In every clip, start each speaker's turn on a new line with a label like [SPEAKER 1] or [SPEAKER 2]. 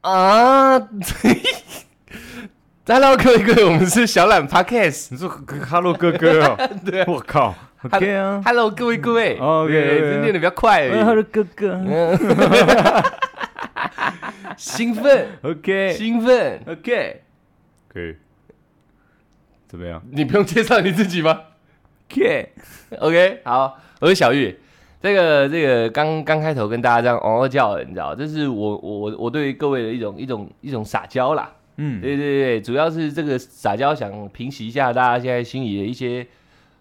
[SPEAKER 1] 啊！Hello，各位各位，我们是小懒 Podcast。
[SPEAKER 2] 你说 Hello 哥哥 哦，
[SPEAKER 1] 对啊
[SPEAKER 2] 我靠，OK 啊
[SPEAKER 1] Hello，各位各位
[SPEAKER 2] 哦，OK，
[SPEAKER 1] 对，
[SPEAKER 2] OK，OK
[SPEAKER 1] 这念的比较快
[SPEAKER 2] 哎
[SPEAKER 1] 而已。
[SPEAKER 2] ，Hello 哥哥
[SPEAKER 1] 兴奋，
[SPEAKER 2] ，OK
[SPEAKER 1] 兴奋，
[SPEAKER 2] OK，可以，怎么样
[SPEAKER 1] 你不用介绍你自己吗
[SPEAKER 2] ？OK，
[SPEAKER 1] ？OK，好，我是小玉。这个这个刚刚开头跟大家这样嗷嗷叫的，你知道，这是我我我我对各位的一种一种一种撒娇啦。
[SPEAKER 2] 嗯，
[SPEAKER 1] 对对对，主要是这个撒娇想平息一下大家现在心里的一些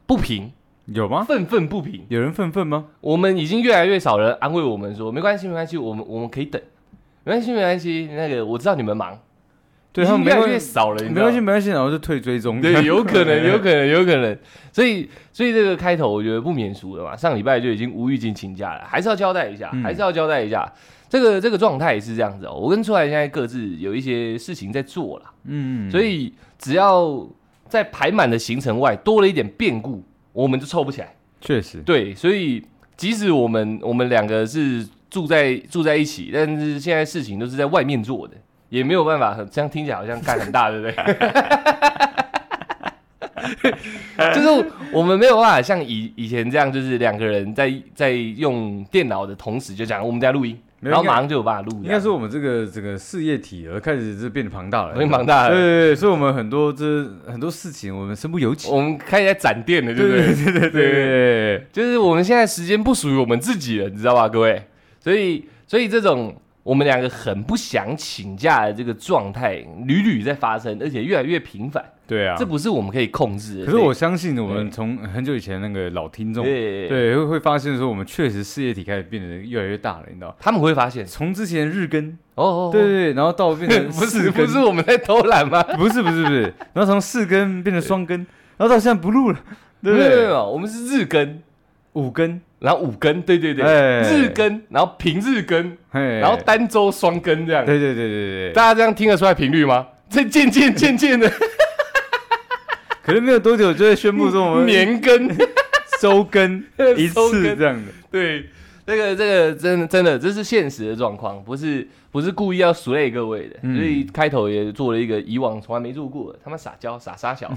[SPEAKER 1] 不平，
[SPEAKER 2] 有吗？
[SPEAKER 1] 愤愤不平。
[SPEAKER 2] 有人愤愤吗？
[SPEAKER 1] 我们已经越来越少人安慰我们说，没关系，没关系，我们我们可以等，没关系，没关系。那个我知道你们忙，
[SPEAKER 2] 对
[SPEAKER 1] 已
[SPEAKER 2] 他
[SPEAKER 1] 经
[SPEAKER 2] 们
[SPEAKER 1] 越来
[SPEAKER 2] 没
[SPEAKER 1] 越
[SPEAKER 2] 关
[SPEAKER 1] 少了，你知
[SPEAKER 2] 没
[SPEAKER 1] 道
[SPEAKER 2] 关
[SPEAKER 1] 吗
[SPEAKER 2] 系，没关系，然后就退追踪。
[SPEAKER 1] 对，有可 能，有可能，有可能。 所以，所以这个开头我觉得不免俗了嘛。上礼拜就已经无预警请假了，还是要交代一下，
[SPEAKER 2] 嗯
[SPEAKER 1] 还是要交代一下。这个这个状态是这样子哦，我跟出来现在各自有一些事情在做啦，
[SPEAKER 2] 嗯，
[SPEAKER 1] 所以只要在排满的行程外多了一点变故，我们就凑不起来。
[SPEAKER 2] 确实，
[SPEAKER 1] 对，所以即使我们我们两个是住在住在一起，但是现在事情都是在外面做的，也没有办法很。这样听起来好像干很大，对不对？ 就是我们没有办法像以以前这样，就是两个人在在用电脑的同时就讲我们在录音，
[SPEAKER 2] 没有
[SPEAKER 1] 然后
[SPEAKER 2] 应该
[SPEAKER 1] 马上就有办法录。
[SPEAKER 2] 应该说我们这个整个事业体而开始是变得庞大了，
[SPEAKER 1] 变庞大了
[SPEAKER 2] 对对对，所以我们很多这很多事情我们身不由己。
[SPEAKER 1] 我们开始在展电了，对不对？
[SPEAKER 2] 哦对对对，
[SPEAKER 1] 就是我们现在时间不属于我们自己了，你知道吧，各位？所以，所以这种我们两个很不想请假的这个状态，屡屡在发生，而且越来越频繁，
[SPEAKER 2] 对啊
[SPEAKER 1] 这。不是我们可以控制的。
[SPEAKER 2] 可是我相信我
[SPEAKER 1] 对
[SPEAKER 2] 们从很久以前那个老听众，
[SPEAKER 1] 对对，
[SPEAKER 2] 对，会会发现说我们确实事业体开始变得越来越大了，你知道？
[SPEAKER 1] 他们会发现
[SPEAKER 2] 从之前日更，
[SPEAKER 1] 哦哦，哦
[SPEAKER 2] 对，对对，然后到变成
[SPEAKER 1] 不是
[SPEAKER 2] 四
[SPEAKER 1] 不
[SPEAKER 2] 更
[SPEAKER 1] 是我们在偷懒吗？
[SPEAKER 2] 不是不是不是，然后从四更变成双更，然后到现在不录了，对不
[SPEAKER 1] 没有没有没
[SPEAKER 2] 对？
[SPEAKER 1] 有，我们是日更，
[SPEAKER 2] 五更，
[SPEAKER 1] 然后五更，对对对，
[SPEAKER 2] 哎
[SPEAKER 1] 日更，然后平日更，
[SPEAKER 2] 嘿，
[SPEAKER 1] 然后单周双更这样。
[SPEAKER 2] 对对对对对，
[SPEAKER 1] 大家这样听得出来频率吗？这渐渐渐渐的
[SPEAKER 2] 可能没有多久就会宣布说 我们
[SPEAKER 1] 年更。
[SPEAKER 2] 周 更一
[SPEAKER 1] 周更
[SPEAKER 2] 次这样的，
[SPEAKER 1] 对，这个这个真的真的这是现实的状况，不是不是故意要俗累各位的，
[SPEAKER 2] 嗯
[SPEAKER 1] 所以开头也做了一个以往从来没做过的，他妈撒娇傻傻 小，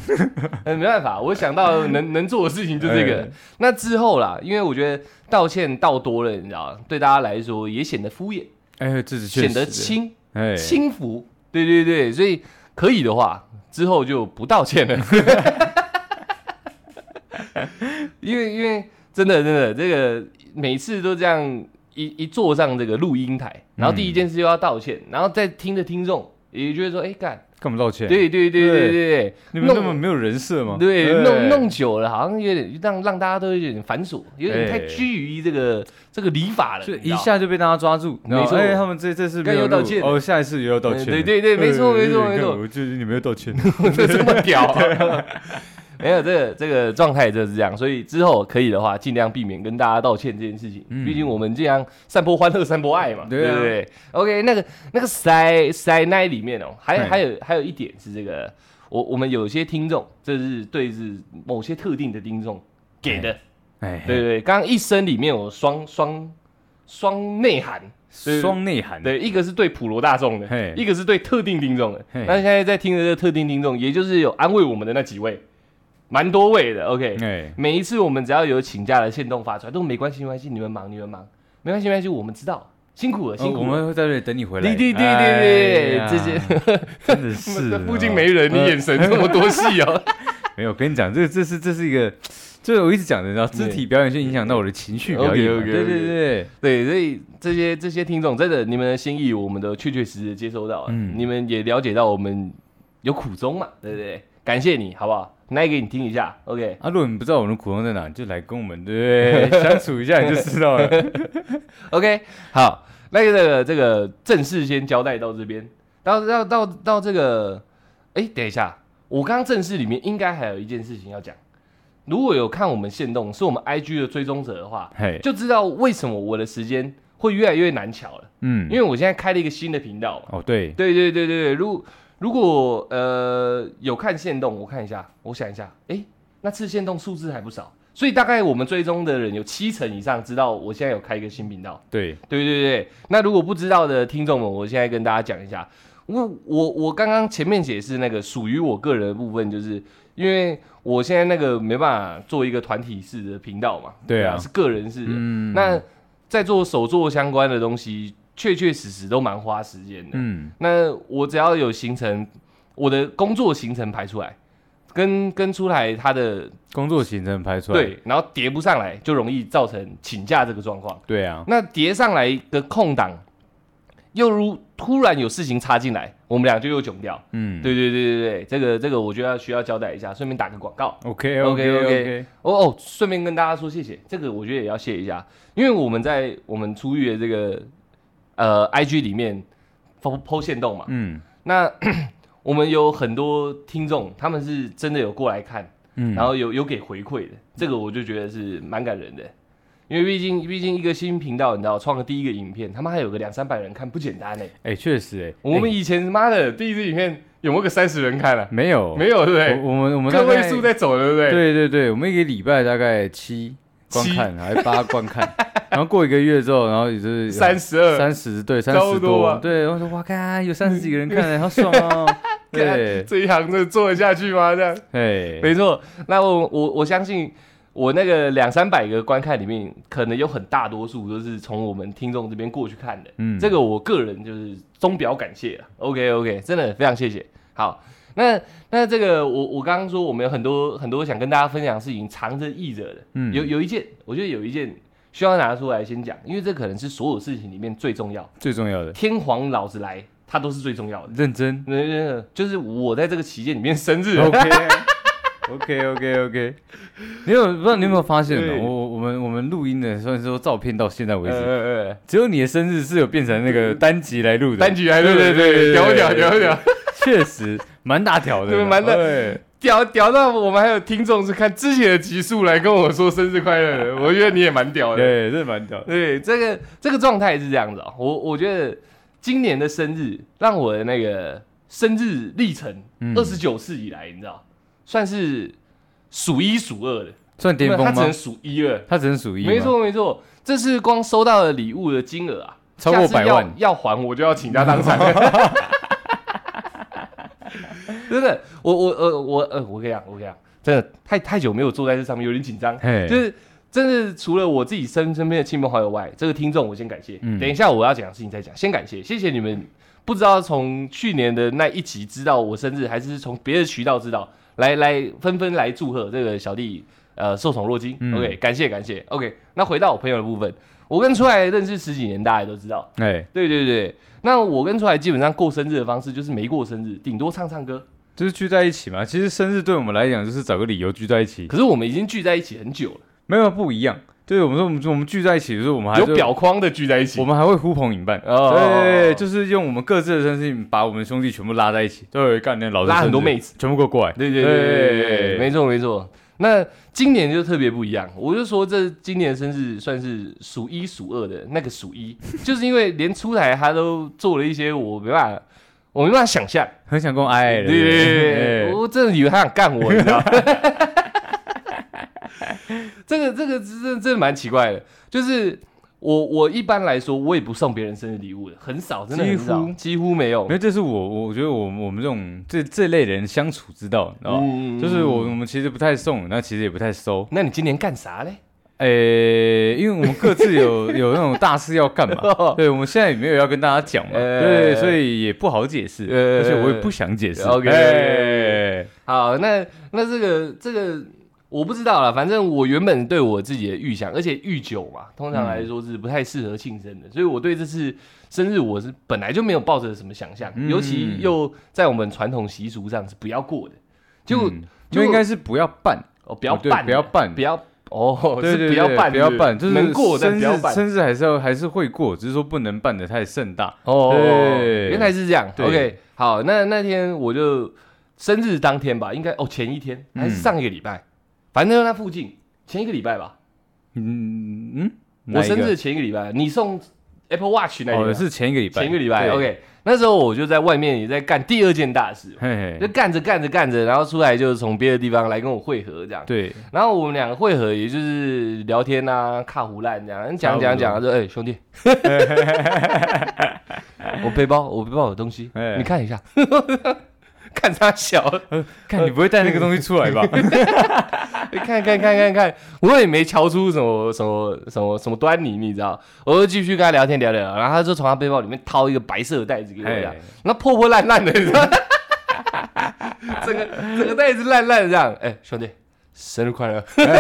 [SPEAKER 1] 嗯，没办法，我想到能能做的事情就这个
[SPEAKER 2] 哎。
[SPEAKER 1] 那之后啦，因为我觉得道歉道多了，你知道，对大家来说也显得敷衍，
[SPEAKER 2] 哎，这是确实
[SPEAKER 1] 显得
[SPEAKER 2] 的，
[SPEAKER 1] 轻
[SPEAKER 2] 哎，
[SPEAKER 1] 轻浮，对对对，所以可以的话，之后就不道歉了， 因为因为真的真的这个每次都这样一一坐上这个录音台，然后第一件事又要道歉，然后再听的听众也就会说，哎、干，
[SPEAKER 2] 干嘛道歉？
[SPEAKER 1] 对对对对
[SPEAKER 2] 对
[SPEAKER 1] 对，
[SPEAKER 2] 你们那么没有人设吗？
[SPEAKER 1] 对，
[SPEAKER 2] 哎
[SPEAKER 1] 弄弄久了，好像有点让让大家都有点繁琐，有点太
[SPEAKER 2] 哎
[SPEAKER 1] 拘于这个这个礼法了，
[SPEAKER 2] 就
[SPEAKER 1] 你知
[SPEAKER 2] 一
[SPEAKER 1] 道
[SPEAKER 2] 下就被大家抓住，
[SPEAKER 1] 没
[SPEAKER 2] 然后
[SPEAKER 1] 错
[SPEAKER 2] 哎，他们这这次没有
[SPEAKER 1] 该又道
[SPEAKER 2] 录
[SPEAKER 1] 歉
[SPEAKER 2] 哦，下一次也要道
[SPEAKER 1] 嗯
[SPEAKER 2] 歉，
[SPEAKER 1] 对对对没错
[SPEAKER 2] 哎
[SPEAKER 1] 没错
[SPEAKER 2] 哎
[SPEAKER 1] 没错
[SPEAKER 2] 看我就是你没有道歉，
[SPEAKER 1] 这么屌、 啊没有这个这个状态就是这样，所以之后可以的话，尽量避免跟大家道歉这件事情。
[SPEAKER 2] 嗯
[SPEAKER 1] 毕竟我们尽量散播欢乐、散播爱嘛，
[SPEAKER 2] 对啊
[SPEAKER 1] 不对？OK，那个那个塞塞奈里面哦，还
[SPEAKER 2] 嗯
[SPEAKER 1] 还有还有一点是这个，我我们有些听众，这是对是某些特定的听众给的，
[SPEAKER 2] 哎，
[SPEAKER 1] 对对对。刚刚一生里面有双双双内涵，对
[SPEAKER 2] 双内涵，
[SPEAKER 1] 对，一个是对普罗大众的
[SPEAKER 2] 嘿，
[SPEAKER 1] 一个是对特定听众的。
[SPEAKER 2] 嘿
[SPEAKER 1] 那现在在听的这个特定听众，也就是有安慰我们的那几位，蛮多位的。OK，
[SPEAKER 2] 哎，
[SPEAKER 1] 每一次我们只要有请假的线动发出来，都没关系，没关系，你们忙，你们忙，没关系，没关系，我们知道，辛苦了，辛
[SPEAKER 2] 哦我
[SPEAKER 1] 苦了。
[SPEAKER 2] 们会在这里等你回来。
[SPEAKER 1] 对对对对对，
[SPEAKER 2] 哎呀
[SPEAKER 1] 这些
[SPEAKER 2] 真的是 呃
[SPEAKER 1] 这
[SPEAKER 2] 啊
[SPEAKER 1] 附近没人，你眼神这么 多戏哦。
[SPEAKER 2] 没有。跟你讲，这这是这是一个，这我一直讲的，你知道，肢体表演就影响到我的情绪表演嘛。
[SPEAKER 1] OK，OK，OK
[SPEAKER 2] 对对对，
[SPEAKER 1] 对，所以这些这些听众，真的，你们的心意我们都确确实实接收到了，
[SPEAKER 2] 嗯
[SPEAKER 1] 你们也了解到我们有苦衷嘛，对不对？感谢你，好不好？奶给你听一下，OK。
[SPEAKER 2] 啊，如果你不知道我们的苦衷在哪，你就来跟我们对相处一下，你就知道了。
[SPEAKER 1] OK，好，那个这个这个正式先交代到这边，到到到到这个，哎、等一下，我刚刚正式里面应该还有一件事情要讲。如果有看我们线动，是我们 IG 的追踪者的话，
[SPEAKER 2] 嘿，
[SPEAKER 1] 就知道为什么我的时间会越来越难巧了，
[SPEAKER 2] 嗯
[SPEAKER 1] 因，为我现在开了一个新的频道嘛。
[SPEAKER 2] 哦对，
[SPEAKER 1] 对对对对对，如如果呃有看线动，我看一下，我想一下，哎、那次线动数字还不少，所以大概我们追踪的人有七成以上知道我现在有开一个新频道。
[SPEAKER 2] 对，
[SPEAKER 1] 对对对，那如果不知道的听众们，我现在跟大家讲一下，我我我刚刚前面解释那个属于我个人的部分，就是因为我现在那个没办法做一个团体式的频道嘛，
[SPEAKER 2] 对啊
[SPEAKER 1] 是个人式的。
[SPEAKER 2] 嗯
[SPEAKER 1] 那在做手作相关的东西，确确实实都蛮花时间的。
[SPEAKER 2] 嗯，
[SPEAKER 1] 那我只要有行程，我的工作行程排出来，跟跟出来他的
[SPEAKER 2] 工作行程排出来，
[SPEAKER 1] 对，然后叠不上来，就容易造成请假这个状况。
[SPEAKER 2] 对啊，
[SPEAKER 1] 那叠上来的空档，又如突然有事情插进来，我们俩就又囧掉。
[SPEAKER 2] 嗯，
[SPEAKER 1] 对对对对对，这个这个我觉得需要交代一下，顺便打个广告。
[SPEAKER 2] ，OK
[SPEAKER 1] OK，OK
[SPEAKER 2] OK，
[SPEAKER 1] 哦哦，顺便跟大家说谢谢，这个我觉得也要谢一下，因为我们在我们出狱的这个呃 IG 里面剖剖线动嘛，
[SPEAKER 2] 嗯
[SPEAKER 1] 那 我们有很多听众，他们是真的有过来看，
[SPEAKER 2] 嗯，
[SPEAKER 1] 然后有有给回馈的，这个我就觉得是蛮感人的，因为毕竟毕竟一个新频道，你知道创了第一个影片，他妈还有个两三百人看，不简单呢、
[SPEAKER 2] 哎，确实哎，
[SPEAKER 1] 我们
[SPEAKER 2] 哎
[SPEAKER 1] 以前妈的第一支影片有没有个三十人看了、啊
[SPEAKER 2] 没有
[SPEAKER 1] 没有对不对？
[SPEAKER 2] 哦我我们我们
[SPEAKER 1] 个
[SPEAKER 2] 大
[SPEAKER 1] 位
[SPEAKER 2] 概
[SPEAKER 1] 数在走了对不对？
[SPEAKER 2] 对对对，我们一个礼拜大概七观
[SPEAKER 1] 七
[SPEAKER 2] 看，还八观看，然后过一个月之后，然后也是
[SPEAKER 1] 三十二，
[SPEAKER 2] 三十对三
[SPEAKER 1] 差不
[SPEAKER 2] 十
[SPEAKER 1] 多啊吧
[SPEAKER 2] 对，然后说哇，看有三十几个人看，好爽 哦，对，
[SPEAKER 1] 这一行真的做得下去吗？这样
[SPEAKER 2] 哎，
[SPEAKER 1] 没错。那我我我相信我那个两三百个观看里面，可能有很大多数都是从我们听众这边过去看的。
[SPEAKER 2] 嗯
[SPEAKER 1] 这个我个人就是深表感谢了。OK OK，真 的非常谢谢。好，那那这个我我刚刚说我们有很多很多想跟大家分享的事情藏着掖着的，
[SPEAKER 2] 嗯
[SPEAKER 1] 有有一件我觉得有一件需要拿出来先讲，因为这可能是所有事情里面最重要。
[SPEAKER 2] 最重要的
[SPEAKER 1] 天皇老子来，它都是最重要的。
[SPEAKER 2] 认真
[SPEAKER 1] 那那就是我在这个期间里面生日，
[SPEAKER 2] ，OK OK OK OK，你有不知道你有没有发现
[SPEAKER 1] 对
[SPEAKER 2] 呢？我我我们我们录音的，虽然说照片到现在为止，
[SPEAKER 1] 呃
[SPEAKER 2] 只有你的生日是有变成那个单集来录的，
[SPEAKER 1] 单曲还对对对，屌屌屌屌，
[SPEAKER 2] 确实蛮大条的，
[SPEAKER 1] 对蛮大
[SPEAKER 2] 对
[SPEAKER 1] 屌屌到我们还有听众是看之前的集数来跟我说生日快乐的，我觉得你也蛮屌的。
[SPEAKER 2] 对，这蛮屌的。
[SPEAKER 1] 对，这个这个状态是这样子哦，我我觉得今年的生日让我的那个生日历程，
[SPEAKER 2] 嗯
[SPEAKER 1] 二十九世以来，你知道，算是数一数二的，
[SPEAKER 2] 算巅
[SPEAKER 1] 他
[SPEAKER 2] 峰
[SPEAKER 1] 只
[SPEAKER 2] 吗
[SPEAKER 1] 能？数一了。
[SPEAKER 2] 他只能数一吗，
[SPEAKER 1] 没错没错，这是光收到的礼物的金额啊，
[SPEAKER 2] 超过
[SPEAKER 1] 下次
[SPEAKER 2] 百
[SPEAKER 1] 要
[SPEAKER 2] 万
[SPEAKER 1] 要还我就要请他当场。 真的，我我呃我呃我跟你讲，我跟你讲，真的太太久没有坐在这上面，有点紧张。
[SPEAKER 2] 嘿，
[SPEAKER 1] 就是真的，除了我自己身身边的亲朋好友外，这个听众我先感谢。
[SPEAKER 2] 嗯
[SPEAKER 1] 等一下我要讲的事情再讲，先感谢，谢谢你们。不知道从去年的那一集知道我生日，还是从别的渠道知道，来来纷纷来祝贺这个小弟呃受宠若惊。
[SPEAKER 2] 嗯
[SPEAKER 1] OK，感谢感谢。OK，那回到我朋友的部分，我跟出来认识十几年，大家也都知道。
[SPEAKER 2] 哎，
[SPEAKER 1] 对对对，那我跟出来基本上过生日的方式就是没过生日，顶多唱唱歌。
[SPEAKER 2] 就是聚在一起嘛。其实生日对我们来讲，就是找个理由聚在一起，
[SPEAKER 1] 可是我们已经聚在一起很久了，
[SPEAKER 2] 没有不一样。对我们说，我们我们聚在一起，就是我们还
[SPEAKER 1] 有
[SPEAKER 2] 是，
[SPEAKER 1] 表框的聚在一起
[SPEAKER 2] 我。们还会呼朋引伴。
[SPEAKER 1] 哦
[SPEAKER 2] 对，就是用我们各自的身份，把我们兄弟全部拉在一起。对，干点老子
[SPEAKER 1] 拉很多
[SPEAKER 2] 生日
[SPEAKER 1] 妹子，
[SPEAKER 2] 全部给我过来。
[SPEAKER 1] 对对对对对，没错没错。那今年就特别不一样，我就说这今年的生日算是数一数二的那个数一，就是因为连出台他都做了一些我没办法，我没办法想象。
[SPEAKER 2] 很想跟我
[SPEAKER 1] 对
[SPEAKER 2] 爱了。
[SPEAKER 1] 对对对，哦
[SPEAKER 2] 哎
[SPEAKER 1] 我真的以为他想干我，你知道吗？这个这个这真的蛮奇怪的，就是我我一般来说我也不送别人生日礼物的，很少，真的很
[SPEAKER 2] 几
[SPEAKER 1] 少
[SPEAKER 2] 乎，
[SPEAKER 1] 几乎没有
[SPEAKER 2] 没。有，这是我我我觉得我们我们这种这这类人相处之道，你知道吧？
[SPEAKER 1] 嗯
[SPEAKER 2] 就是我我们其实不太送，那其实也不太收。
[SPEAKER 1] 那你今年干啥嘞？
[SPEAKER 2] 诶、因为我们各 自有有那种大事要干嘛，对，我们现在也没有要跟大家讲嘛，
[SPEAKER 1] 呃
[SPEAKER 2] 对，所以也不好解释，
[SPEAKER 1] 呃
[SPEAKER 2] 而且我也不想解释。哎
[SPEAKER 1] OK，
[SPEAKER 2] 诶
[SPEAKER 1] 好，那那这个这个我不知道了，反正我原本对我自己的预想，而且御酒嘛，通常来说是不太适合庆生
[SPEAKER 2] 嗯
[SPEAKER 1] 的，所以我对这次生日我是本来就没有抱着什么想象，
[SPEAKER 2] 嗯
[SPEAKER 1] 尤其又在我们传统习俗上是不要过的，就、
[SPEAKER 2] 嗯就应该是不要办，
[SPEAKER 1] 哦不要
[SPEAKER 2] 对
[SPEAKER 1] 办，
[SPEAKER 2] 不要办
[SPEAKER 1] 不要哦，
[SPEAKER 2] 对
[SPEAKER 1] 是
[SPEAKER 2] 对
[SPEAKER 1] 不
[SPEAKER 2] 对，
[SPEAKER 1] 要办，
[SPEAKER 2] 不要办，
[SPEAKER 1] 是
[SPEAKER 2] 就是
[SPEAKER 1] 不能过但
[SPEAKER 2] 生
[SPEAKER 1] 不要
[SPEAKER 2] 日
[SPEAKER 1] 办。
[SPEAKER 2] 生日还是要还是会过，只是说不能办的太盛大。
[SPEAKER 1] 哦，
[SPEAKER 2] 对
[SPEAKER 1] 原来是这样。
[SPEAKER 2] 对
[SPEAKER 1] OK，好，那那天我就生日当天吧，应该哦前一天还是上一个礼拜，反正就那附近前一个礼拜吧。
[SPEAKER 2] 嗯嗯，
[SPEAKER 1] 我
[SPEAKER 2] 哪一个
[SPEAKER 1] 生日前一个礼拜，你送 Apple Watch 那
[SPEAKER 2] 哦，
[SPEAKER 1] 里，
[SPEAKER 2] 是前一个礼拜，
[SPEAKER 1] 前一个礼拜
[SPEAKER 2] 对，
[SPEAKER 1] ，OK，那时候我就在外面也在干第二件大事，
[SPEAKER 2] 嘿
[SPEAKER 1] 就
[SPEAKER 2] 嘿，
[SPEAKER 1] 干着干着干着，然后出来就是从别的地方来跟我会合这样。
[SPEAKER 2] 对，
[SPEAKER 1] 然后我们两个会合，也就是聊天啊、卡胡烂这样，
[SPEAKER 2] 差
[SPEAKER 1] 讲
[SPEAKER 2] 不多
[SPEAKER 1] 讲讲，他说：“哎、兄 弟，我背包，我背包有东西，
[SPEAKER 2] 哎
[SPEAKER 1] 你看一下。” 看他小，
[SPEAKER 2] 看你不会带那个东西 出来吧？
[SPEAKER 1] 看看看看看，我也没瞧出什么什么什么什么端倪，你知道？我就继续跟他聊天聊聊，然后他就从他背包里面掏一个白色的袋子给我，这样
[SPEAKER 2] 哎，
[SPEAKER 1] 那破破烂烂的，你知道？ 整个整个袋子烂烂的这样，哎、兄弟，生日快乐！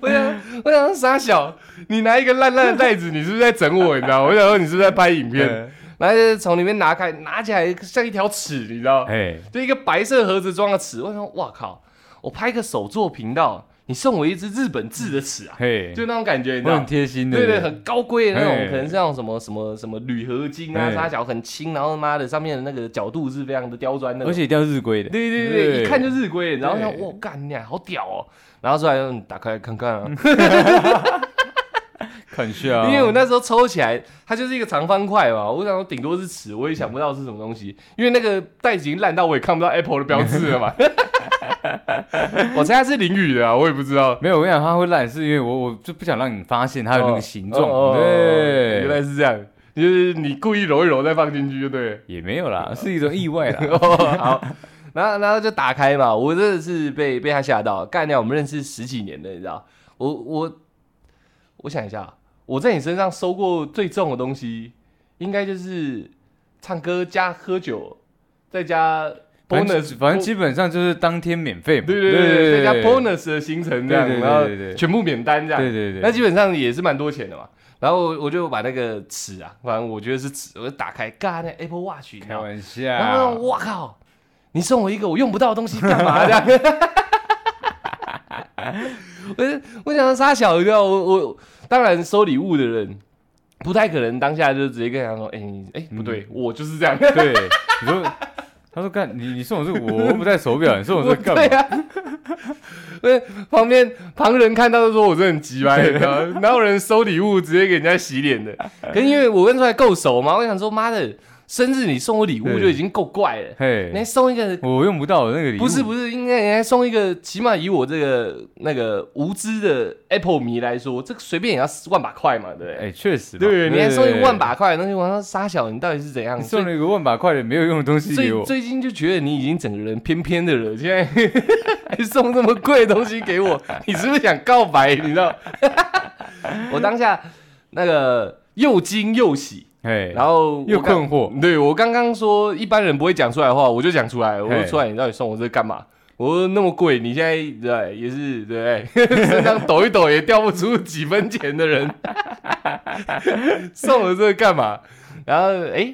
[SPEAKER 1] 我想，我想说傻小，你拿一个烂烂的袋子，你是不是在整我？你知道吗？我想说你是不是在拍影片？然后就从里面拿开，拿起来像一条尺，你知道？
[SPEAKER 2] 哎，
[SPEAKER 1] 就一个白色盒子装的尺。我想说，哇靠！我拍个手作频道，你送我一支日本制的尺啊，
[SPEAKER 2] 嘿，
[SPEAKER 1] 就那种感觉，你知
[SPEAKER 2] 我
[SPEAKER 1] 道？
[SPEAKER 2] 很贴心的，
[SPEAKER 1] 对对，，很高贵的那
[SPEAKER 2] 嘿
[SPEAKER 1] 种，可能是那种什么什么什么铝合金啊，
[SPEAKER 2] 嘿
[SPEAKER 1] 沙小很轻，然后妈的上面的那个角度是非常的刁钻的，
[SPEAKER 2] 而且一定要日规的，
[SPEAKER 1] 对对对对，一看就是日规，然后
[SPEAKER 2] 对
[SPEAKER 1] 想哇干你啊，好屌哦，然后出来嗯打开来看 看啊，
[SPEAKER 2] 看下，
[SPEAKER 1] 因为我那时候抽起来，它就是一个长方块嘛，我想说顶多是尺，我也想不到是什么东西，因为那个袋子已经烂到我也看不到 Apple 的标志了 嘛，我猜它是淋雨的啊，我也不知道。
[SPEAKER 2] 没有，我跟你讲，它会烂，是因为我我就不想让你发现它有那个形状，
[SPEAKER 1] 哦哦哦
[SPEAKER 2] 对，
[SPEAKER 1] 原来是这样，就是你故意揉一揉再放进去就对了。
[SPEAKER 2] 也没有啦，是一种意外啦。
[SPEAKER 1] 哦，好，然后然后就打开嘛，我真的是被被他吓到，干掉我们认识十几年了，你知道？我我我想一下，我在你身上收过最重的东西，应该就是唱歌加喝酒，再加 bonus，
[SPEAKER 2] 反
[SPEAKER 1] 哦
[SPEAKER 2] 正反正基本上就是当天免费嘛，
[SPEAKER 1] 对对对对，再加 bonus 的行程这样，
[SPEAKER 2] 对对对
[SPEAKER 1] 然后
[SPEAKER 2] 对对对
[SPEAKER 1] 全部免单这样，
[SPEAKER 2] 对对对，
[SPEAKER 1] 那基本上也是蛮多钱的嘛。然后我就把那个尺啊，反正我觉得是尺，我就打开，干那 Apple Watch，你知
[SPEAKER 2] 开
[SPEAKER 1] 道吗
[SPEAKER 2] 玩笑，
[SPEAKER 1] 然后我靠，你送我一个我用不到的东西干 嘛这样？我我想杀小一个，啊我我当然收礼物的人不太可能当下就直接跟人家说，哎、你哎、不
[SPEAKER 2] 嗯
[SPEAKER 1] 对，我就是这样。
[SPEAKER 2] 对，你说，他说干你你送我这个，我又不戴手 表，你送 我这
[SPEAKER 1] 我
[SPEAKER 2] 个干
[SPEAKER 1] 对
[SPEAKER 2] 嘛？
[SPEAKER 1] 啊， 不是旁边旁人看到都说我这很急歪，你知道 吗哪有人收礼物直接给人家洗脸的？可是因为我跟出来够熟嘛，我想说妈的，生日你送我礼物
[SPEAKER 2] 对
[SPEAKER 1] 就已经够怪了，你还
[SPEAKER 2] 嘿，
[SPEAKER 1] 送一个
[SPEAKER 2] 我用不到我那个礼物，
[SPEAKER 1] 不是不是，应该人家送一个，起码以我这个那个无知的 Apple 迷来说，这个随便也要万把块嘛，对不对？
[SPEAKER 2] 哎，确实嘛，
[SPEAKER 1] 对不对，你还送一个万
[SPEAKER 2] 把，
[SPEAKER 1] 把块的东西，我说傻小，你到底是怎样？
[SPEAKER 2] 你
[SPEAKER 1] 所
[SPEAKER 2] 送
[SPEAKER 1] 以
[SPEAKER 2] 了一个万把块的没有用的东西给
[SPEAKER 1] 最
[SPEAKER 2] 我，
[SPEAKER 1] 最近就觉得你已经整个人偏偏的了，现在还 送这么贵的东西给 我，你是不是想告白？你知道？ 我当下那个又惊又喜，
[SPEAKER 2] 嘿，
[SPEAKER 1] 然后我
[SPEAKER 2] 又
[SPEAKER 1] 刚
[SPEAKER 2] 困惑，
[SPEAKER 1] 对我刚刚说一般人不会讲出来的话，我就讲出来了，我
[SPEAKER 2] 嘿
[SPEAKER 1] 就出来，你到底送我这干嘛？我说那么贵，你现在对也是对 不对，身上抖一抖也掉不出几分钱的人，送我这干嘛？然后哎，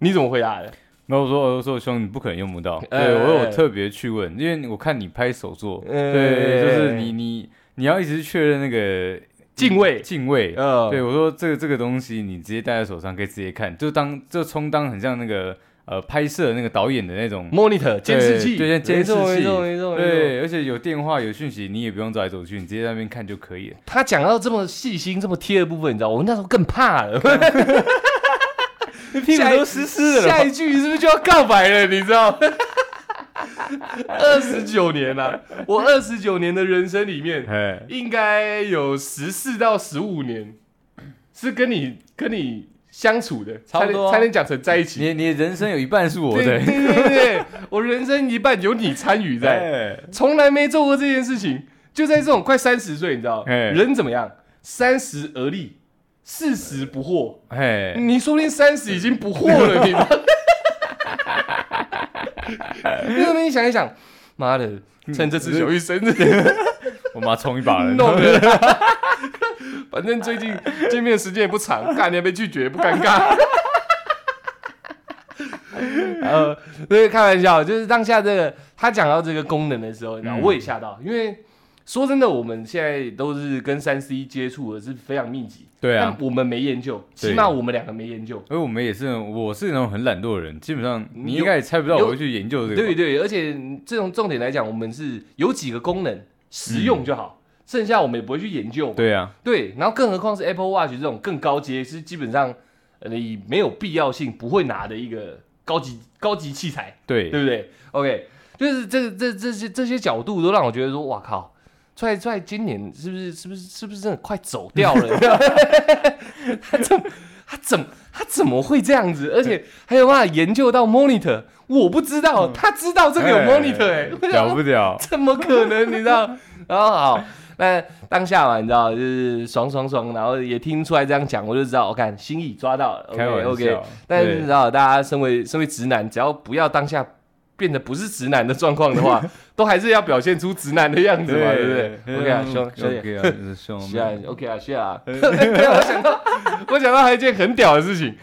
[SPEAKER 1] 你怎么回答的？
[SPEAKER 2] 然后我说我哦说兄，你不可能用不到，
[SPEAKER 1] 哎
[SPEAKER 2] 对我
[SPEAKER 1] 哎
[SPEAKER 2] 有特别去问，因为我看你拍手作，
[SPEAKER 1] 哎
[SPEAKER 2] 对，就是你你你要一直确认那个
[SPEAKER 1] 敬畏
[SPEAKER 2] 敬畏，
[SPEAKER 1] 呃，
[SPEAKER 2] 对，我说这个这个东西你直接戴在手上可以直接看，就当就充当很像那个呃拍摄那个导演的那种
[SPEAKER 1] ，monitor 监视器，
[SPEAKER 2] 对，监
[SPEAKER 1] 没
[SPEAKER 2] 视
[SPEAKER 1] 错没
[SPEAKER 2] 器，
[SPEAKER 1] 错没错没错。
[SPEAKER 2] 对，而且有电话有讯息，你也不用走来走去，你直接在那边看就可以了。
[SPEAKER 1] 他讲到这么细心、这么贴的部分，你知道，我们那时候更怕 了。
[SPEAKER 2] 屁
[SPEAKER 1] 股都
[SPEAKER 2] 湿湿
[SPEAKER 1] 下一句是不是就要告白了？你知道？二十九年了、我二十九年的人生里面，
[SPEAKER 2] 哎，
[SPEAKER 1] 应该有十四到十五年是跟你跟你相处的，
[SPEAKER 2] 差不
[SPEAKER 1] 才能
[SPEAKER 2] 多啊
[SPEAKER 1] 才能讲成在一起。
[SPEAKER 2] 你你人生有一半是我
[SPEAKER 1] 对对
[SPEAKER 2] 的，
[SPEAKER 1] 对对对，我人生一半有你参与在，
[SPEAKER 2] 对，
[SPEAKER 1] 从来没做过这件事情。就在这种快三十岁，你知道
[SPEAKER 2] 哎
[SPEAKER 1] 人怎么样？三十而立，四十不惑。
[SPEAKER 2] 哎，
[SPEAKER 1] 你说不定三十已经不惑了，你知道。因为 你想一想，妈的，趁这次小玉生日
[SPEAKER 2] 我妈冲一把了，
[SPEAKER 1] 弄的 啦，反正最近见面的时间也不 长，干你还被拒绝也不尴尬。 呃，所以开玩笑，就是当下这个他讲到这个功能的时候，你知道
[SPEAKER 2] 嗯
[SPEAKER 1] 我也吓到，因为说真的，我们现在都是跟三 C 接触的是非常密集，
[SPEAKER 2] 对啊
[SPEAKER 1] 但我们没研究，
[SPEAKER 2] 对
[SPEAKER 1] 起码我们两个没研究，
[SPEAKER 2] 而我们也是，我是那种很懒惰的人，基本上你
[SPEAKER 1] 有
[SPEAKER 2] 应该也猜不到
[SPEAKER 1] 有
[SPEAKER 2] 我会去研究这个吧。嗯
[SPEAKER 1] 对对，而且这种重点来讲，我们是有几个功能实用就好，剩下我们也不会去研究嘛。
[SPEAKER 2] 对啊，
[SPEAKER 1] 对，然后更何况是 Apple Watch 这种更高阶，是基本上呃你没有必要性不会拿的一个高级高级器材。
[SPEAKER 2] 对，
[SPEAKER 1] 对不对？OK，就是这这这些这些角度都让我觉得说，哇靠，帅帅今年是不是是不是是不是真的快走掉了？ 他怎么他怎么他怎么会这样子？而且还有办法研究到 monitor，我不知道，他知道这个有 monitor 嗯哎、我想
[SPEAKER 2] 屌
[SPEAKER 1] 说
[SPEAKER 2] 不屌？
[SPEAKER 1] 怎么可能？你知道？ 然后好，那当下嘛，你知道就是爽爽爽，然后也听出来这样讲，我就知道，我、看心意抓到了，OK
[SPEAKER 2] 开玩
[SPEAKER 1] OK。
[SPEAKER 2] 笑，
[SPEAKER 1] 但是你知
[SPEAKER 2] 对
[SPEAKER 1] 道，大家身为身为直男，只要不要当下变得不是直男的状况的 话，都还是要表现出直男的样子嘛，对不对？OK 啊，兄兄弟。
[SPEAKER 2] 嗯，OK 啊，就是 兄
[SPEAKER 1] 是啊，OK 啊，是 啊。我想到，我想到还有一件很屌的事情。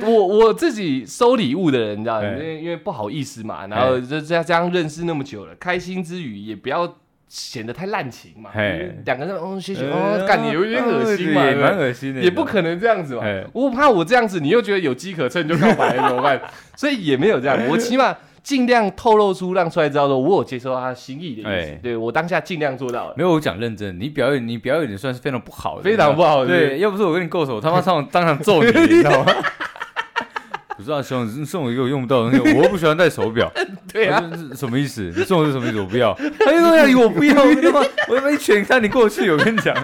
[SPEAKER 1] 我我自己收礼物的人，你知道，因
[SPEAKER 2] 哎
[SPEAKER 1] 为因为不好意思嘛，然后就这样这样认识那么久了，开心之余也不要显得太滥情嘛。就
[SPEAKER 2] 哎
[SPEAKER 1] 是两个人哦，谢谢哦
[SPEAKER 2] 呃，哦
[SPEAKER 1] 感觉有点恶心嘛，对
[SPEAKER 2] 对也
[SPEAKER 1] 不对
[SPEAKER 2] 蛮恶心的，
[SPEAKER 1] 也不可能这样子嘛
[SPEAKER 2] 哎。
[SPEAKER 1] 我怕我这样子，你又觉得有机可乘就告白了，怎么 办？所以也没有这样，我起码尽量透露出让出来知道说，我有接受到他心意的意思
[SPEAKER 2] 哎。
[SPEAKER 1] 对我当下尽量做到了，
[SPEAKER 2] 没有，我讲认真，你表演你表演的算是非常不好的，
[SPEAKER 1] 非常不好
[SPEAKER 2] 你知道吗对，要不是我跟你够手，我他妈上当场揍 你，你知道吗？不是啊，兄，你送我一个我用不到的东西，我又不喜欢戴手表，
[SPEAKER 1] 对啊。
[SPEAKER 2] 我说，什么意思？你送我是什么意思？我不要，哎呦呀，我不要，我他妈， 我他妈一拳看你过去，我跟你讲，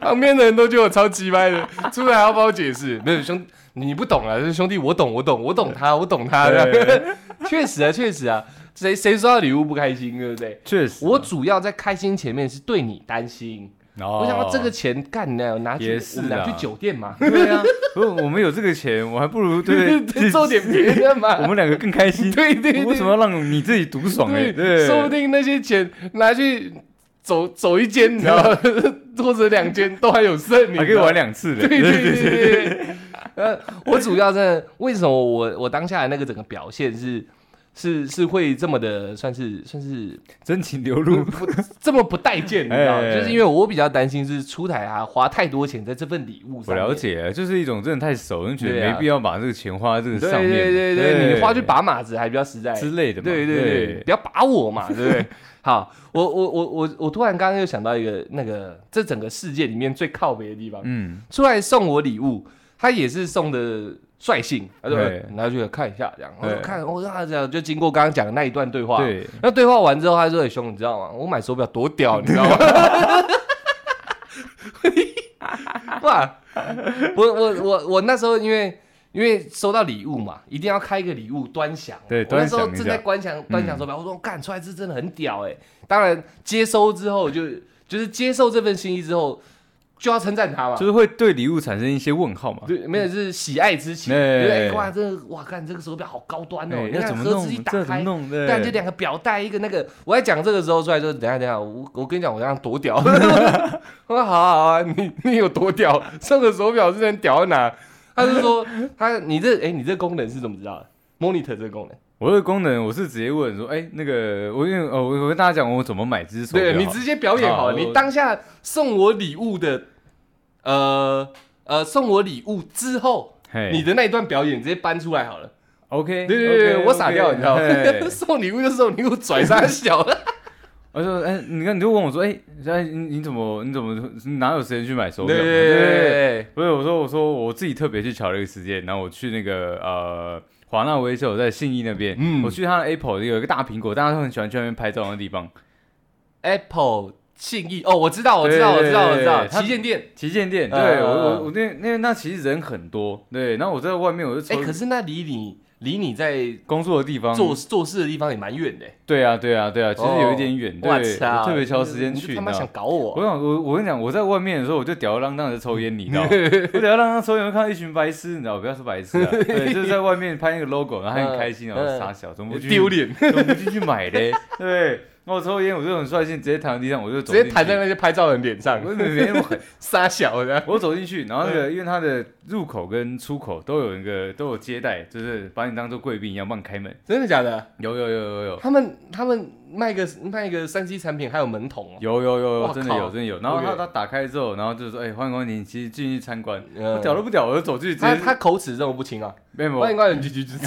[SPEAKER 1] 旁边的人都觉得我超级掰的，出来还要帮我解释，没有兄，你不懂啊，就是兄弟，我懂，我懂，我懂他，我懂他，
[SPEAKER 2] 对
[SPEAKER 1] 确实啊，确实啊，谁谁收到礼物不开心，对不对？
[SPEAKER 2] 确实，
[SPEAKER 1] 我主要在开心前面是对你担心，
[SPEAKER 2] 哦
[SPEAKER 1] 我想到这个钱干呢，拿去
[SPEAKER 2] 也是
[SPEAKER 1] 我们俩
[SPEAKER 2] 啊
[SPEAKER 1] 去酒店嘛，
[SPEAKER 2] 对啊，我我们有这个钱，我还不如对
[SPEAKER 1] 做点别的嘛，
[SPEAKER 2] 我们两个更开心。
[SPEAKER 1] 对对对，
[SPEAKER 2] 为什么要让你自己独爽哎、
[SPEAKER 1] 对，
[SPEAKER 2] 欸？对，
[SPEAKER 1] 说不定那些钱拿去走走一间，你知道吗， 或者两间都还有剩，你
[SPEAKER 2] 还可
[SPEAKER 1] 知
[SPEAKER 2] 以
[SPEAKER 1] 道吗
[SPEAKER 2] 玩两次的。
[SPEAKER 1] 对对对对。 呃，我主要真的为什么我我当下的那个整个表现是是是会这么的，算是算是
[SPEAKER 2] 真情流露，
[SPEAKER 1] 这么不待见，你知道吗？
[SPEAKER 2] 哎
[SPEAKER 1] 就是因为我比较担心是出台啊花太多钱在这份礼物
[SPEAKER 2] 我
[SPEAKER 1] 上面。
[SPEAKER 2] 了解啊，就是一种真的太熟，就觉
[SPEAKER 1] 对
[SPEAKER 2] 得
[SPEAKER 1] 啊
[SPEAKER 2] 没必要把这个钱花在这个
[SPEAKER 1] 对
[SPEAKER 2] 上面。
[SPEAKER 1] 对对对，你花去把马子还比较实在。
[SPEAKER 2] 之类的嘛。
[SPEAKER 1] 对对对，不要把我嘛，对不对？ 好，我我我我我突然刚刚又想到一个那个这整个世界里面最靠北的地方，
[SPEAKER 2] 嗯，
[SPEAKER 1] 出来送我礼物，他也是送的率性，他就
[SPEAKER 2] 对
[SPEAKER 1] 拿去看一下这样，我
[SPEAKER 2] 对
[SPEAKER 1] 就看，我他这样就经过刚刚讲的那一段对话，
[SPEAKER 2] 对，
[SPEAKER 1] 那对话完之后，他说：“欸兄，你知道吗？我买手表多屌，你知道吗？” 哇，我我我我那时候因为。因为收到礼物嘛，一定要开一个礼物端详。
[SPEAKER 2] 对
[SPEAKER 1] 我那时候
[SPEAKER 2] 端详一下嗯
[SPEAKER 1] 正在观想端详手表，我说干出来这真的很屌哎、欸当然接收之后就就是接受这份心意之后，就要称赞他嘛。
[SPEAKER 2] 就是会对礼物产生一些问号嘛。
[SPEAKER 1] 对，没有是喜爱之情，
[SPEAKER 2] 哎
[SPEAKER 1] 就是哎哇，这个哇，看这个手表好高端哦，
[SPEAKER 2] 哎
[SPEAKER 1] 你
[SPEAKER 2] 要
[SPEAKER 1] 看
[SPEAKER 2] 怎么
[SPEAKER 1] 盒
[SPEAKER 2] 弄
[SPEAKER 1] 子一？打
[SPEAKER 2] 这怎么
[SPEAKER 1] 开，
[SPEAKER 2] 弄？对，
[SPEAKER 1] 但就两个表带一个那个，我在讲这个时候出来就等一下等一下，我我跟你讲我这样多屌，我 说好啊好啊，你你有多屌？上个手表是能屌到哪？他就说他你这哎、你这功能是怎么知道的？monitor 这个功能，
[SPEAKER 2] 我的功能，我是直接问说，哎，那个，我因为哦，我我跟大家讲我怎么买这只手表。
[SPEAKER 1] 对你直接表演好了，
[SPEAKER 2] 好
[SPEAKER 1] 你当下送我礼物的，呃呃送我礼物之后，
[SPEAKER 2] 嘿
[SPEAKER 1] 你的那一段表演直接搬出来好了。对
[SPEAKER 2] OK，
[SPEAKER 1] 对对，我傻掉，你知道吗？
[SPEAKER 2] 吗？
[SPEAKER 1] 送礼物就送礼 物，拽啥小了？
[SPEAKER 2] 我说，哎，你看，你就问我说，哎，哎，你你怎么你怎么你哪有时间去买手表？
[SPEAKER 1] 对
[SPEAKER 2] 不是，我说我说我自己特别去瞧了一个时间，然后我去那个呃华纳维修在信义那边，
[SPEAKER 1] 嗯
[SPEAKER 2] 我去他的 Apple 有一个大苹果，大家都很喜欢去那边拍照的地方，
[SPEAKER 1] ，Apple 信义哦，我知道，我知道，我知道，我知道，
[SPEAKER 2] 对对对
[SPEAKER 1] 旗舰店。
[SPEAKER 2] 旗舰店。对、
[SPEAKER 1] 嗯
[SPEAKER 2] 我我
[SPEAKER 1] 嗯
[SPEAKER 2] 我那那那其实人很多，对，然后我在外面我就
[SPEAKER 1] 哎，
[SPEAKER 2] 抽、
[SPEAKER 1] 可是那离你离你在
[SPEAKER 2] 工作的地方，
[SPEAKER 1] 做做事的地方也蛮远的。
[SPEAKER 2] 对啊对啊对啊，其实有一点远，
[SPEAKER 1] 我
[SPEAKER 2] 对，
[SPEAKER 1] 操，
[SPEAKER 2] 我特别挑时间
[SPEAKER 1] 哦你
[SPEAKER 2] 去，
[SPEAKER 1] 就他
[SPEAKER 2] 你
[SPEAKER 1] 妈
[SPEAKER 2] 知道
[SPEAKER 1] 想
[SPEAKER 2] 吗
[SPEAKER 1] 搞
[SPEAKER 2] 我
[SPEAKER 1] 我。
[SPEAKER 2] 想我我跟你讲，我在外面的时候我就吊儿郎当的抽烟，你知道 吗？我吊儿郎当抽烟，我看到一群白痴，你知道，不要说白痴啊，对，就是在外面拍那个 logo，然后还很开心，然后
[SPEAKER 1] 嗯
[SPEAKER 2] 傻小，怎么不去
[SPEAKER 1] 丢脸，
[SPEAKER 2] 我们就去 买嘞，对。那我抽烟，我就很率性，直接躺在地上，我就
[SPEAKER 1] 直
[SPEAKER 2] 走
[SPEAKER 1] 接
[SPEAKER 2] 进去
[SPEAKER 1] 弹在那些拍照人脸上
[SPEAKER 2] 我，没没那么狠，
[SPEAKER 1] 傻小的。
[SPEAKER 2] 我走进去，然后那个因为它的入口跟出口都有一个都有接待，就是把你当做贵宾一样帮你开门。
[SPEAKER 1] 真的假的？
[SPEAKER 2] 有有有有有
[SPEAKER 1] 他们他们卖个卖个三 C 产品还有门童哦。
[SPEAKER 2] 有有有
[SPEAKER 1] 哇靠
[SPEAKER 2] 有，真的有真的有。然后他
[SPEAKER 1] OK
[SPEAKER 2] 他打开之后，然后就说：“哎，欢迎光临，其实进去参观。”
[SPEAKER 1] 嗯
[SPEAKER 2] 我屌都不屌，我就走进去直
[SPEAKER 1] 他
[SPEAKER 2] 接
[SPEAKER 1] 他口齿这么不清啊！
[SPEAKER 2] 没有没有
[SPEAKER 1] 欢迎光临，GG 之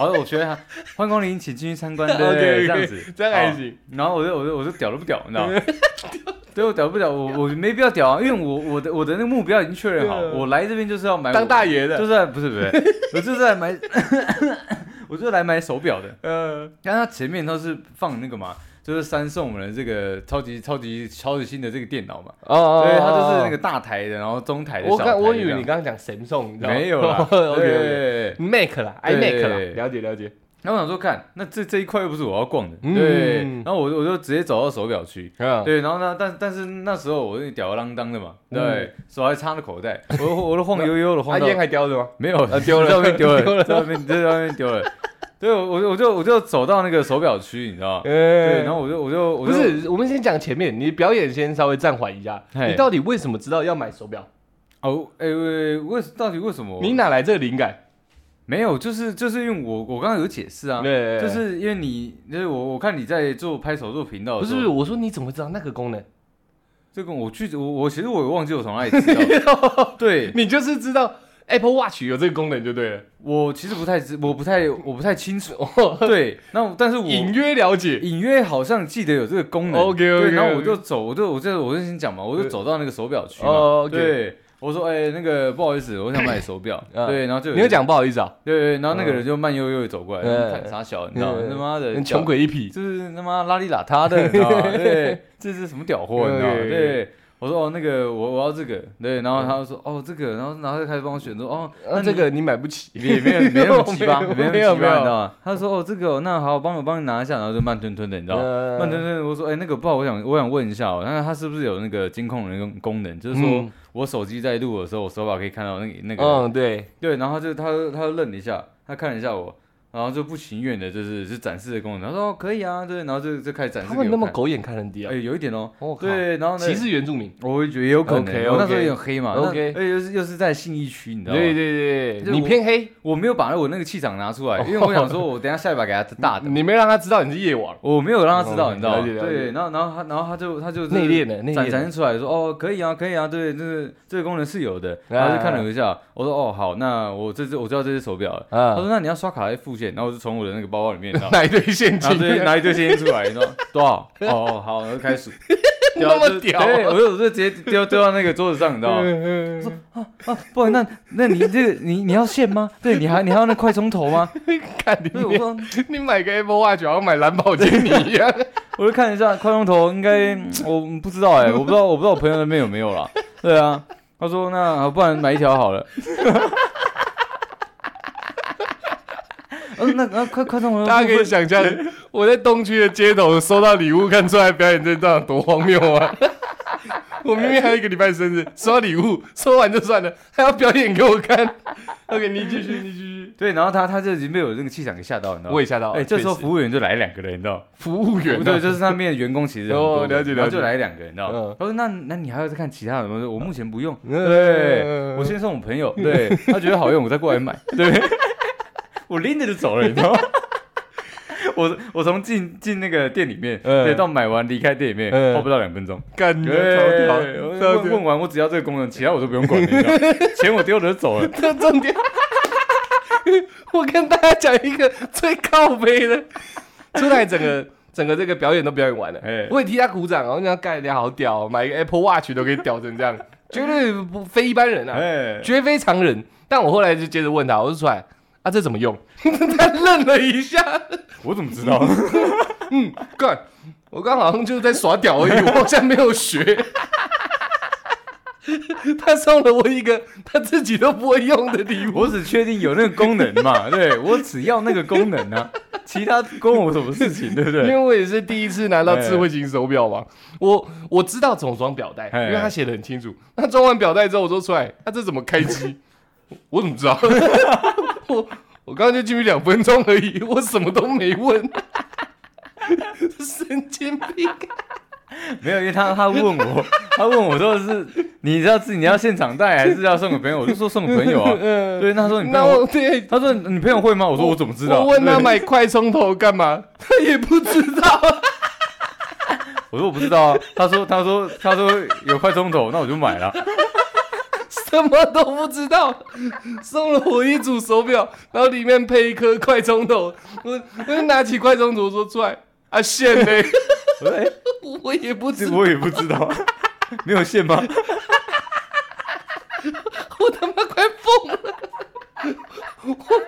[SPEAKER 2] 好，我觉得他欢迎光临，请进去参 观，对
[SPEAKER 1] OK，OK，
[SPEAKER 2] 对对，这样子，
[SPEAKER 1] 这样还
[SPEAKER 2] 好
[SPEAKER 1] 行。
[SPEAKER 2] 然后我就我就我就屌都不屌，你知道 吗？对，我屌不屌，我我没必要屌啊，因为我我的我的那个目标已经确认好，
[SPEAKER 1] 对啊
[SPEAKER 2] 我来这边就是要买我
[SPEAKER 1] 当大爷的，
[SPEAKER 2] 就是来不是不是， 我就是来买， 我就是来买手表的。
[SPEAKER 1] 呃，
[SPEAKER 2] 但它前面都是放那个嘛，就是三送我们的这个超级超级超级新的这个电脑嘛，
[SPEAKER 1] 哦
[SPEAKER 2] 所以它就是那个大台的，然后中台的，
[SPEAKER 1] 我
[SPEAKER 2] 小台
[SPEAKER 1] 刚
[SPEAKER 2] 的
[SPEAKER 1] 我以为你
[SPEAKER 2] 这样
[SPEAKER 1] 刚刚讲神送，你知道吗哦
[SPEAKER 2] 没有啦
[SPEAKER 1] ，OK，
[SPEAKER 2] 对。
[SPEAKER 1] Mac 啦，iMac 啦，
[SPEAKER 2] 对
[SPEAKER 1] 了解了解。
[SPEAKER 2] 然后我想说，看，那这这一块又不是我要逛的，
[SPEAKER 1] 嗯
[SPEAKER 2] 对。然后我就我就直接走到手表区，
[SPEAKER 1] 嗯，
[SPEAKER 2] 对。啊然后呢，但但是那时候我是吊儿郎当的嘛，对，
[SPEAKER 1] 嗯
[SPEAKER 2] 手还插着口袋，我我都晃悠悠的
[SPEAKER 1] 他
[SPEAKER 2] 晃到
[SPEAKER 1] 烟还叼着吗？
[SPEAKER 2] 没有
[SPEAKER 1] 啊，丢了
[SPEAKER 2] 在外面丢
[SPEAKER 1] 丢了
[SPEAKER 2] 了，在外面在外面丢了。对，我我就我就我就走到那个手表区，你知道吗？啊对，
[SPEAKER 1] 呃
[SPEAKER 2] 然后我就我就我
[SPEAKER 1] 不，
[SPEAKER 2] 就是
[SPEAKER 1] 我们先讲前面，你表演先稍微暂缓一下。
[SPEAKER 2] 嘿
[SPEAKER 1] 你到底为什么知道要买手表？
[SPEAKER 2] 哦，哎、喂为到底为什么？
[SPEAKER 1] 你哪来这个灵感？
[SPEAKER 2] 没有，就是就是因为我我刚刚有解释啊，
[SPEAKER 1] 对
[SPEAKER 2] 就是因为你就是我我看你在做拍手做频道
[SPEAKER 1] 不
[SPEAKER 2] 的时候，
[SPEAKER 1] 是我说你怎么会知道那个功能？
[SPEAKER 2] 这个我去我我其实我也忘记我从哪里知道， 对
[SPEAKER 1] 你就是知道 Apple Watch 有这个功能就对了，
[SPEAKER 2] 我其实不太知我不太我不太清楚，
[SPEAKER 1] 哦，
[SPEAKER 2] 对，那我但是我
[SPEAKER 1] 隐约了解。
[SPEAKER 2] 隐约好像记得有这个功能。
[SPEAKER 1] OK，OK，OK
[SPEAKER 2] 对，然后我就走，我就我就我就先讲嘛，我就走到那个手表区嘛。
[SPEAKER 1] 哦，OK
[SPEAKER 2] 对，我说哎、那个不好意思，我想买手表。
[SPEAKER 1] 嗯
[SPEAKER 2] 对，然后就有
[SPEAKER 1] 你有讲不好意思啊，
[SPEAKER 2] 对对，然后那个人就慢悠悠的走过来，
[SPEAKER 1] 嗯
[SPEAKER 2] 看傻小，你知道吗
[SPEAKER 1] 嗯
[SPEAKER 2] 他妈的
[SPEAKER 1] 跟穷，鬼一匹。
[SPEAKER 2] 就是他妈邋里邋遢 的，你知道吗？对，这是什么屌货，你知道吗？
[SPEAKER 1] 对
[SPEAKER 2] 对。我说哦，那个我我要这个，对，然后他就说哦这个，然后然后就开始帮我选，说哦
[SPEAKER 1] 那
[SPEAKER 2] 你
[SPEAKER 1] 嗯呃这个你买不起，
[SPEAKER 2] 也没有 没那么奇葩，没
[SPEAKER 1] 没
[SPEAKER 2] 那
[SPEAKER 1] 有
[SPEAKER 2] 么奇
[SPEAKER 1] 没
[SPEAKER 2] 葩，你
[SPEAKER 1] 有，
[SPEAKER 2] 知道吗？他说哦，这个哦那好，帮我帮你拿一下，然后就慢吞吞的，你知道吗？
[SPEAKER 1] 呃
[SPEAKER 2] 慢吞吞地我说哎，那个不好，我想我想问一下哦，那它是不是有那个监控的那个功能？就是说
[SPEAKER 1] 嗯
[SPEAKER 2] 我手机在录的时候，我手表可以看到那个那个，
[SPEAKER 1] 嗯，对，
[SPEAKER 2] 对，然后他就他就他就愣了一下，他看了一下我。然后就不情愿的，就是是展示的功能。他说、哦、可以啊，对，然后就就开始展示
[SPEAKER 1] 他
[SPEAKER 2] 给我
[SPEAKER 1] 们那么
[SPEAKER 2] 看，
[SPEAKER 1] 狗眼看人低
[SPEAKER 2] 哎，
[SPEAKER 1] 啊，
[SPEAKER 2] 有一点哦，
[SPEAKER 1] 我靠，
[SPEAKER 2] 对，然后呢，
[SPEAKER 1] 歧视原住民，
[SPEAKER 2] 我也觉得也有可能哦
[SPEAKER 1] OK，OK
[SPEAKER 2] 我那时候也很黑嘛
[SPEAKER 1] OK
[SPEAKER 2] 那而且哎又是又是在信义区，你知道吗？
[SPEAKER 1] 对对对，
[SPEAKER 2] 就是
[SPEAKER 1] 你
[SPEAKER 2] 我
[SPEAKER 1] 偏黑，
[SPEAKER 2] 我没有把我那个气场拿出来，因为我想
[SPEAKER 1] 哦
[SPEAKER 2] 说，我等一下下一把给他大的，
[SPEAKER 1] 你没让他知道你是夜王，
[SPEAKER 2] 我没有让他知道，
[SPEAKER 1] 嗯
[SPEAKER 2] 你知道吗？
[SPEAKER 1] 了解了解
[SPEAKER 2] 对，然后然后他然后他就他就
[SPEAKER 1] 内敛的内
[SPEAKER 2] 展
[SPEAKER 1] 敛
[SPEAKER 2] 展
[SPEAKER 1] 的，
[SPEAKER 2] 现出来说，哦，可以啊，可以啊，对，这个这个功能是有
[SPEAKER 1] 啊
[SPEAKER 2] 的。然后就看了一下，我说哦好，那我这只我知道这只手表了。他
[SPEAKER 1] 啊，
[SPEAKER 2] 说，那你要刷卡来付现，然后我就从我的那个包包里面拿
[SPEAKER 1] 拿一堆现
[SPEAKER 2] 然后
[SPEAKER 1] 金，
[SPEAKER 2] 就拿一堆现金出来，你知道吗多少？哦哦好，然后就开始数，
[SPEAKER 1] 那么
[SPEAKER 2] 就哎
[SPEAKER 1] 屌啊
[SPEAKER 2] 对，我就我就直接丢丢到那个桌子上，你 知道吗？
[SPEAKER 1] 嗯嗯嗯
[SPEAKER 2] 啊，不然那那你这个你你要现吗？对，你还你还要那快充头 吗？
[SPEAKER 1] 看里
[SPEAKER 2] 对，我
[SPEAKER 1] 面，
[SPEAKER 2] 说
[SPEAKER 1] 你 买个 Apple Watch 好像买蓝宝坚尼一样，
[SPEAKER 2] 我就看一下快充头，应该我不知道 哎、我不知道我不知道我朋友那边有没有啦。对啊，他说那好不然买一条 好了。嗯、那那快快充 头，
[SPEAKER 1] 大家可以想象， 我在东区的街头收到礼物，看出来表演这段多荒谬啊！我明明还有一个礼拜生日，收到礼物，收完就算了，还要表演给我看。OK，你继续，你继续。
[SPEAKER 2] 对，然后他他就已经被我这个气场给吓到，你知道吗？
[SPEAKER 1] 我也吓到了，
[SPEAKER 2] 哎、这时候
[SPEAKER 1] 确实
[SPEAKER 2] 服务员就来两个人，你知道吗？
[SPEAKER 1] 服务员啊，
[SPEAKER 2] 对，就是那边的员工其实很多
[SPEAKER 1] 哦了解了解
[SPEAKER 2] 然后就来两个人，你知道吗
[SPEAKER 1] 嗯？
[SPEAKER 2] 他说那那你还要再看其他的吗？我说我目前不用，
[SPEAKER 1] 嗯
[SPEAKER 2] 对，我先送我朋友，对他觉得好用，我再过来 买，对，我拎着就走了，你知道吗？ 我我从进进那个店里面，
[SPEAKER 1] 嗯
[SPEAKER 2] 对，到买完离开店里面，
[SPEAKER 1] 嗯
[SPEAKER 2] 花不到两分钟。
[SPEAKER 1] 干你
[SPEAKER 2] 嗯
[SPEAKER 1] 啊
[SPEAKER 2] 对，
[SPEAKER 1] 超
[SPEAKER 2] 我
[SPEAKER 1] 屌，超
[SPEAKER 2] 问问
[SPEAKER 1] 屌。
[SPEAKER 2] 完我只要这个功能，其他我都不用管，你知道吗钱我丢了就走了。
[SPEAKER 1] 这重点， 我跟大家讲一个最靠背的，出来整个整个这个表演都表演完了
[SPEAKER 2] 哎，
[SPEAKER 1] 我也替他鼓掌哦，我想干你好屌哦，买一个 Apple Watch 都可以屌成这 样，绝对不非一般人啊，
[SPEAKER 2] 哎，
[SPEAKER 1] 绝非常人。但我后来就接着问他，我就出来。啊，这怎么用？ 他愣了一下，
[SPEAKER 2] 我怎么知道？
[SPEAKER 1] 干，我刚好像就是在耍屌 而已，我好像没有学。他送了我一个他自己都不会用的礼物，
[SPEAKER 2] 我只确定有那个功能 嘛，对我只要那个功能啊，其他关我什么事情，对 不
[SPEAKER 1] 因
[SPEAKER 2] 对
[SPEAKER 1] 为？我也是第一次拿到智慧型手表嘛，我我知道总装表带，
[SPEAKER 2] 哎
[SPEAKER 1] 因为他写的很清楚。那装完表带之后，我说出来，那、这怎么开机？我怎么知道？ 我我刚刚就进去两分钟而已，我什么都没问， 神经病！
[SPEAKER 2] 没有，因为他他问我，他问我说是你知道自己你要现场带还是要送给朋友？我就说送给朋友啊。
[SPEAKER 1] 嗯，
[SPEAKER 2] 对，他说你朋
[SPEAKER 1] 那我
[SPEAKER 2] 友，
[SPEAKER 1] 对，
[SPEAKER 2] 他说你朋友会吗？我说我怎么知道？
[SPEAKER 1] 我问他
[SPEAKER 2] 对，
[SPEAKER 1] 买快充头干嘛，他也不知道。
[SPEAKER 2] 我说我不知道啊。他说他说他说有快充头，那我就买了。
[SPEAKER 1] 什么都不知道，送了我一组手表，然后里面配一颗快充头，我我就拿起快充头说出来啊线嘞，
[SPEAKER 2] 我说哎，
[SPEAKER 1] 我也不知
[SPEAKER 2] 这
[SPEAKER 1] 道，
[SPEAKER 2] 我也不知道，没有线吗？
[SPEAKER 1] 我他妈快疯了。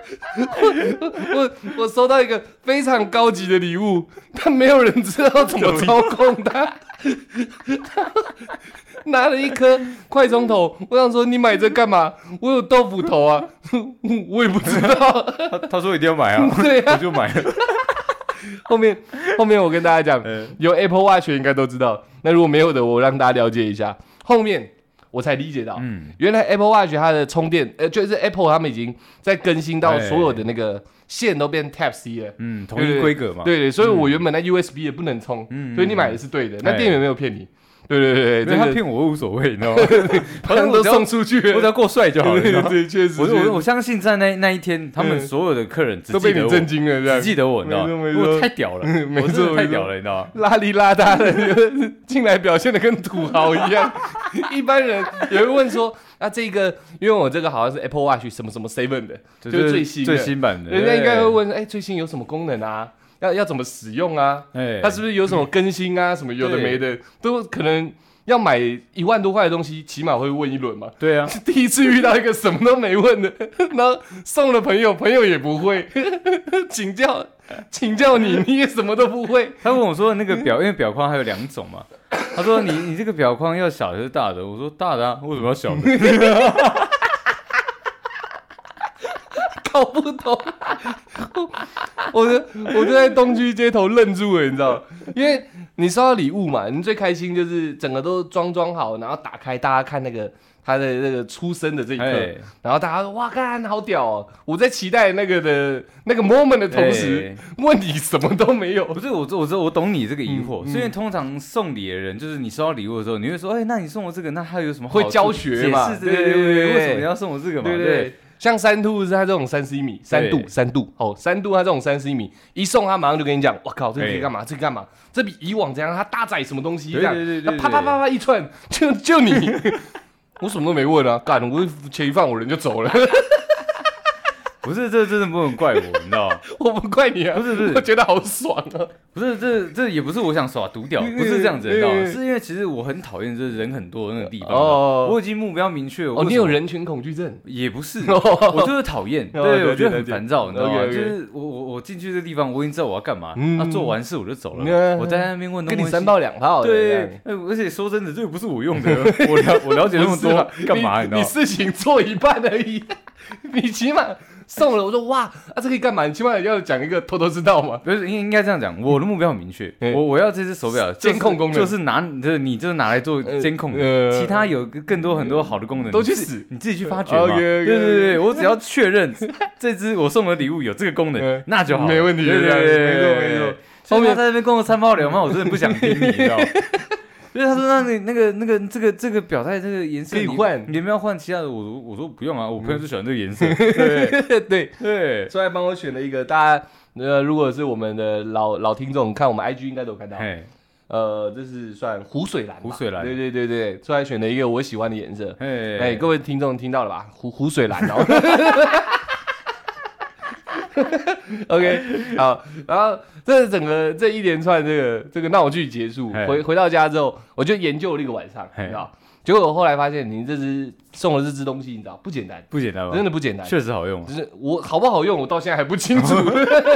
[SPEAKER 1] 我我我我收到一个非常高级的礼物，但没有人知道怎么操控它。他拿了一颗快充头，我想说你买这干嘛？我有豆腐头啊，我也不知道。
[SPEAKER 2] 他他说一定 要买啊，
[SPEAKER 1] 对啊
[SPEAKER 2] 我就买了。
[SPEAKER 1] 后面后面我跟大家讲，
[SPEAKER 2] 嗯
[SPEAKER 1] 有 Apple Watch 应该都知道。那如果没有的，我让大家了解一下。后面我才理解到，
[SPEAKER 2] 嗯，
[SPEAKER 1] 原来 Apple Watch 它的充电，呃，就是 Apple 他们已经在更新到
[SPEAKER 2] 哎
[SPEAKER 1] 所有的那个线都变 Type C 了。
[SPEAKER 2] 嗯，同一规格嘛。
[SPEAKER 1] 对对，所以我原本那 USB 也不能充，
[SPEAKER 2] 嗯
[SPEAKER 1] 所以你买的是对的。那
[SPEAKER 2] 哎
[SPEAKER 1] 店员没有骗你，对对对
[SPEAKER 2] 因
[SPEAKER 1] 对，
[SPEAKER 2] 为他
[SPEAKER 1] 这个
[SPEAKER 2] 骗我我无所谓，你知道吗？
[SPEAKER 1] 好像都送出去
[SPEAKER 2] 我只
[SPEAKER 1] 了。
[SPEAKER 2] 要够帅就好了。你
[SPEAKER 1] 对
[SPEAKER 2] 知道
[SPEAKER 1] 对对，
[SPEAKER 2] 吗
[SPEAKER 1] 确实
[SPEAKER 2] 我
[SPEAKER 1] 确实
[SPEAKER 2] 我我相信在那那一天，他们所有的客人只
[SPEAKER 1] 都
[SPEAKER 2] 记
[SPEAKER 1] 被
[SPEAKER 2] 得
[SPEAKER 1] 你
[SPEAKER 2] 我，
[SPEAKER 1] 震惊了，这
[SPEAKER 2] 只
[SPEAKER 1] 样
[SPEAKER 2] 记得我，你知道吗？
[SPEAKER 1] 没错没错
[SPEAKER 2] 我太屌了，
[SPEAKER 1] 嗯 没
[SPEAKER 2] 我
[SPEAKER 1] 错
[SPEAKER 2] 真的太
[SPEAKER 1] 没错
[SPEAKER 2] 屌了，你知道吗？
[SPEAKER 1] 邋里邋遢的，就是进来表现的跟土豪一样。 一般人也会问说，那这个，因为我这个好像是 Apple Watch 什么什么 Seven 的，就是最新的
[SPEAKER 2] 最新版的，
[SPEAKER 1] 人家应该会问说，哎、最新有什么功能啊？要要怎么使用啊？
[SPEAKER 2] 对，哎，
[SPEAKER 1] 它是不是有什么更新啊？什么有的没的，都可能要买一万多块的东西，起码会问一轮嘛。
[SPEAKER 2] 对啊，
[SPEAKER 1] 第一次遇到一个什么都没问的，然后送了朋友，朋友也不会 请教，请教你，你也什么都不会。
[SPEAKER 2] 他问我说那个表， 因为表框还有两种嘛。他说你你这个表框要小的还是大的？我说大的啊，为什么要 小的？
[SPEAKER 1] 搞不懂。 我就我就在东区街头愣住了，你知道吗？因为你收到礼物嘛，你最开心就是整个都装装好，然后打开大家看那个他的那个出生的这一刻，
[SPEAKER 2] 哎，
[SPEAKER 1] 然后大家说哇，干好屌、哦！我在期待那个的那个 moment 的 同时，问你什么都没有
[SPEAKER 2] 哎不。是我，我知我懂你这个疑惑，
[SPEAKER 1] 嗯嗯
[SPEAKER 2] 是因为通常送礼的人，就是你收到礼物的时候，你会说，哎，那你送我这个，那它有什么好
[SPEAKER 1] 会
[SPEAKER 2] 处
[SPEAKER 1] 教学
[SPEAKER 2] 解
[SPEAKER 1] 嘛
[SPEAKER 2] 释
[SPEAKER 1] 对
[SPEAKER 2] 对
[SPEAKER 1] 对对
[SPEAKER 2] 对
[SPEAKER 1] 对
[SPEAKER 2] 对对，为什
[SPEAKER 1] 对
[SPEAKER 2] 么要送我这个嘛？
[SPEAKER 1] 对不对，像三度是他这种三 C 米，三度
[SPEAKER 2] 对
[SPEAKER 1] 三度哦，三度他这种三 C 米一送他马上就跟你讲，我靠，这个可以
[SPEAKER 2] 哎
[SPEAKER 1] 干嘛？这个干嘛？这比以往怎样？他搭载什么东西这
[SPEAKER 2] 对
[SPEAKER 1] 样？
[SPEAKER 2] 对对
[SPEAKER 1] 他
[SPEAKER 2] 对，
[SPEAKER 1] 啪啪啪啪一串， 就就你，我什么都没问啊，干，我钱一放我人就走了，
[SPEAKER 2] 不是，这真的不能怪我，你知道吗？
[SPEAKER 1] 我不怪你啊，
[SPEAKER 2] 不是不是
[SPEAKER 1] 我觉得好爽啊，
[SPEAKER 2] 不是，这这也不是我想耍独屌，
[SPEAKER 1] 嗯
[SPEAKER 2] 不是这样子，你知道
[SPEAKER 1] 嗯
[SPEAKER 2] 吗？
[SPEAKER 1] 嗯
[SPEAKER 2] 是因为其实我很讨厌这人很多的那个地方
[SPEAKER 1] 哦
[SPEAKER 2] 啊，我已经目标明确了。
[SPEAKER 1] 哦，
[SPEAKER 2] 为
[SPEAKER 1] 你
[SPEAKER 2] 什么
[SPEAKER 1] 有人群恐惧症，
[SPEAKER 2] 也不是，
[SPEAKER 1] 哦
[SPEAKER 2] 我就是讨厌，
[SPEAKER 1] 哦
[SPEAKER 2] 对
[SPEAKER 1] 了
[SPEAKER 2] 我觉
[SPEAKER 1] 解
[SPEAKER 2] 得
[SPEAKER 1] 了
[SPEAKER 2] 很
[SPEAKER 1] 解
[SPEAKER 2] 烦躁，你知道吗？就
[SPEAKER 1] OK，OK
[SPEAKER 2] 是我我我进去这地方，我已经知道我要干嘛，
[SPEAKER 1] 嗯
[SPEAKER 2] 那做完事我就走了
[SPEAKER 1] 嗯，
[SPEAKER 2] 我在那边问东
[SPEAKER 1] 跟你
[SPEAKER 2] 问
[SPEAKER 1] 三
[SPEAKER 2] 西。
[SPEAKER 1] 炮两炮的，
[SPEAKER 2] 对，呃而且说真的，这个不是 我用的，我了我了解
[SPEAKER 1] 这
[SPEAKER 2] 那
[SPEAKER 1] 样
[SPEAKER 2] 么多
[SPEAKER 1] 不是啊
[SPEAKER 2] 干嘛？你知道
[SPEAKER 1] 你
[SPEAKER 2] 吗？
[SPEAKER 1] 事情做一半而已， 你起码送了，我说哇，啊这可以干嘛？你起码要讲一个头头是道嘛，
[SPEAKER 2] 不是应应该这样讲，我的目标很明确，
[SPEAKER 1] 嗯
[SPEAKER 2] 我我要这只手表就是
[SPEAKER 1] 监控功能
[SPEAKER 2] 就是拿就是你就是拿来做
[SPEAKER 1] 呃
[SPEAKER 2] 监控
[SPEAKER 1] 呃
[SPEAKER 2] 的，其他有更多很多好的功能
[SPEAKER 1] 都去
[SPEAKER 2] 你自
[SPEAKER 1] 死
[SPEAKER 2] 你自己去发掘
[SPEAKER 1] OK，OK，
[SPEAKER 2] 嘛。对对对，我只要确认这只我送的礼物有这个功
[SPEAKER 1] 嗯
[SPEAKER 2] 能，那就好，
[SPEAKER 1] 没问题
[SPEAKER 2] 对对
[SPEAKER 1] 这样子
[SPEAKER 2] 对，
[SPEAKER 1] 没错
[SPEAKER 2] 对
[SPEAKER 1] 没错。
[SPEAKER 2] 对所
[SPEAKER 1] 后
[SPEAKER 2] 以
[SPEAKER 1] 面
[SPEAKER 2] 他在那边跟我三炮两炮，我真的不想听你，你知 道吗？因为他说：“那你那个那个这个这个表带这个颜色
[SPEAKER 1] 可以
[SPEAKER 2] 你
[SPEAKER 1] 换
[SPEAKER 2] 你们要换其他的。”我说：“我说不用啊，我朋友就喜欢这 个颜色。”对
[SPEAKER 1] 对。
[SPEAKER 2] 对，
[SPEAKER 1] 所以还帮我选了一个，大家呃，如果是我们的老老听众，看我们 IG 应该都有看到，
[SPEAKER 2] 嘿，
[SPEAKER 1] 呃，这是算湖水蓝吧，
[SPEAKER 2] 湖水蓝
[SPEAKER 1] 对对对对，出来选了一个我喜欢的颜色。
[SPEAKER 2] 嘿，
[SPEAKER 1] 哎，各位听众听到了吧？湖湖水蓝哦。OK，好，然后这整个这一连串这个这个闹剧结束，
[SPEAKER 2] 嘿
[SPEAKER 1] 回回到家之后，我就研究了一个晚上，你
[SPEAKER 2] 嘿
[SPEAKER 1] 知道，结果我后来发现，您这只送了这只东西，你知道不简单，
[SPEAKER 2] 不简单吧？
[SPEAKER 1] 真的不简单，
[SPEAKER 2] 哦确实好用啊
[SPEAKER 1] 就。是我好不好用，我到现在还不清 楚，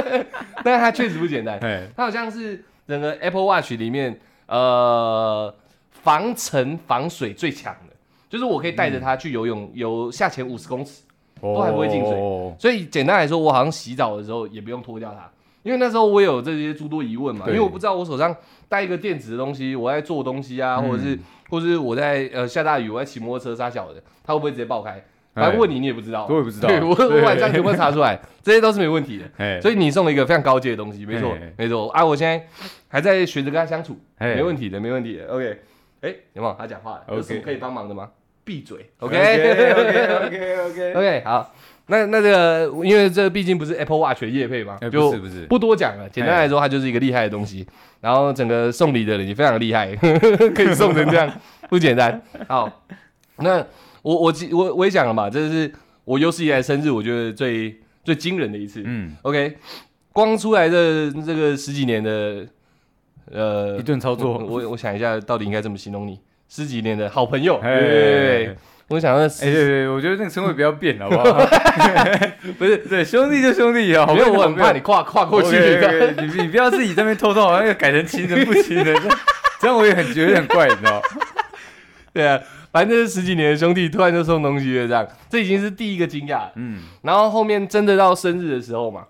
[SPEAKER 1] 但是它确实不简单。
[SPEAKER 2] 哎，
[SPEAKER 1] 它好像是整个 Apple Watch 里面呃防尘防水最强的，就是我可以
[SPEAKER 2] 嗯
[SPEAKER 1] 带着它去游泳，游下潜五十公尺。
[SPEAKER 2] 都
[SPEAKER 1] 还不会进水
[SPEAKER 2] 哦
[SPEAKER 1] 所以简单来说，我好像洗澡的时候也不用脱掉它，因为那时候我有这些诸多疑问嘛，因
[SPEAKER 2] 对
[SPEAKER 1] 为我不知道我手上带一个电子的东西，我在做东西啊，
[SPEAKER 2] 嗯
[SPEAKER 1] 或者是或者是我在呃下大雨，我在骑摩托车撒小的，它会不会直接爆开？反正问你你也不知道，
[SPEAKER 2] 哎我也不知道
[SPEAKER 1] 对我我
[SPEAKER 2] 对
[SPEAKER 1] 晚上全部查出来，这些都是没问题的。
[SPEAKER 2] 哎，
[SPEAKER 1] 所以你送了一个非常高阶的东西，没错
[SPEAKER 2] 哎
[SPEAKER 1] 没错啊！我现在还在学着跟他相处，
[SPEAKER 2] 哎
[SPEAKER 1] 没问题的，没问题的。OK，哎，有没有他讲话了？有什么
[SPEAKER 2] OK
[SPEAKER 1] 可以帮忙的吗？闭嘴。
[SPEAKER 2] OK OK OK，
[SPEAKER 1] OK，好，那那这个，因为这毕竟不是 Apple Watch 的业配嘛，
[SPEAKER 2] 哎，
[SPEAKER 1] 就
[SPEAKER 2] 不是哎不是，
[SPEAKER 1] 不多讲了。简单来说，它就是一个厉害的东西。然后整个送 礼的人也非常厉害，可以送成这样，不简单。好，那我我记我我也讲了嘛，这是我有史以来生日，我觉得最最惊人的一次。
[SPEAKER 2] 嗯，
[SPEAKER 1] OK，光出来的这个十几年的，呃
[SPEAKER 2] 一，顿操
[SPEAKER 1] 我
[SPEAKER 2] 作，
[SPEAKER 1] 我我想一下，到底应该怎么形容你？十几年的好朋友，
[SPEAKER 2] 哎
[SPEAKER 1] 对对对，我想要
[SPEAKER 2] 哎，对对对，我觉得那个称谓不要变，好不好？
[SPEAKER 1] 不是，
[SPEAKER 2] 对，兄弟就兄弟啊，好
[SPEAKER 1] 因
[SPEAKER 2] 朋
[SPEAKER 1] 为
[SPEAKER 2] 友
[SPEAKER 1] 我
[SPEAKER 2] 好
[SPEAKER 1] 很
[SPEAKER 2] 朋
[SPEAKER 1] 怕
[SPEAKER 2] 友
[SPEAKER 1] 你跨跨过去。
[SPEAKER 2] OK，OK，OK，你你不要自己在那边偷偷，好像要改成亲人不亲人，这样这样我也很觉得很怪，你知道吗？
[SPEAKER 1] 对啊，反正就是十几年的兄弟突然就送东西了，这样，这已经是第一个惊讶了。
[SPEAKER 2] 嗯，
[SPEAKER 1] 然后后面真的到生日的时候嘛，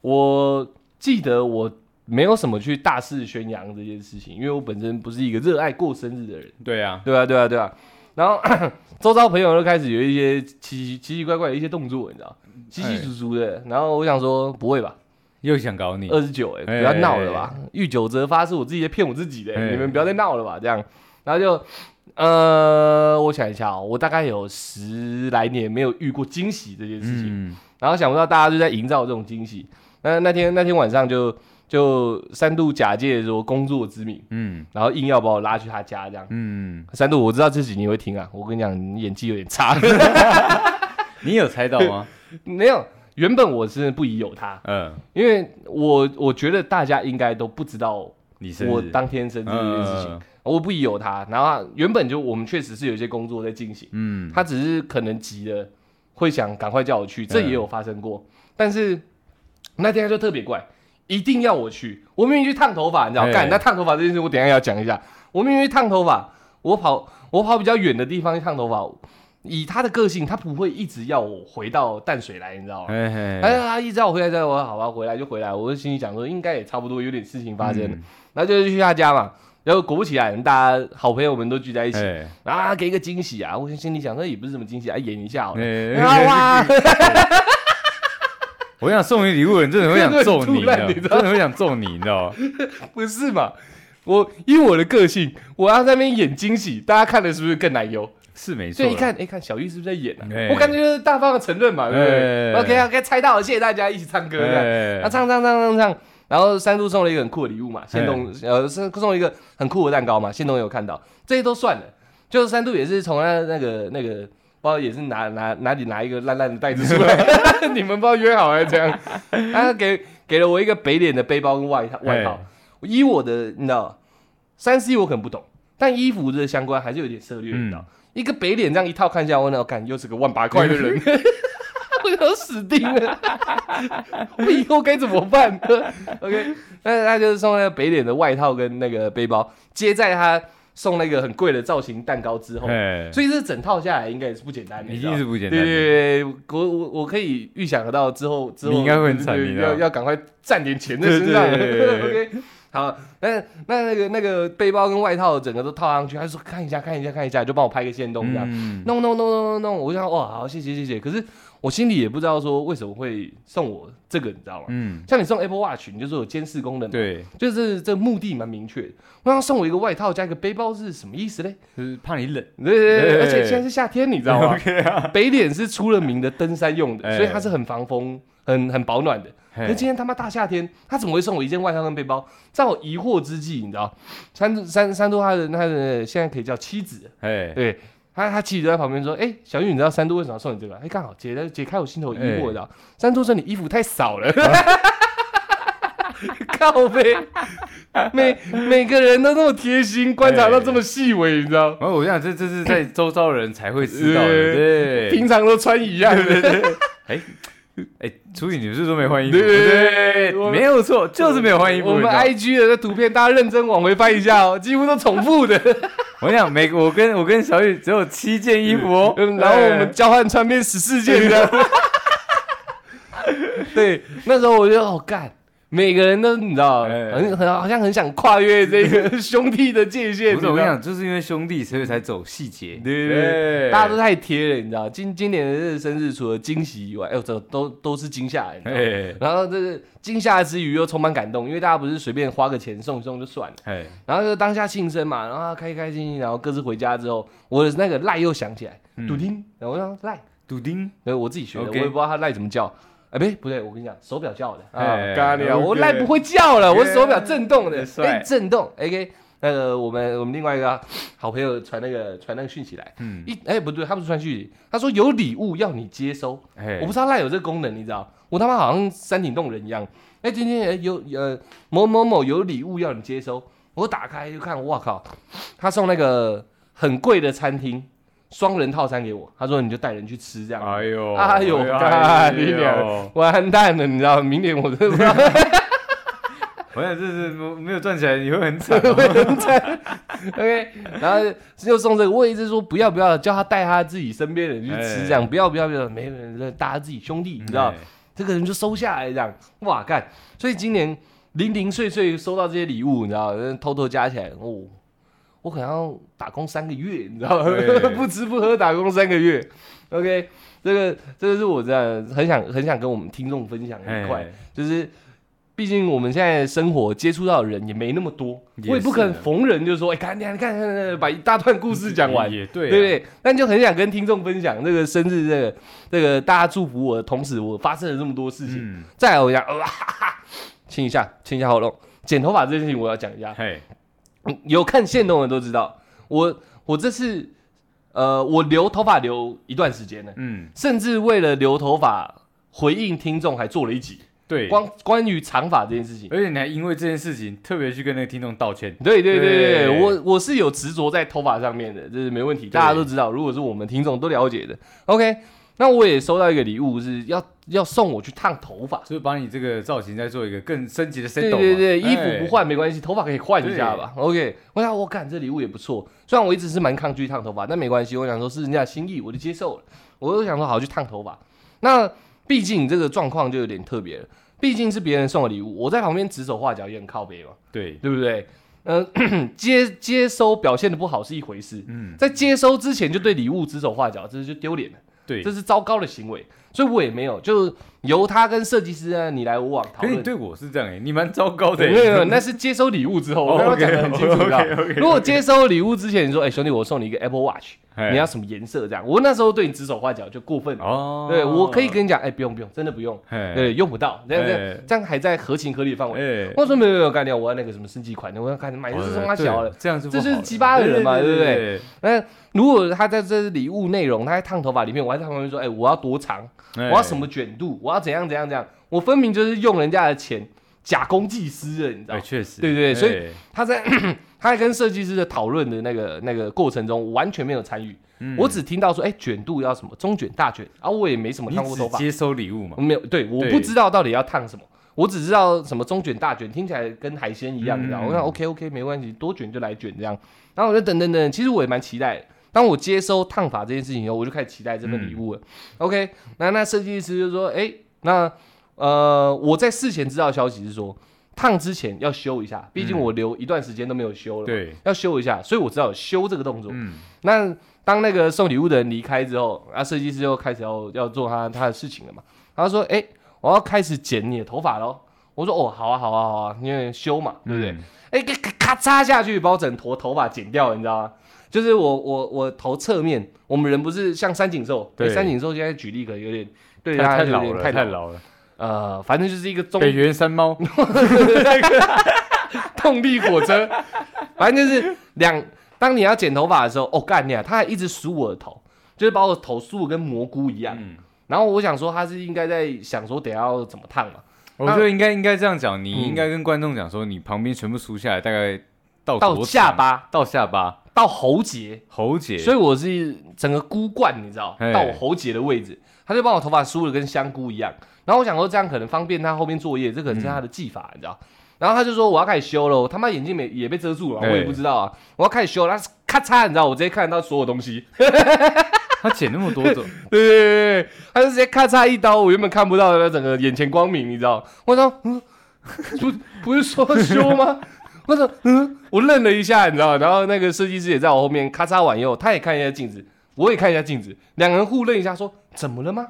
[SPEAKER 1] 我记得我没有什么去大肆宣扬这件事情，因为我本身不是一个热爱过生日的人。
[SPEAKER 2] 对啊，
[SPEAKER 1] 对啊，对啊，对啊。然后 周遭朋友都开始有一些奇奇奇怪怪的一些动作，你知道，
[SPEAKER 2] 嗯
[SPEAKER 1] 稀稀疏疏的。然后我想说，不会吧，
[SPEAKER 2] 又想搞你，
[SPEAKER 1] 二十九，哎，
[SPEAKER 2] 哎哎
[SPEAKER 1] 不要闹了吧，遇九则发是我自己在骗我自己的、
[SPEAKER 2] 哎
[SPEAKER 1] 你们不要再闹了吧，这样。然后就，呃，我想一下哦，我大概有十来年没有遇过惊喜这件事情。
[SPEAKER 2] 嗯，
[SPEAKER 1] 然后想不到大家就在营造这种惊喜。那那天那天晚上就就三度假借说工作之名，
[SPEAKER 2] 嗯
[SPEAKER 1] 然后硬要把我拉去他家这样。
[SPEAKER 2] 嗯，
[SPEAKER 1] 三度，我知道这几年会听啊，我跟你讲，你演技有点 差。
[SPEAKER 2] 你有猜到吗？
[SPEAKER 1] 没有，原本我是不疑有他，
[SPEAKER 2] 嗯，
[SPEAKER 1] 因为我我觉得大家应该都不知道
[SPEAKER 2] 你生日嗯
[SPEAKER 1] 我当天生日这件事情，，我不疑有他。然后啊原本就我们确实是有一些工作在进行。
[SPEAKER 2] 嗯嗯
[SPEAKER 1] 他只是可能急了，会想赶快叫我去，这也
[SPEAKER 2] 嗯
[SPEAKER 1] 有发生过。但是那天他就特别怪，一定要我去。我明明去烫头发，你知道，
[SPEAKER 2] 哎
[SPEAKER 1] 干那烫头发这件事，我等一下也要讲一下。我明明去烫头发，我跑我跑比较远的地方去烫头发。以他的个性，他不会一直要我回到淡水来，你知道吗？
[SPEAKER 2] 嘿嘿，
[SPEAKER 1] 哎，他一直要我回来，再我好吧，回来就回来。我就心里想说，应该也差不多有点事情发生了，
[SPEAKER 2] 嗯，
[SPEAKER 1] 然后就去他家嘛。然后果不其然，大家好朋友们都聚在一起，
[SPEAKER 2] 哎
[SPEAKER 1] 啊，给一个惊喜啊！我心里想，那也不是什么惊喜，啊，演一下好了。
[SPEAKER 2] 哎
[SPEAKER 1] 啊哇，
[SPEAKER 2] 我想送你礼物的人，真的会想揍你，
[SPEAKER 1] 真的很突然你
[SPEAKER 2] 你
[SPEAKER 1] 知
[SPEAKER 2] 知
[SPEAKER 1] 道
[SPEAKER 2] 道吗真的会想揍你，你知道吗？
[SPEAKER 1] 不是嘛？我因为我的个性，我要在那边演惊喜，大家看的是不是更难忧？
[SPEAKER 2] 是没错
[SPEAKER 1] 所
[SPEAKER 2] 啦，
[SPEAKER 1] 以一看，哎，看小玉是不是在演啊
[SPEAKER 2] 哎？
[SPEAKER 1] 我感觉就是大方的承认嘛，对不对
[SPEAKER 2] 哎
[SPEAKER 1] ？OK 啊，OK，猜到了，谢谢大家，一起唱歌这样。
[SPEAKER 2] 哎，
[SPEAKER 1] 啊，唱唱唱唱唱，然后三叔送了一个很酷的礼物嘛，仙东呃是送了一个很酷的蛋糕嘛，仙东有看到，这些都算了，就是三度也是从那那个那个。不知道也是拿拿哪里拿一个烂烂的袋子出来，你们不知道约好还是怎样？他给给了我一个北脸的背包跟外套外套
[SPEAKER 2] 哎，
[SPEAKER 1] 以我的你知道，三 C 我可能不懂，但衣服的相关还是有点涉略，你知道。一个北脸这样一套看下来，我那哦干又是个万八块的人，我要死定了，我以后该怎么办呢？OK，那他就是送那个北脸的外套跟那个背包，接在他送那个很贵的造型蛋糕之后，
[SPEAKER 2] 哎，
[SPEAKER 1] 所以这整套下来应该也是不简单的，
[SPEAKER 2] 一定是不
[SPEAKER 1] 不
[SPEAKER 2] 简
[SPEAKER 1] 对
[SPEAKER 2] 单
[SPEAKER 1] 对
[SPEAKER 2] 的，
[SPEAKER 1] 对，对我我我可以预想得到之后之后
[SPEAKER 2] 你应该会很惨
[SPEAKER 1] 对对
[SPEAKER 2] 你知道
[SPEAKER 1] 要要赶快攒点钱在身上。
[SPEAKER 2] 对对对
[SPEAKER 1] OK，好，那那那个那个背包跟外套整个都套上去，他就说看一下看一下看一下，就帮我拍个线动这样。
[SPEAKER 2] 嗯，
[SPEAKER 1] 弄弄弄弄弄弄，我就想哇，好谢谢谢谢。可是我心里也不知道说为什么会送我这个，你知道吗？
[SPEAKER 2] 嗯，
[SPEAKER 1] 像你送 Apple Watch，你就说有监视功能，，
[SPEAKER 2] 对，
[SPEAKER 1] 就是这目的蛮明确的。那他送我一个外套加一个背包是什么意思嘞？
[SPEAKER 2] 就是怕你冷，
[SPEAKER 1] 对对对，
[SPEAKER 2] 哎
[SPEAKER 1] 而且现在是夏天，你知道吗
[SPEAKER 2] OK 啊，
[SPEAKER 1] 北脸是出了名的登山用的，
[SPEAKER 2] 哎
[SPEAKER 1] 所以它是很防风、很很保暖的。
[SPEAKER 2] 嘿
[SPEAKER 1] 可是今天他妈大夏天，他怎么会送我一件外套跟背包？在我疑惑之际，你知道，三三三多他的他的现在可以叫妻子，
[SPEAKER 2] 哎，
[SPEAKER 1] 对他，他妻子就在旁边说：“哎、小玉，你知道三度为什么要送你这个？哎、刚好解解开我心头疑
[SPEAKER 2] 哎
[SPEAKER 1] 惑，你知道？三度说你衣服太少 了，靠呗，每每个人都那么贴心，观察
[SPEAKER 2] 哎
[SPEAKER 1] 到这么细微，你知道？
[SPEAKER 2] 然后我想这这是在周遭的人才会知道的，
[SPEAKER 1] 对
[SPEAKER 2] 对，
[SPEAKER 1] 平常都穿一样的，
[SPEAKER 2] 哎哎，楚宇，你是说没换衣服？
[SPEAKER 1] 对对对对我
[SPEAKER 2] 对，没有错，就是没有换衣服。
[SPEAKER 1] 我
[SPEAKER 2] 你
[SPEAKER 1] 们
[SPEAKER 2] 知道
[SPEAKER 1] I G 的图片，大家认真往回翻一下哦，几乎都重复的。
[SPEAKER 2] 我想每个我跟我跟小雨只有七件衣服哦，
[SPEAKER 1] 嗯，然后我们交换穿遍十四件的。对，那时候我就哦干，每个人都你知道，
[SPEAKER 2] 哎
[SPEAKER 1] 很很好像很想跨越这个兄弟的界限，你
[SPEAKER 2] 不是
[SPEAKER 1] 知道
[SPEAKER 2] 我跟你讲，就是因为兄弟，所以才走细节。
[SPEAKER 1] 对对对，大家都太贴了，你知道，今今年的这个生日除了惊喜以外，哎呦，这都都是惊吓，你知道吗。
[SPEAKER 2] 哎
[SPEAKER 1] 然后这个惊吓之余又充满感动，因为大家不是随便花个钱送一送就算了，
[SPEAKER 2] 哎，
[SPEAKER 1] 然后就当下庆生嘛，然后开开心心，然后各自回家之后，我的那个赖又响起来，笃丁，然后我说赖，
[SPEAKER 2] 笃丁，
[SPEAKER 1] 对，我自己学的
[SPEAKER 2] 嗯 OK
[SPEAKER 1] 我也不知道它赖怎么叫。哎，不对，不对，我跟你讲，手表叫的啊
[SPEAKER 2] 哎，
[SPEAKER 1] 咖喱啊，
[SPEAKER 2] OK
[SPEAKER 1] 我赖不会叫了，我
[SPEAKER 2] Yeah，
[SPEAKER 1] 手表震动的，
[SPEAKER 2] that's
[SPEAKER 1] 哎，
[SPEAKER 2] right
[SPEAKER 1] 震动，OK。那个我们我们另外一个好朋友传那个传那个讯息来，
[SPEAKER 2] 嗯，
[SPEAKER 1] 一哎、不对，他不是传讯息，他说有礼物要你接收，
[SPEAKER 2] 哎
[SPEAKER 1] 我不知道赖有这个功能，你知道？我他妈好像山顶洞人一样。哎、今天哎有呃某某某有礼物要你接收，我打开就看，哇靠，他送那个很贵的餐厅双人套餐给我，他说你就带人去吃这样。
[SPEAKER 2] 哎呦，
[SPEAKER 1] 哎呦干你娘！完蛋了，你知道？明年我真的
[SPEAKER 2] 我想这是没有赚起来，你会很 惨哦。
[SPEAKER 1] 会很惨。OK，然后就送这个，我也一直说不要不要，叫他带他自己身边的人去吃，这样不要不要不要，没人，大家自己兄弟，你知
[SPEAKER 2] 哎
[SPEAKER 1] 道？这个人就收下来这样，哇干！所以今年零零碎碎收到这些礼物，你知道，偷偷加起来，哦，我可能要打工三个月，你知道吗
[SPEAKER 2] 对，
[SPEAKER 1] 不吃不喝打工三个月。OK，这个这个是我这样很想很想跟我们听众分享的
[SPEAKER 2] 哎，
[SPEAKER 1] 一块，就是毕竟我们现在生活接触到的人也没那么多，
[SPEAKER 2] 也是
[SPEAKER 1] 我也不可能
[SPEAKER 2] 啊
[SPEAKER 1] 逢人就说，哎、看你看看看，把一大段故事讲完。
[SPEAKER 2] 也对啊，
[SPEAKER 1] 对不对？但就很想跟听众分享这个生日，这个这个大家祝福我的同时，我发生了这么多事情。
[SPEAKER 2] 嗯，
[SPEAKER 1] 再来，我想，哇、哈哈， 亲一下，亲一下喉咙。剪头发这件事情，我要讲一下。
[SPEAKER 2] 嘿，
[SPEAKER 1] 嗯有看线动的都知道，我我这次呃，我留头发留一段时间了，
[SPEAKER 2] 嗯，
[SPEAKER 1] 甚至为了留头发回应听众，还做了一集
[SPEAKER 2] 对，
[SPEAKER 1] 关关于长发这件事情。
[SPEAKER 2] 而且你还因为这件事情特别去跟那个听众道歉，
[SPEAKER 1] 对对对对，
[SPEAKER 2] 对
[SPEAKER 1] 我我是有执着在头发上面的，这是没问题，大家都知道。如果是我们听众都了解的，OK。那我也收到一个礼物，是要要送我去烫头发。
[SPEAKER 2] 就是把你这个造型再做一个更升级的 set 哎
[SPEAKER 1] 对对对，衣服不换没关系，头发可以换一下吧。OK，我想我感这礼物也不错，虽然我一直是蛮抗拒烫头发，但没关系，我想说是人家的心意，我就接受了。我就想说好去烫头发。那毕竟这个状况就有点特别了，毕竟是别人送的礼物，我在旁边指手画脚也很靠背嘛。
[SPEAKER 2] 对，
[SPEAKER 1] 对不对？嗯、 接接收表现的不好是一回事，
[SPEAKER 2] 嗯，
[SPEAKER 1] 在接收之前就对礼物指手画脚，这就丢脸了，
[SPEAKER 2] 对
[SPEAKER 1] 这。是糟糕的行为。所以我也没有，就由他跟设计师啊你来我往讨
[SPEAKER 2] 可是
[SPEAKER 1] 论
[SPEAKER 2] 你。对我是这样哎，你蛮糟糕的
[SPEAKER 1] 没
[SPEAKER 2] 欸。哦
[SPEAKER 1] 有没 有，那是接收礼物之后，我刚刚讲的很清楚，你知道
[SPEAKER 2] OK，OK，OK，OK
[SPEAKER 1] 如果接收礼物之前，你说，哎、兄弟，我送你一个 Apple Watch，
[SPEAKER 2] 哎
[SPEAKER 1] 你要什么颜色？这样，我那时候对你指手画脚就过分了。
[SPEAKER 2] 哦，
[SPEAKER 1] 对，我可以跟你讲，哎、不用不用，真的不用，
[SPEAKER 2] 嘿，
[SPEAKER 1] 对，用不到，这样这样
[SPEAKER 2] 哎
[SPEAKER 1] 这样还在合情合理的范围。
[SPEAKER 2] 哎，
[SPEAKER 1] 我说没有没有，干掉我要那个什么升级款的，我要看买的是送他小
[SPEAKER 2] 哦
[SPEAKER 1] 的
[SPEAKER 2] 对。这样是不
[SPEAKER 1] 这就是
[SPEAKER 2] 好的
[SPEAKER 1] 鸡巴的人嘛
[SPEAKER 2] 对
[SPEAKER 1] 对不
[SPEAKER 2] 对？
[SPEAKER 1] 那如果他在这礼物内容，他在烫头发里面，我还在旁边说，哎、我要多长，
[SPEAKER 2] 对
[SPEAKER 1] 我要什？么卷度，我要怎样怎样怎样，我分明就是用人家的钱假公济私了，你知道
[SPEAKER 2] 哎哎，
[SPEAKER 1] 吗？
[SPEAKER 2] 确实，
[SPEAKER 1] 对对对所以
[SPEAKER 2] 以
[SPEAKER 1] 他在 他在跟设计师的讨论的那个那个过程中，我完全没有参与，
[SPEAKER 2] 嗯
[SPEAKER 1] 我只听到说，哎、卷度要什么中卷大卷，啊，我也没什么
[SPEAKER 2] 你
[SPEAKER 1] 烫过头
[SPEAKER 2] 只
[SPEAKER 1] 发，
[SPEAKER 2] 接收礼物嘛？
[SPEAKER 1] 没有，对，我
[SPEAKER 2] 对
[SPEAKER 1] 不知道到底要烫什么，我只知道什么中卷、大卷，听起来跟海鲜一样，你知道吗？
[SPEAKER 2] 嗯
[SPEAKER 1] 我想 OK OK 没关系，多卷就来卷这样。然后我就等等等，其实我也蛮期待的。当我接收烫发这件事情以后，我就开始期待这份礼物
[SPEAKER 2] 嗯
[SPEAKER 1] 了。OK，那那设计师就说，哎，那呃，我在事前知道的消息是说，烫之前要修一下，毕竟
[SPEAKER 2] 嗯
[SPEAKER 1] 我留一段时间都没有修了，，
[SPEAKER 2] 对，
[SPEAKER 1] 要修一下，所以我知道有修这个动作。
[SPEAKER 2] 嗯，
[SPEAKER 1] 那当那个送礼物的人离开之后，啊，设计师就开始要要做他他的事情了嘛。他说：“哎、我要开始剪你的头发喽。”我说：“哦，好啊，好啊，好啊，因为修嘛，对不对
[SPEAKER 2] 嗯？”
[SPEAKER 1] 哎、给咔咔嚓下去，把我整坨头发剪掉，你知道吗？就是我我我头侧面，我们人不是像三井寿，
[SPEAKER 2] 对
[SPEAKER 1] 诶三井寿现在举例可能有点对
[SPEAKER 2] 太
[SPEAKER 1] 他
[SPEAKER 2] 太
[SPEAKER 1] 有
[SPEAKER 2] 老
[SPEAKER 1] 点
[SPEAKER 2] 了，
[SPEAKER 1] 太
[SPEAKER 2] 太
[SPEAKER 1] 老了，
[SPEAKER 2] 老了。
[SPEAKER 1] 呃，反正就是一个中
[SPEAKER 2] 北原 山猫，
[SPEAKER 1] 动力火车，反正就是两。当你要剪头发的时候，哦干你啊！他还一直梳我的头，就是把我的头梳的跟蘑菇一样。
[SPEAKER 2] 嗯，
[SPEAKER 1] 然后我想说，他是应该在想说得要怎么烫嘛，
[SPEAKER 2] 我觉得应该应该这样讲，
[SPEAKER 1] 嗯
[SPEAKER 2] 你应该跟观众讲说，你旁边全部梳下来，大概到
[SPEAKER 1] 到
[SPEAKER 2] 多
[SPEAKER 1] 下
[SPEAKER 2] 长，
[SPEAKER 1] 巴
[SPEAKER 2] 到下巴，
[SPEAKER 1] 到喉结，
[SPEAKER 2] 喉结，
[SPEAKER 1] 所以我是整个箍冠，你知道，
[SPEAKER 2] 嘿
[SPEAKER 1] 到我喉结的位置，他就把我头发梳的跟香菇一样。然后我想说，这样可能方便他后面作业，这可能是他的技法，你知道。然后他就说我要开始修了，我他妈眼睛没也被遮住了，我
[SPEAKER 2] 嘿
[SPEAKER 1] 也不知道啊，我要开始修了，他咔嚓，你知道，我直接看得到所有东西，
[SPEAKER 2] 他剪那么多 种，
[SPEAKER 1] 对对对对，他就直接咔嚓一刀，我原本看不到的，他整个眼前光明，你知道？我说，嗯， 不不是说修吗？ 我说，嗯，我愣了一下，你知道？然后那个设计师也在我后面咔嚓完以后，他也看一下镜子，我也看一下镜子，两个人互愣一下说，怎么了吗？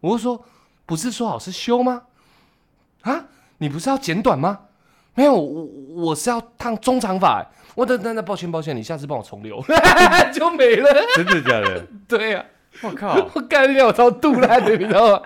[SPEAKER 1] 我就说，不是说好是修吗？啊，你不是要剪短吗？没有，我我是要烫中长发。欸我等等等，抱歉抱歉，你下次帮我重留， 就没了。
[SPEAKER 2] 真的假的？
[SPEAKER 1] 对啊呀、
[SPEAKER 2] 我 靠，
[SPEAKER 1] 我干掉我超肚烂的，你知道吗？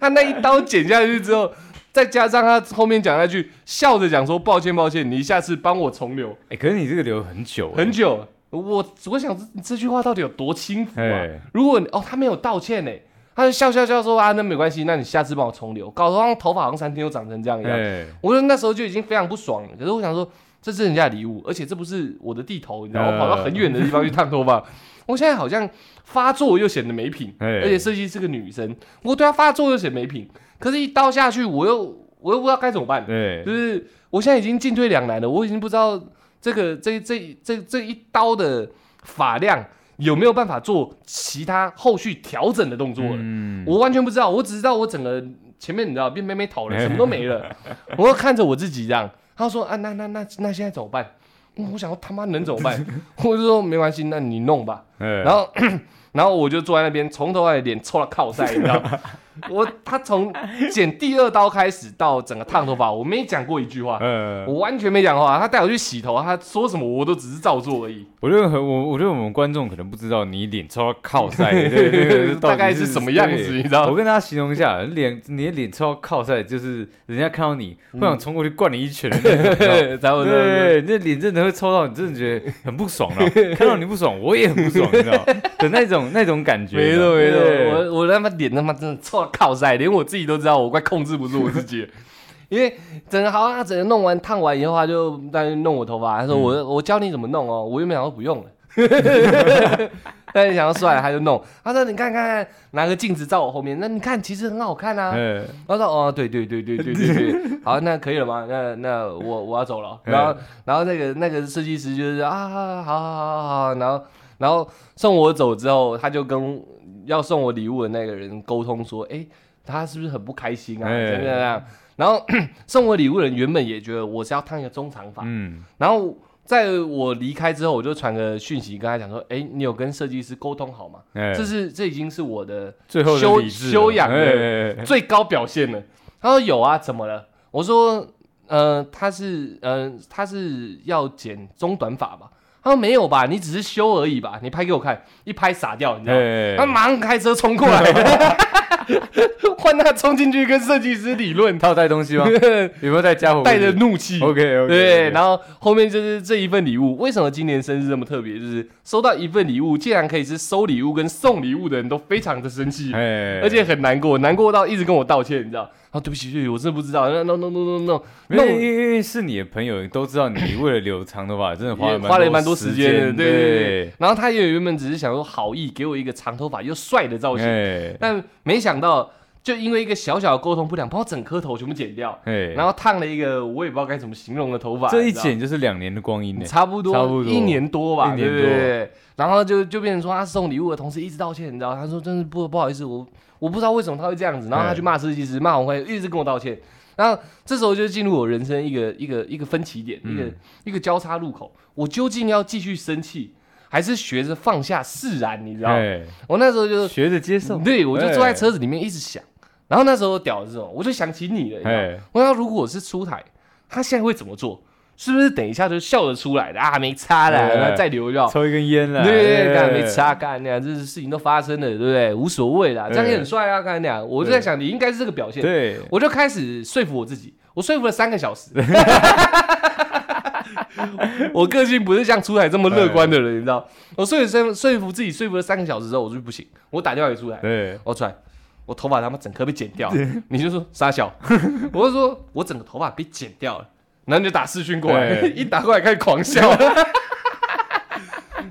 [SPEAKER 1] 他那一刀剪下去之后，再加上他后面讲那句笑着讲说抱歉抱歉，你下次帮我重留
[SPEAKER 2] 哎、可是你这个留很久、欸，
[SPEAKER 1] 很久。啊我我想这这句话到底有多轻浮啊
[SPEAKER 2] 哎？
[SPEAKER 1] 如果你哦他没有道歉呢，他就笑笑笑说啊那没关系，那你下次帮我重留，搞得好像头发好像三天就长成这样一样。
[SPEAKER 2] 哎，
[SPEAKER 1] 我觉得那时候就已经非常不爽了。可是我想说，这是人家的礼物，而且这不是我的地头，你知道吗，我
[SPEAKER 2] 呃
[SPEAKER 1] 跑到很远的地方去烫头发。我现在好像发作又显得没品，
[SPEAKER 2] 哎
[SPEAKER 1] 而且设计是个女生，我对她发作又显得没品。可是，一刀下去，我又我又不知道该怎么办。
[SPEAKER 2] 对
[SPEAKER 1] 就，是我现在已经进退两难了，我已经不知道这个这这这这一刀的发量有没有办法做其他后续调整的动作了。
[SPEAKER 2] 嗯，
[SPEAKER 1] 我完全不知道，我只知道我整个前面你知道变妹妹头了，什么都没 了。我就看着我自己这样，他说啊，那那那那现在怎么办？嗯我想说他妈能怎么办？ 我就说没关系，那你弄吧。
[SPEAKER 2] 然
[SPEAKER 1] 然后 然后我就坐在那边，从头到尾脸抽到靠晒，你知道吗？ 我他从剪第二刀开始到整个烫头发，我没讲过一句话。
[SPEAKER 2] 呃，
[SPEAKER 1] 我完全没讲话，他带我去洗头，他说什么我都只是照做而已，
[SPEAKER 2] 我觉得很我我觉得我们观众可能不知道你脸抽到 靠塞，对对对，
[SPEAKER 1] 大概是什么样子
[SPEAKER 2] 对
[SPEAKER 1] 你知道吗
[SPEAKER 2] 我跟大家形容一下，脸你的脸抽到靠塞，就是人家看到你
[SPEAKER 1] 嗯
[SPEAKER 2] 会想冲过去灌你一拳的 那种。你知道吗
[SPEAKER 1] 然后
[SPEAKER 2] 对
[SPEAKER 1] 呢
[SPEAKER 2] 对，对那脸真的会抽到，你真的觉得很不爽了。看到你不爽，我也很不爽，你知道吗的那 种那种感觉。
[SPEAKER 1] 没错
[SPEAKER 2] 错
[SPEAKER 1] 没
[SPEAKER 2] 错，对
[SPEAKER 1] 错，我我他妈脸他妈真的臭到靠晒，连我自己都知道，我快控制不住我自己了。 因为整个好像啊他整个弄完烫完以后，他就在弄我头发，他说我、
[SPEAKER 2] 嗯
[SPEAKER 1] 我教你怎么弄哦，我原本想说不用了， 但是想要算了他就弄，他说你看看拿个镜子照我后面，那你看其实很好看啊，
[SPEAKER 2] 哎
[SPEAKER 1] 他说：“哦，对对对对对对对， 好，那可以了吗？那那我我要走了。”
[SPEAKER 2] 嗯
[SPEAKER 1] 然后然后那个那个设计师就是啊，好好好好好，然后然后送我走之后，他就跟要送我礼物的那个人沟通说：“哎，他是不是很不开心啊？
[SPEAKER 2] 哎
[SPEAKER 1] 怎么样怎么样？”然后 送我礼物的人原本也觉得我是要烫一个中长发，
[SPEAKER 2] 嗯，
[SPEAKER 1] 然后在我离开之后，我就传个讯息跟他讲说：“哎，你有跟设计师沟通好吗？
[SPEAKER 2] 哎
[SPEAKER 1] 这是这已经是我的
[SPEAKER 2] 最后的
[SPEAKER 1] 修
[SPEAKER 2] 理智了
[SPEAKER 1] 修养的
[SPEAKER 2] 哎 哎哎
[SPEAKER 1] 最高表现了。他说有啊，怎么了？我说，呃，他是，呃，他是要剪中短发吧？他说没有吧，你只是修而已吧？你拍给我看，一拍傻掉，你知道吗？
[SPEAKER 2] 哎
[SPEAKER 1] 他马上开车冲过来， 换他冲进去跟设计师理 论，
[SPEAKER 2] 他有带东西吗？有没有带家伙？
[SPEAKER 1] 带着怒气。
[SPEAKER 2] OK OK，
[SPEAKER 1] 对，然后后面就是这一份礼物，为什么今年生日这么特别？就是收到一份礼物，竟然可以是收礼物跟送礼物的人都非常的生气。
[SPEAKER 2] 哎，
[SPEAKER 1] 而且很难过，难过到一直跟我道歉，你知道？啊，对不起，对不起，我真的不知道。no no no no no，
[SPEAKER 2] 没有，
[SPEAKER 1] 弄
[SPEAKER 2] 因为因为是你的朋友都知道，你为了留长 头发，真的花
[SPEAKER 1] 也
[SPEAKER 2] 了
[SPEAKER 1] 花了蛮多
[SPEAKER 2] 时
[SPEAKER 1] 时间的，
[SPEAKER 2] 对
[SPEAKER 1] 对对对。然后他也原本只是想说好意给我一个长头发又帅的造型，
[SPEAKER 2] 对，
[SPEAKER 1] 但没想到就因为一个小小的沟通不良，把我整颗头全部剪掉，
[SPEAKER 2] 哎哎，
[SPEAKER 1] 然后烫了一个我也不知道该怎么形容的头发，
[SPEAKER 2] 这一
[SPEAKER 1] 你知道
[SPEAKER 2] 剪就是两年的光阴呢。
[SPEAKER 1] 嗯差不多，
[SPEAKER 2] 差不多
[SPEAKER 1] 一年多吧，
[SPEAKER 2] 一年
[SPEAKER 1] 对
[SPEAKER 2] 多
[SPEAKER 1] 不对？然后就就变成说他送礼物的同时一直道歉，你知道，他说真是不不好意思，我我不知道为什么他会这样子，然后他去骂设计师，骂红会一直跟我道歉。然后这时候就进入我人生一个一个一个分歧点，
[SPEAKER 2] 嗯
[SPEAKER 1] 一个一个交叉路口，我究竟要继续生气，还是学着放下释然？你知道吗，
[SPEAKER 2] 哎，
[SPEAKER 1] 我那时候就
[SPEAKER 2] 学着接受。
[SPEAKER 1] 对我就坐在
[SPEAKER 2] 哎
[SPEAKER 1] 车子里面一直想，然后那时候屌的时候，我就想起你了，你知道吗
[SPEAKER 2] 哎，
[SPEAKER 1] 我想如果我是出台，他现在会怎么做？是不是等一下就笑得出来的啊？没差啦，
[SPEAKER 2] 哎
[SPEAKER 1] 然后再留一下。
[SPEAKER 2] 抽一根烟啦。
[SPEAKER 1] 对对对，
[SPEAKER 2] 哎
[SPEAKER 1] 干没。差干那样，这事情都发生了，对不对？无所谓啦，这样也很帅啊，干那样。我就在想，你应该是这个表现，
[SPEAKER 2] 哎对，
[SPEAKER 1] 我就开始说服我自己，我说服了三个 小时。 我个性不是像出海这么乐观的人，你知道？
[SPEAKER 2] 哎
[SPEAKER 1] 我说服说说服自己，说服了三个小时之后，我就不行，我打电话给出海，
[SPEAKER 2] 对，
[SPEAKER 1] 我出来，我头发他妈整颗被剪掉，你就说傻小， 我就说我整个头发被剪掉了，然后你就打视讯过来，
[SPEAKER 2] 对
[SPEAKER 1] 一打过来开始狂笑，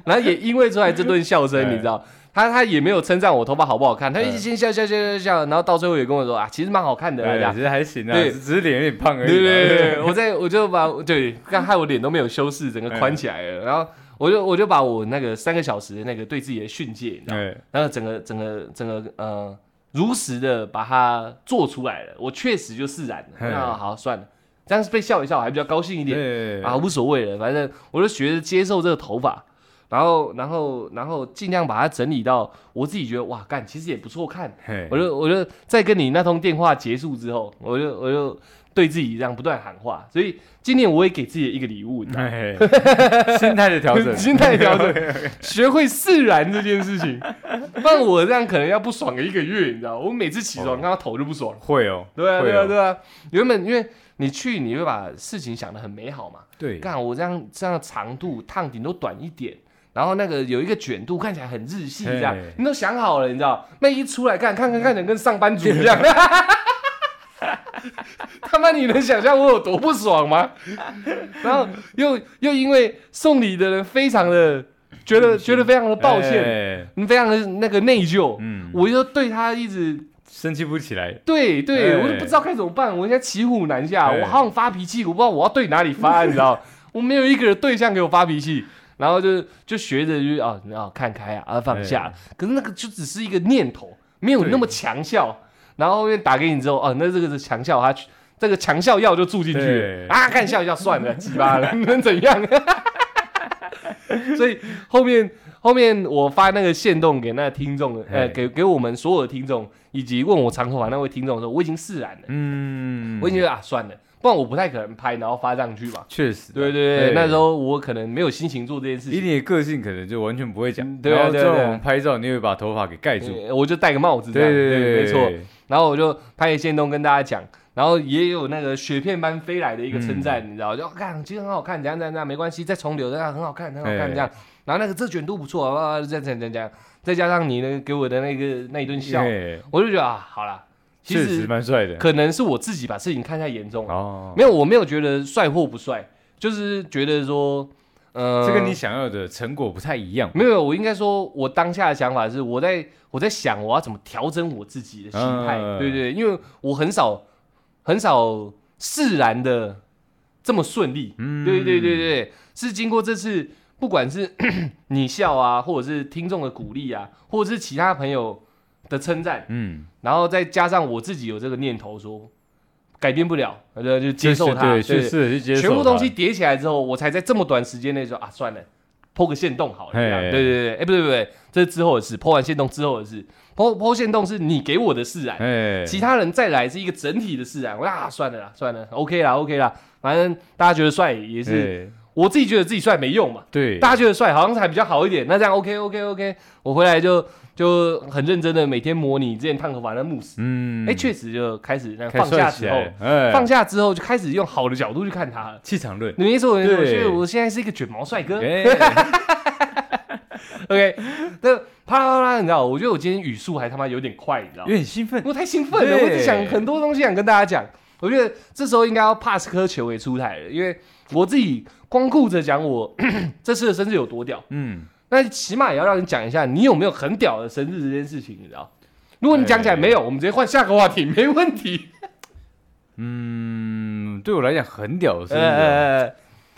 [SPEAKER 1] 然后也因为出来这顿笑声，
[SPEAKER 2] 对
[SPEAKER 1] 你知道。他他也没有称赞我头发好不好看，他一直
[SPEAKER 2] 对
[SPEAKER 1] 先笑笑笑笑笑，然后到最后也跟我说啊，其实蛮好看的啦，这
[SPEAKER 2] 对，
[SPEAKER 1] 样
[SPEAKER 2] 其实还行啊，
[SPEAKER 1] 对
[SPEAKER 2] 只只是脸有点胖而已
[SPEAKER 1] 对
[SPEAKER 2] 嘛。
[SPEAKER 1] 对对对，我在我就把对，刚害我脸都没有修饰，整个宽起来了，然后我就我就把我那个三个小时的那个对自己的训诫，你知道吗
[SPEAKER 2] 哎，
[SPEAKER 1] 然后整个整个整个呃，如实的把它做出来了，我确实就释然了。
[SPEAKER 2] 嘿
[SPEAKER 1] 那好，算了，这样被笑一笑还比较高兴一点
[SPEAKER 2] 对
[SPEAKER 1] 啊，，无所谓了，反正我就学着接受这个头发，然后然后然后尽量把它整理到我自己觉得哇，干其实也不错看。
[SPEAKER 2] 嘿
[SPEAKER 1] 我就我就在跟你那通电话结束之后，我就我就对自己这样不断喊话。所以今年我也给自己一个礼物，你知道吗
[SPEAKER 2] 哎， 心态的调整，
[SPEAKER 1] 心态调整，学会释然这件事 情。不然我这样可能要不爽个一个月，你知道吗？我每次起床
[SPEAKER 2] 哦
[SPEAKER 1] 看到头就不爽。
[SPEAKER 2] 会哦，
[SPEAKER 1] 对啊，
[SPEAKER 2] 会
[SPEAKER 1] 对啊，
[SPEAKER 2] 哦
[SPEAKER 1] 对啊。原本因为你去，你会把事情想得很美好嘛。
[SPEAKER 2] 对
[SPEAKER 1] 干我这样这样长度烫顶都短一点，然后那个有一个卷度看起来很日系这样
[SPEAKER 2] 嘿，
[SPEAKER 1] 你都想好了，你知道？那一出来干，看看看，能跟上班族一样。 他妈，你能想象我有多不爽吗？然后又又因为送礼的人非常的觉得觉得非常的抱歉，嗯
[SPEAKER 2] 哎
[SPEAKER 1] 非常的那个内疚，
[SPEAKER 2] 嗯，
[SPEAKER 1] 我就对他一直
[SPEAKER 2] 生气不起来，
[SPEAKER 1] 对对，
[SPEAKER 2] 哎
[SPEAKER 1] 我就不知道该怎么办，我现在骑虎难下，
[SPEAKER 2] 哎
[SPEAKER 1] 我好想发脾气，我不知道我要对哪里发，你知 道？我没有一个对象给我发脾气，然后就就学着就是啊，你要看开啊，啊放下。
[SPEAKER 2] 哎
[SPEAKER 1] 可是那个就只是一个念头，没有那么强效。然后后面打给你之后，哦，那这个是强效，它这个强效药就住进去了
[SPEAKER 2] 对
[SPEAKER 1] 啊，看笑一笑算了， 鸡巴了，能怎样？ 所以后面后面我发那个线动给那个听众，呃，
[SPEAKER 2] 嘿
[SPEAKER 1] 给给我们所有的听众，以及问我长头发那位听众的时候，我已经释然了，
[SPEAKER 2] 嗯，
[SPEAKER 1] 我已经觉得啊算了，不然我不太可能拍然后发上去嘛。
[SPEAKER 2] 确实啊，
[SPEAKER 1] 对对对，那时候我可能没有心情做这件事
[SPEAKER 2] 以
[SPEAKER 1] 情，
[SPEAKER 2] 你的个性可能就完全不会讲
[SPEAKER 1] 嗯，对啊
[SPEAKER 2] 然后
[SPEAKER 1] 对
[SPEAKER 2] 这
[SPEAKER 1] 啊
[SPEAKER 2] 种
[SPEAKER 1] 对啊
[SPEAKER 2] 我们拍照，你会把头发给盖住，
[SPEAKER 1] 呃我就戴个帽子这样，
[SPEAKER 2] 对
[SPEAKER 1] 没错。然后我就拍一线动跟大家讲，然后也有那个雪片般飞来的一个称
[SPEAKER 2] 嗯
[SPEAKER 1] 赞，你知道，就哦看、其实很好看，怎样怎样怎样，没关系，再重流，这样很好看，很好看
[SPEAKER 2] 哎
[SPEAKER 1] 这样。然后那个这卷度不错，啊，这样这样这样这样，再加上你那个给我的那个那一顿笑，
[SPEAKER 2] 对，
[SPEAKER 1] 我就觉得啊，好啦，其
[SPEAKER 2] 嗯确实
[SPEAKER 1] 实
[SPEAKER 2] 蛮帅的。
[SPEAKER 1] 可能是我自己把事情看在眼中了，
[SPEAKER 2] 哦，
[SPEAKER 1] 没有，我没有觉得帅或不帅，就是觉得说，呃，
[SPEAKER 2] 这跟你想要的成果不太一样。
[SPEAKER 1] 没有，我应该说，我当下的想法是，我在我在想我要怎么调整我自己的心态，
[SPEAKER 2] 嗯
[SPEAKER 1] 对对，因为我很少很少释然的这么顺利，
[SPEAKER 2] 嗯
[SPEAKER 1] 对对对，对，是经过这次， 不管是你笑啊，或者是听众的鼓励啊，或者是其他朋友的称赞，
[SPEAKER 2] 嗯，
[SPEAKER 1] 然后再加上我自己有这个念头说改变不了，呃，就接受它，
[SPEAKER 2] 对，
[SPEAKER 1] 对
[SPEAKER 2] 确实去接受
[SPEAKER 1] 全部
[SPEAKER 2] 它
[SPEAKER 1] 东西，叠起来之后，我才在这么短时间内说啊，算了，剖个线洞好了。
[SPEAKER 2] 嘿
[SPEAKER 1] 这样对对对，哎、不对不对，这是之后的事，剖完线洞之后的事，剖剖线洞是你给我的释然，
[SPEAKER 2] 哎，
[SPEAKER 1] 其他人再来是一个整体的释然。我啊，算了啦，算了，OK 啦，OK 啦，反正大家觉得帅也是，
[SPEAKER 2] 哎
[SPEAKER 1] 我自己觉得自己帅没用嘛，
[SPEAKER 2] 对，
[SPEAKER 1] 大家觉得帅好像才比较好一点，那这样 OK OK OK，我回来就就很认真的每天模拟之前烫头发的慕斯，
[SPEAKER 2] 嗯，
[SPEAKER 1] 哎、确实就开始那
[SPEAKER 2] 开
[SPEAKER 1] 放
[SPEAKER 2] 始
[SPEAKER 1] 下
[SPEAKER 2] 帅起
[SPEAKER 1] 之后，
[SPEAKER 2] 来，哎，
[SPEAKER 1] 放下之后就开始用好的角度去看他了。
[SPEAKER 2] 气场论，
[SPEAKER 1] 你没错，没错，
[SPEAKER 2] 对
[SPEAKER 1] 所以我现在是一个卷毛帅哥。
[SPEAKER 2] 哎，
[SPEAKER 1] OK，那 啪啦啪啦，你知道，我觉得我今天语速还他妈有点快，你知道
[SPEAKER 2] 有，点兴奋，
[SPEAKER 1] 我太兴奋了，
[SPEAKER 2] 对
[SPEAKER 1] 我在想很多东西想跟大家讲。我觉得这时候应该要 pass 颗球给出台了，因为我自己光顾着讲我 这次的生日有多屌，
[SPEAKER 2] 嗯，
[SPEAKER 1] 那起码也要让你讲一下你有没有很屌的生日这件事情，你知道？如果你讲起来没有，我们直接换下个话题，没问题。
[SPEAKER 2] 嗯，对我来讲很屌，哎是
[SPEAKER 1] 呃
[SPEAKER 2] 不是？
[SPEAKER 1] 呃，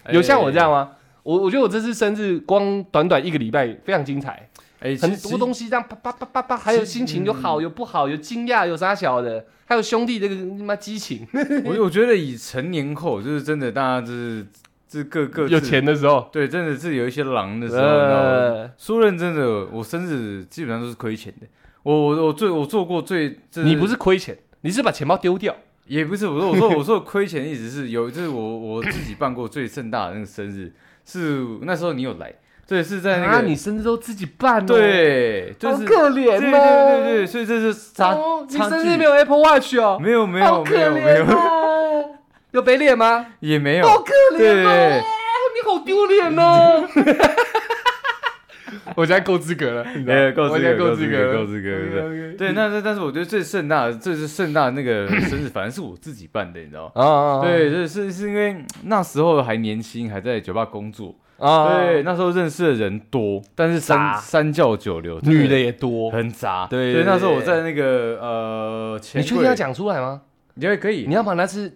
[SPEAKER 1] 呃有像我这样
[SPEAKER 2] 吗？
[SPEAKER 1] 吗？我我觉得我这次生日光短短一个礼拜非常精彩。
[SPEAKER 2] 哎，
[SPEAKER 1] 很
[SPEAKER 2] 其
[SPEAKER 1] 多东西这样啪啪啪啪啪，还有心情有
[SPEAKER 2] 嗯
[SPEAKER 1] 好有不好，有惊讶有啥小的，还有兄弟这个他妈激情，
[SPEAKER 2] 我我觉得以成年后，就是真的，大家就是这各各自
[SPEAKER 1] 的时候，
[SPEAKER 2] 对，真的是有一些狼的时候，你知道吗
[SPEAKER 1] 呃，
[SPEAKER 2] 说认真的，我生日基本上都是亏钱的。我我我最我做过最，就
[SPEAKER 1] 你不是亏钱，你是把钱包丢掉，
[SPEAKER 2] 也不是我说我 说我说亏钱，一直是有，就是我我自己办过最盛大的那个生日，是那时候你有来，对，是在那个、
[SPEAKER 1] 啊，你生日都自己办哦，，
[SPEAKER 2] 对，就
[SPEAKER 1] 好
[SPEAKER 2] 是
[SPEAKER 1] 可
[SPEAKER 2] 对
[SPEAKER 1] 怜
[SPEAKER 2] 对
[SPEAKER 1] 哦，
[SPEAKER 2] 对对，所以这是差
[SPEAKER 1] 哦，你
[SPEAKER 2] 差
[SPEAKER 1] 生
[SPEAKER 2] 距
[SPEAKER 1] 日没有 Apple Watch 哦，
[SPEAKER 2] 没有没
[SPEAKER 1] 好
[SPEAKER 2] 有
[SPEAKER 1] 可
[SPEAKER 2] 没有没
[SPEAKER 1] 怜
[SPEAKER 2] 有
[SPEAKER 1] 哦，有北脸吗？
[SPEAKER 2] 也没有，
[SPEAKER 1] 好可
[SPEAKER 2] 对
[SPEAKER 1] 怜哦，你好丢脸 哦。我现在够资格了，你知道吗
[SPEAKER 2] 哎够资格
[SPEAKER 1] 我现在
[SPEAKER 2] 够资格够资格
[SPEAKER 1] OK，OK
[SPEAKER 2] 对，那那但是我觉得最盛大的最是盛大的那个生日，反正是我自己办的，你知道吗？
[SPEAKER 1] 啊啊，啊，
[SPEAKER 2] 对，对，是是因为嗯那时候还年轻，还在酒吧工作。
[SPEAKER 1] 啊，
[SPEAKER 2] 对，那时候认识的人多，但是
[SPEAKER 1] 杂
[SPEAKER 2] 三三教九流，真
[SPEAKER 1] 女的也多。
[SPEAKER 2] 很杂。
[SPEAKER 1] 对
[SPEAKER 2] 所
[SPEAKER 1] 对
[SPEAKER 2] 以那时候我
[SPEAKER 1] 对
[SPEAKER 2] 在那个呃，钱
[SPEAKER 1] 你确定
[SPEAKER 2] 柜
[SPEAKER 1] 要？讲出来吗？
[SPEAKER 2] 你觉得可以？
[SPEAKER 1] 你要把那次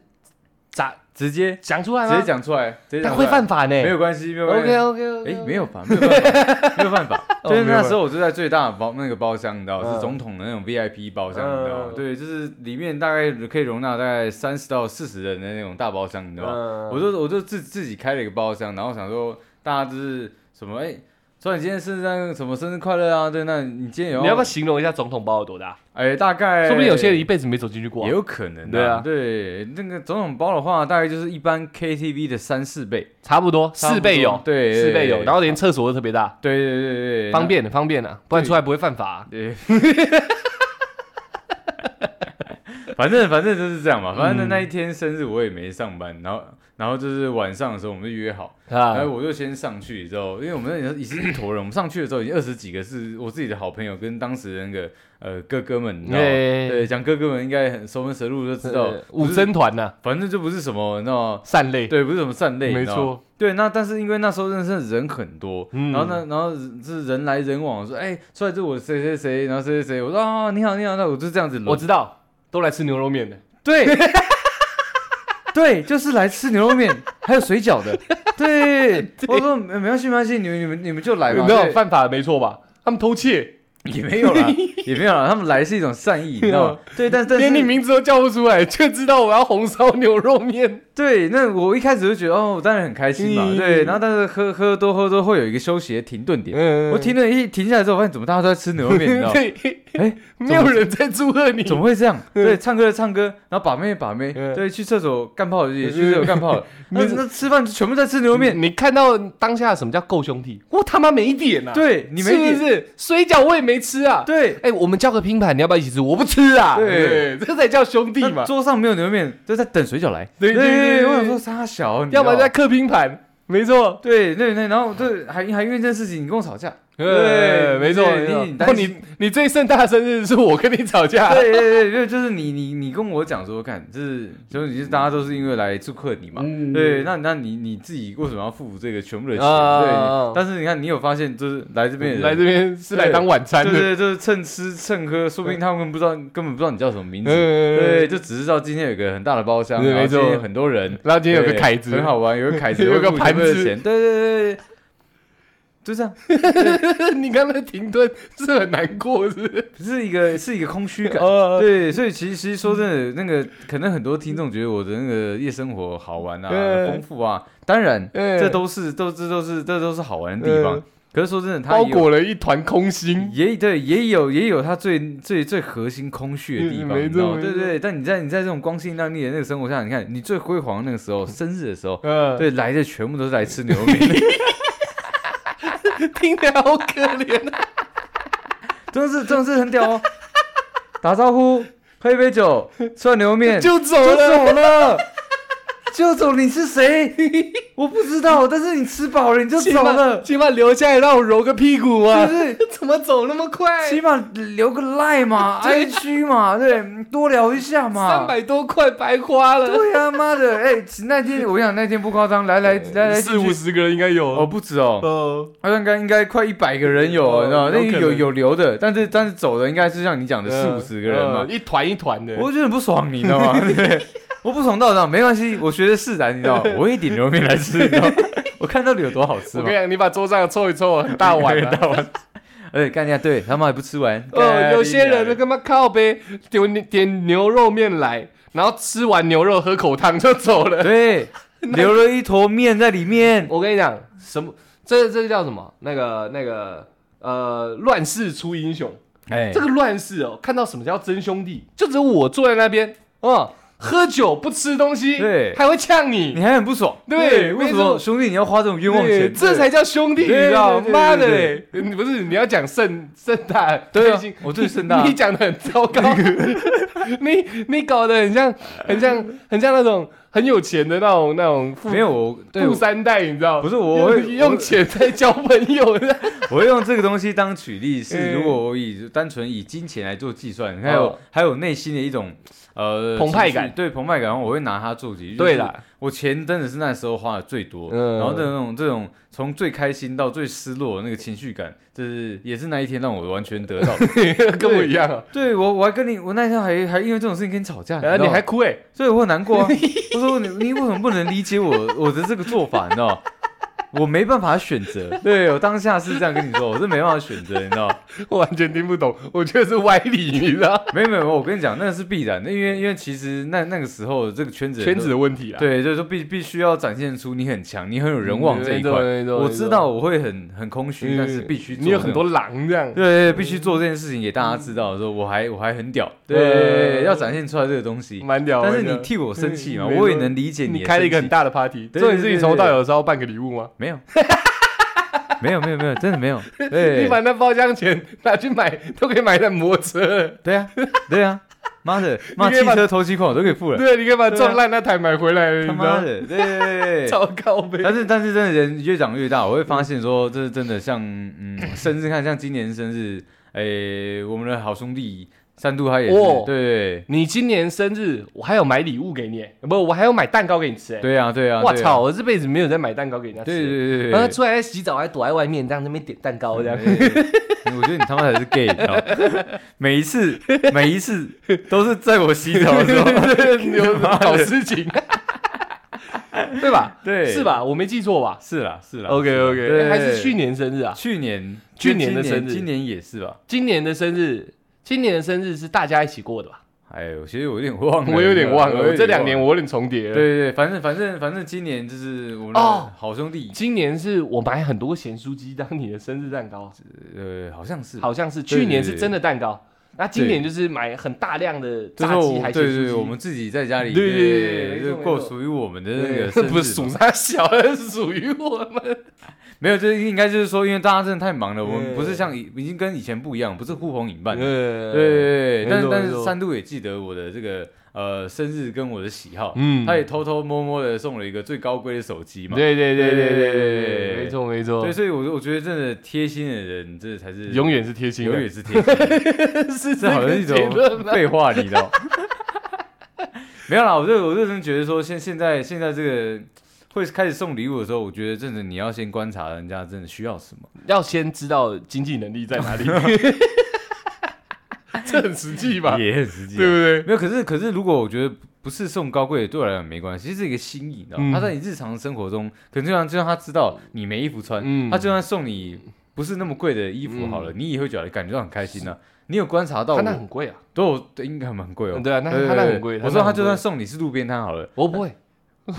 [SPEAKER 1] 咋
[SPEAKER 2] 直接
[SPEAKER 1] 讲出来
[SPEAKER 2] 直
[SPEAKER 1] 吗？
[SPEAKER 2] 接，讲出来，直接
[SPEAKER 1] 他
[SPEAKER 2] 讲出
[SPEAKER 1] 会
[SPEAKER 2] 来
[SPEAKER 1] 犯法欸呢。
[SPEAKER 2] 没有关系，没有关系。
[SPEAKER 1] OK OK OK，
[SPEAKER 2] 哎，没有吧？没有办法，没有办法。
[SPEAKER 1] 哦
[SPEAKER 2] 就是
[SPEAKER 1] 没有
[SPEAKER 2] 那
[SPEAKER 1] 办
[SPEAKER 2] 时候我就在最大的包那个包厢，你知道，
[SPEAKER 1] 嗯
[SPEAKER 2] 是总统的那种 VIP 包厢，你知道吗
[SPEAKER 1] 嗯？
[SPEAKER 2] 对，就是里面大概可以容纳大概三十到四十人的那种大包厢，你知道吗？
[SPEAKER 1] 嗯
[SPEAKER 2] 我就我就自自己开了一个包厢，然后想说大家就是什么哎。说你今天是那个什么生日快乐啊？对，那你今天有
[SPEAKER 1] 你要不要形容一下总统包有多大？
[SPEAKER 2] 哎，大概
[SPEAKER 1] 说不定有些人一辈子没走进去过啊、
[SPEAKER 2] 也有可能、
[SPEAKER 1] 对啊
[SPEAKER 2] 对，那个总统包的话，大概就是一般 KTV 的三四倍。
[SPEAKER 1] 差不多
[SPEAKER 2] 差不多
[SPEAKER 1] 四倍有，
[SPEAKER 2] 对
[SPEAKER 1] 四倍有，然后连厕所都特别大，
[SPEAKER 2] 对对对对对，
[SPEAKER 1] 方便的方便啊，不然出来不会犯法啊、
[SPEAKER 2] 对，反正反正就是这样
[SPEAKER 1] 嗯
[SPEAKER 2] 嘛。反正那一天生日我也没上班，然后然后就是晚上的时候我们就约好，
[SPEAKER 1] 啊
[SPEAKER 2] 然后哎我就先上去之后，因为我们那里已经一坨人，我们上去的时候已经二十几个是我自己的好朋友跟当时那个呃哥哥们，你知道吗？
[SPEAKER 1] 对
[SPEAKER 2] 对，讲哥哥们应该很熟门熟路就知道
[SPEAKER 1] 呃，
[SPEAKER 2] 不
[SPEAKER 1] 五
[SPEAKER 2] 是，
[SPEAKER 1] 针团呐，
[SPEAKER 2] 反正就不是什么，你知道吗？
[SPEAKER 1] 善类，
[SPEAKER 2] 对，不是什么善类，
[SPEAKER 1] 没
[SPEAKER 2] 你知道吗
[SPEAKER 1] 错，
[SPEAKER 2] 对，那但是因为那时候认识的人很多，
[SPEAKER 1] 嗯
[SPEAKER 2] 然后呢，然后是人来人往，说哎，出来这我谁谁谁，然后谁谁谁，我说啊你好你好，那我就这样子
[SPEAKER 1] 我
[SPEAKER 2] 轮，
[SPEAKER 1] 知道，都来吃牛肉面的，
[SPEAKER 2] 对， 对，就是来吃牛肉面还有水饺的， 对，我说没没关系没关系，你们你们你们就来吧，
[SPEAKER 1] 有哎没有
[SPEAKER 2] 对
[SPEAKER 1] 犯法？没错吧？他们偷窃，
[SPEAKER 2] 也没有啦，也没有啦，他们来是一种善意，你知道吗？对，但但
[SPEAKER 1] 连你
[SPEAKER 2] 是
[SPEAKER 1] 名字都叫不出来，却知道我要红烧牛肉面，
[SPEAKER 2] 对，那我一开始就觉得哦，我当然很开心嘛，
[SPEAKER 1] 嗯
[SPEAKER 2] 对，然后但是喝喝多喝多会有一个休息的停顿点。
[SPEAKER 1] 嗯
[SPEAKER 2] 我停顿一停下来之后，发现怎么大家都在吃牛肉面，你知道 吗？
[SPEAKER 1] 对，
[SPEAKER 2] 哎，
[SPEAKER 1] 没有人在祝贺你，
[SPEAKER 2] 怎么会 这样？对，唱歌的唱歌，然后把妹的把妹，
[SPEAKER 1] 嗯
[SPEAKER 2] 对，去厕所干炮的也去厕所干 炮了。那那吃饭就全部在吃牛肉面，
[SPEAKER 1] 你看到当下什么叫够兄弟？我他妈没点啊！，
[SPEAKER 2] 对你没
[SPEAKER 1] 是
[SPEAKER 2] 点
[SPEAKER 1] 不，是？水饺我也没吃啊。
[SPEAKER 2] 对，
[SPEAKER 1] 哎、我们叫个拼盘，你要不要一起吃？我不吃啊！
[SPEAKER 2] 对，
[SPEAKER 1] 这才叫兄弟
[SPEAKER 2] 那
[SPEAKER 1] 嘛。
[SPEAKER 2] 桌上没有牛肉面，就在等水饺来。
[SPEAKER 1] 对对对对
[SPEAKER 2] 我想说傻小，你知
[SPEAKER 1] 要
[SPEAKER 2] 道
[SPEAKER 1] 不
[SPEAKER 2] 吗
[SPEAKER 1] 然在刻拼盘，没错。
[SPEAKER 2] 对对对，然后对还还因为这件事情你跟我吵架，
[SPEAKER 1] 呃没错。
[SPEAKER 2] 对
[SPEAKER 1] 没错
[SPEAKER 2] 你
[SPEAKER 1] 然后
[SPEAKER 2] 担心
[SPEAKER 1] 你你最盛大的生日是我跟你吵架，
[SPEAKER 2] 对对对，就就是你你你跟我讲说，看，就是就是你是大家都是因为来祝贺你嘛，
[SPEAKER 1] 嗯
[SPEAKER 2] 对，那那你你自己为什么要付这个全部的钱？
[SPEAKER 1] 啊
[SPEAKER 2] 对，但是你看，你有发现就是来这边的人
[SPEAKER 1] 来这边是来当晚餐
[SPEAKER 2] 对
[SPEAKER 1] 的。
[SPEAKER 2] 对，就是蹭吃蹭喝，说不定他们不知道，根本不知道你叫什么名字。对，
[SPEAKER 1] 呃，
[SPEAKER 2] 就只是知道今天有一个很大的包厢，
[SPEAKER 1] 对
[SPEAKER 2] 然后
[SPEAKER 1] 没错
[SPEAKER 2] 今天很多人，
[SPEAKER 1] 然后今天有个
[SPEAKER 2] 对
[SPEAKER 1] 凯子，
[SPEAKER 2] 很好玩，有个凯子，
[SPEAKER 1] 有个
[SPEAKER 2] 会付全部的
[SPEAKER 1] 盘子
[SPEAKER 2] 钱对对对对，就这样，
[SPEAKER 1] 你刚才停顿是很难过，是不是？
[SPEAKER 2] 是一个是一个空虚感。
[SPEAKER 1] 哦，
[SPEAKER 2] 对，所以其实其实说真的，那个可能很多听众觉得我的那个夜生活好玩啊，
[SPEAKER 1] 嗯
[SPEAKER 2] 丰富啊，当然
[SPEAKER 1] 嗯
[SPEAKER 2] 这都是都这都是这都是好玩的地方
[SPEAKER 1] 嗯。
[SPEAKER 2] 可是说真的，它
[SPEAKER 1] 包
[SPEAKER 2] 也有
[SPEAKER 1] 裹了一团空心。
[SPEAKER 2] 也对，也有也有它最最最核心空虚的地
[SPEAKER 1] 嗯
[SPEAKER 2] 方，
[SPEAKER 1] 没
[SPEAKER 2] 你知道
[SPEAKER 1] 错
[SPEAKER 2] 吗？
[SPEAKER 1] 没
[SPEAKER 2] 对
[SPEAKER 1] 错
[SPEAKER 2] 对，但你在你在这种光鲜亮丽的那个生活下，你看你最辉煌的那个时候，生日的时候，
[SPEAKER 1] 嗯，
[SPEAKER 2] 对来的全部都是来吃牛肉面的，
[SPEAKER 1] 听起来好可怜啊！
[SPEAKER 2] 真的是真的是很屌哦！打招呼，喝一杯酒，吃完牛肉面
[SPEAKER 1] 就走
[SPEAKER 2] 就
[SPEAKER 1] 了，
[SPEAKER 2] 走了。就走，你是谁？我不知道，但是你吃饱了你就
[SPEAKER 1] 起
[SPEAKER 2] 走
[SPEAKER 1] 码
[SPEAKER 2] 了，
[SPEAKER 1] 起码留下来让我揉个屁股
[SPEAKER 2] 是
[SPEAKER 1] 啊！
[SPEAKER 2] 不是？
[SPEAKER 1] 怎么走那么快？
[SPEAKER 2] 起码留个赖嘛，IG 嘛，对，多聊一下嘛。
[SPEAKER 1] 三百多块白花了，
[SPEAKER 2] 对啊，妈的，哎、那天我跟你讲，那天不夸张，来来来来，
[SPEAKER 1] 四五十个人应该
[SPEAKER 2] 哦，
[SPEAKER 1] 有。
[SPEAKER 2] 不止哦，
[SPEAKER 1] 哦，
[SPEAKER 2] 好像应该应该快一百个人有哦，
[SPEAKER 1] 哦
[SPEAKER 2] 你知道吗？
[SPEAKER 1] 有可
[SPEAKER 2] 那
[SPEAKER 1] 能
[SPEAKER 2] 有有留的，但是但是走的应该是像你讲的四五十个人嘛
[SPEAKER 1] 呃，一团一团的。
[SPEAKER 2] 我就很不爽，你知道 吗？对，我不爽到那没关系，我觉得释然，你知 道吗？我也点牛肉面来吃，你知道吗？ 我看到底有多好吃
[SPEAKER 1] 我
[SPEAKER 2] 嘛
[SPEAKER 1] 跟你。讲，你把桌上凑一凑，很大碗
[SPEAKER 2] 大
[SPEAKER 1] 啊。
[SPEAKER 2] 而且干一下，对他们还不吃完。
[SPEAKER 1] 哦，
[SPEAKER 2] 干
[SPEAKER 1] 有些
[SPEAKER 2] 你啊
[SPEAKER 1] 人
[SPEAKER 2] 娘
[SPEAKER 1] 他妈靠呗，点点牛肉面来，然后吃完牛肉喝口汤就走了。
[SPEAKER 2] 对留了一坨面在里面，
[SPEAKER 1] 我跟你讲，什么？这这叫什么？那个那个呃，乱世出英雄。
[SPEAKER 2] 哎
[SPEAKER 1] 这，个乱世哦，看到什么叫真兄弟，就只有我坐在那边，哦，喝酒不吃东西，
[SPEAKER 2] 对
[SPEAKER 1] 还会呛你
[SPEAKER 2] 你，还很不爽。
[SPEAKER 1] 对
[SPEAKER 2] 为什
[SPEAKER 1] 没
[SPEAKER 2] 么
[SPEAKER 1] 错
[SPEAKER 2] 兄弟你要花这种冤枉
[SPEAKER 1] 对，
[SPEAKER 2] 钱？
[SPEAKER 1] 这才叫兄弟，你
[SPEAKER 2] 对
[SPEAKER 1] 知道吗？
[SPEAKER 2] 对对对
[SPEAKER 1] 妈的
[SPEAKER 2] 对
[SPEAKER 1] 嘞，你不是你要讲盛盛大，
[SPEAKER 2] 对啊
[SPEAKER 1] 开心，
[SPEAKER 2] 我最盛大
[SPEAKER 1] 你。讲的很糟糕，你你搞得很像很像很像那种很有钱的那种那种富
[SPEAKER 2] 没有我，对，
[SPEAKER 1] 富
[SPEAKER 2] 我
[SPEAKER 1] 三代，你知道吗？
[SPEAKER 2] 不是我会
[SPEAKER 1] 用用钱在交朋 友的，
[SPEAKER 2] 我会用这个东西当举例，是
[SPEAKER 1] 嗯
[SPEAKER 2] 如果我以单纯以金钱来做计算，还有
[SPEAKER 1] 哦
[SPEAKER 2] 还有内心的一种呃
[SPEAKER 1] 澎湃
[SPEAKER 2] 情绪
[SPEAKER 1] 感
[SPEAKER 2] 对澎湃感，我会拿它做举例。
[SPEAKER 1] 对
[SPEAKER 2] 啦，
[SPEAKER 1] 啦，
[SPEAKER 2] 我钱真的是那时候花的最多，
[SPEAKER 1] 嗯
[SPEAKER 2] 然后这种这种从最开心到最失落的那个情绪感，就是也是那一天让我完全得到的。
[SPEAKER 1] 跟我一样啊，
[SPEAKER 2] 对我，我还跟你，我那天还还因为这种事情跟你吵架，你知
[SPEAKER 1] 然后
[SPEAKER 2] 道
[SPEAKER 1] 你
[SPEAKER 2] 吗
[SPEAKER 1] 还，哭哎，
[SPEAKER 2] 所以我很难过啊。我说你你为什么不能理解我我的这个做法，你知道吗？我没办法选择。对我当下是这样跟你说，我是没办法选择，你知道吗？
[SPEAKER 1] 我完全听不懂，我觉得是歪理，你知道？
[SPEAKER 2] 没有没有，我跟你讲，那是必然的，因为因为其实那那个时候这个圈子人
[SPEAKER 1] 圈
[SPEAKER 2] 都
[SPEAKER 1] 子的问题啊啦。
[SPEAKER 2] 对，就是说必必须要展现出你很强，你很有人望这一块。
[SPEAKER 1] 嗯没错没错
[SPEAKER 2] 我
[SPEAKER 1] 没
[SPEAKER 2] 知
[SPEAKER 1] 错
[SPEAKER 2] 道我会很很空
[SPEAKER 1] 嗯，
[SPEAKER 2] 虚，但是必须做
[SPEAKER 1] 你有
[SPEAKER 2] 这
[SPEAKER 1] 很
[SPEAKER 2] 种
[SPEAKER 1] 多嗯狼这样。
[SPEAKER 2] 对对，对必须做这件事情给大家知道，说我还我还很屌，对，
[SPEAKER 1] 嗯
[SPEAKER 2] 要展现出来这个东西。
[SPEAKER 1] 蛮屌的。
[SPEAKER 2] 但是你
[SPEAKER 1] 蛮屌
[SPEAKER 2] 替我生气嘛，
[SPEAKER 1] 嗯没
[SPEAKER 2] 我也
[SPEAKER 1] 错
[SPEAKER 2] 能理解你的
[SPEAKER 1] 你开了一个
[SPEAKER 2] 生气
[SPEAKER 1] 很大的 party，
[SPEAKER 2] 对对
[SPEAKER 1] 重点是你
[SPEAKER 2] 对
[SPEAKER 1] 从头到
[SPEAKER 2] 对
[SPEAKER 1] 有时候办个礼物吗？
[SPEAKER 2] 没有， 没有没有没有，真的 没有。
[SPEAKER 1] 你
[SPEAKER 2] 对
[SPEAKER 1] 把那包厢钱拿去买，都可以买一辆摩托车了。
[SPEAKER 2] 对啊对啊，妈 的，妈
[SPEAKER 1] 你
[SPEAKER 2] 汽
[SPEAKER 1] 可以把
[SPEAKER 2] 车头期款我都可以付了，
[SPEAKER 1] 对，你可以把
[SPEAKER 2] 对啊
[SPEAKER 1] 撞烂那台买回来了，你
[SPEAKER 2] 他
[SPEAKER 1] 知
[SPEAKER 2] 妈
[SPEAKER 1] 道？
[SPEAKER 2] 的，对对对。对
[SPEAKER 1] 超高呗。
[SPEAKER 2] 但是但是真的人越长越大，我会发现说，这是真的像嗯，生日看像今年生日，诶、我们的好兄弟三度他也是，
[SPEAKER 1] 哦
[SPEAKER 2] 对
[SPEAKER 1] 你今年生日，我还有买礼物给你，不，我还有买蛋糕给你吃。哎，
[SPEAKER 2] 对啊对啊，
[SPEAKER 1] 我
[SPEAKER 2] 对啊
[SPEAKER 1] 操，，我这辈子没有在买蛋糕给人家吃。哎
[SPEAKER 2] 对对对对，
[SPEAKER 1] 然后出来洗澡还躲在外面，这样那边点蛋糕这样。
[SPEAKER 2] 对哎我觉得你他妈才是 gay，你知道吗每一次每一次都是在我洗澡的 时候，
[SPEAKER 1] 有 搞事情，对吧？
[SPEAKER 2] 对，
[SPEAKER 1] 是？吧？我没记错吧
[SPEAKER 2] 是啦是啦哎
[SPEAKER 1] ？OK
[SPEAKER 2] 是啦
[SPEAKER 1] OK，哎
[SPEAKER 2] 对
[SPEAKER 1] 还是去年生日啊？
[SPEAKER 2] 去年
[SPEAKER 1] 去年的
[SPEAKER 2] 今
[SPEAKER 1] 生日
[SPEAKER 2] 今年也是吧？
[SPEAKER 1] 今年的生日，今年的生日是大家一起过的吧？
[SPEAKER 2] 哎呦，其实我有点忘了，
[SPEAKER 1] 我有点忘了，
[SPEAKER 2] 有
[SPEAKER 1] 我这两年
[SPEAKER 2] 忘了
[SPEAKER 1] 我有点重叠
[SPEAKER 2] 对
[SPEAKER 1] 了。
[SPEAKER 2] 对对，反正反正反正今年就是我们
[SPEAKER 1] 哦
[SPEAKER 2] 的好兄弟，
[SPEAKER 1] 今年是我买很多咸酥鸡当你的生日蛋糕，
[SPEAKER 2] 呃，好像是，
[SPEAKER 1] 好像是
[SPEAKER 2] 对对
[SPEAKER 1] 去年
[SPEAKER 2] 对
[SPEAKER 1] 是真的蛋糕，那今年就是买很大量的
[SPEAKER 2] 就
[SPEAKER 1] 炸
[SPEAKER 2] 是
[SPEAKER 1] 鸡
[SPEAKER 2] 我
[SPEAKER 1] 还
[SPEAKER 2] 对
[SPEAKER 1] 咸
[SPEAKER 2] 对对，我
[SPEAKER 1] 酥
[SPEAKER 2] 们
[SPEAKER 1] 鸡。
[SPEAKER 2] 自己在家里，
[SPEAKER 1] 对对对对没
[SPEAKER 2] 就
[SPEAKER 1] 错
[SPEAKER 2] 过
[SPEAKER 1] 没错
[SPEAKER 2] 属于我们的那
[SPEAKER 1] 对
[SPEAKER 2] 个生日嘛，
[SPEAKER 1] 不是属他小，而是属于我们。
[SPEAKER 2] 没有，就是应该就是说，因为大家真的太忙了，我
[SPEAKER 1] 对
[SPEAKER 2] 们不是像以已经跟以前不一样，不是呼朋引伴。对
[SPEAKER 1] 对
[SPEAKER 2] 对对，对
[SPEAKER 1] 没
[SPEAKER 2] 但是
[SPEAKER 1] 错
[SPEAKER 2] 但
[SPEAKER 1] 没
[SPEAKER 2] 是
[SPEAKER 1] 错
[SPEAKER 2] 三度也记得我的这个呃生日跟我的喜好，
[SPEAKER 1] 嗯
[SPEAKER 2] 他也偷偷摸摸的送了一个最高贵的手机嘛。
[SPEAKER 1] 对对对对对
[SPEAKER 2] 对
[SPEAKER 1] 对
[SPEAKER 2] 对
[SPEAKER 1] 对，
[SPEAKER 2] 对
[SPEAKER 1] 没错没错
[SPEAKER 2] 对，，所以我我觉得真的贴心的人，这才是
[SPEAKER 1] 永远是贴心
[SPEAKER 2] 永远
[SPEAKER 1] 的，
[SPEAKER 2] 是贴心的。
[SPEAKER 1] 是
[SPEAKER 2] 这好像是一
[SPEAKER 1] 个结
[SPEAKER 2] 种
[SPEAKER 1] 论吗？
[SPEAKER 2] 废话，你知道？ 没有啦，我就我认真觉得说，现现在现在这个会开始送礼物的时候，我觉得真的你要先观察人家真的需要什么。
[SPEAKER 1] 要先知道经济能力在 哪里， 这很实际吧？
[SPEAKER 2] 也很实际啊、
[SPEAKER 1] 对不对？
[SPEAKER 2] 没有，可是可是，如果我觉得不是送高贵的，对我来讲没关系，这是一个心意，你知道
[SPEAKER 1] 嗯
[SPEAKER 2] 吗？他在你日常生活中，可能就像就像他知道你没衣服穿，
[SPEAKER 1] 嗯
[SPEAKER 2] 他就算送你不是那么贵的衣服好了，你也会觉得感觉到很开心呢、你有观察到
[SPEAKER 1] 他那
[SPEAKER 2] 我
[SPEAKER 1] 很贵啊，
[SPEAKER 2] 都有对应该还蛮贵哦
[SPEAKER 1] 嗯。对啊，那
[SPEAKER 2] 对
[SPEAKER 1] 他那
[SPEAKER 2] 对
[SPEAKER 1] 很贵。
[SPEAKER 2] 我说
[SPEAKER 1] 那
[SPEAKER 2] 他
[SPEAKER 1] 很
[SPEAKER 2] 就
[SPEAKER 1] 贵
[SPEAKER 2] 算送你是路边 摊好了，
[SPEAKER 1] 我不会，
[SPEAKER 2] 你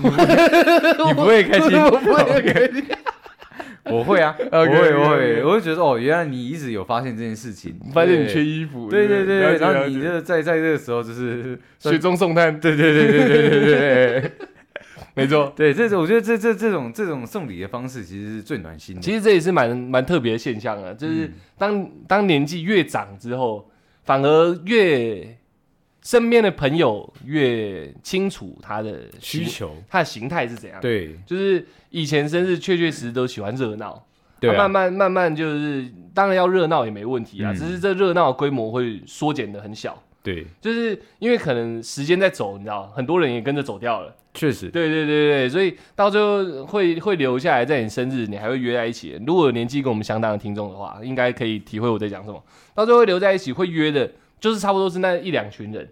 [SPEAKER 2] 不会开 心，
[SPEAKER 1] 我不会开心。
[SPEAKER 2] 我会 啊，我
[SPEAKER 1] OK，OK，
[SPEAKER 2] 会，我
[SPEAKER 1] OK，OK
[SPEAKER 2] 会，我会觉得哦，原来你一直有发现这件事情，
[SPEAKER 1] 发现你
[SPEAKER 2] 对
[SPEAKER 1] 缺衣服，
[SPEAKER 2] 对对对
[SPEAKER 1] 了
[SPEAKER 2] 对，
[SPEAKER 1] 解
[SPEAKER 2] 然
[SPEAKER 1] 了
[SPEAKER 2] 后你
[SPEAKER 1] 解
[SPEAKER 2] 就在在这个时候就是
[SPEAKER 1] 雪中送炭，对对
[SPEAKER 2] 对对对对对对。
[SPEAKER 1] 没错。
[SPEAKER 2] 对，这我觉得这这这种这种送礼的方式其实是最暖心的。
[SPEAKER 1] 其实这也是蛮蛮特别的现象啊，就是
[SPEAKER 2] 嗯
[SPEAKER 1] 当、当年纪越长之后，反而越身边的朋友越清楚他的
[SPEAKER 2] 需
[SPEAKER 1] 形，
[SPEAKER 2] 求，
[SPEAKER 1] 他的形态是怎样。，
[SPEAKER 2] 对
[SPEAKER 1] 就是以前生日确确实实都喜欢热闹，
[SPEAKER 2] 对、
[SPEAKER 1] 啊
[SPEAKER 2] 啊
[SPEAKER 1] 慢，慢慢慢就是当然要热闹也没问题啊，
[SPEAKER 2] 嗯
[SPEAKER 1] 只是这热闹的规模会缩减的很小，
[SPEAKER 2] 对，
[SPEAKER 1] 就是因为可能时间在走，你知道，很多人也跟着走掉了。
[SPEAKER 2] 确实，
[SPEAKER 1] 对对对对，所以到最后会会留下来，在你生日你还会约在一起。如果有年纪跟我们相当的听众的话，应该可以体会我在讲什么。到最后会留在一起会约的，就是差不多是那一两群人，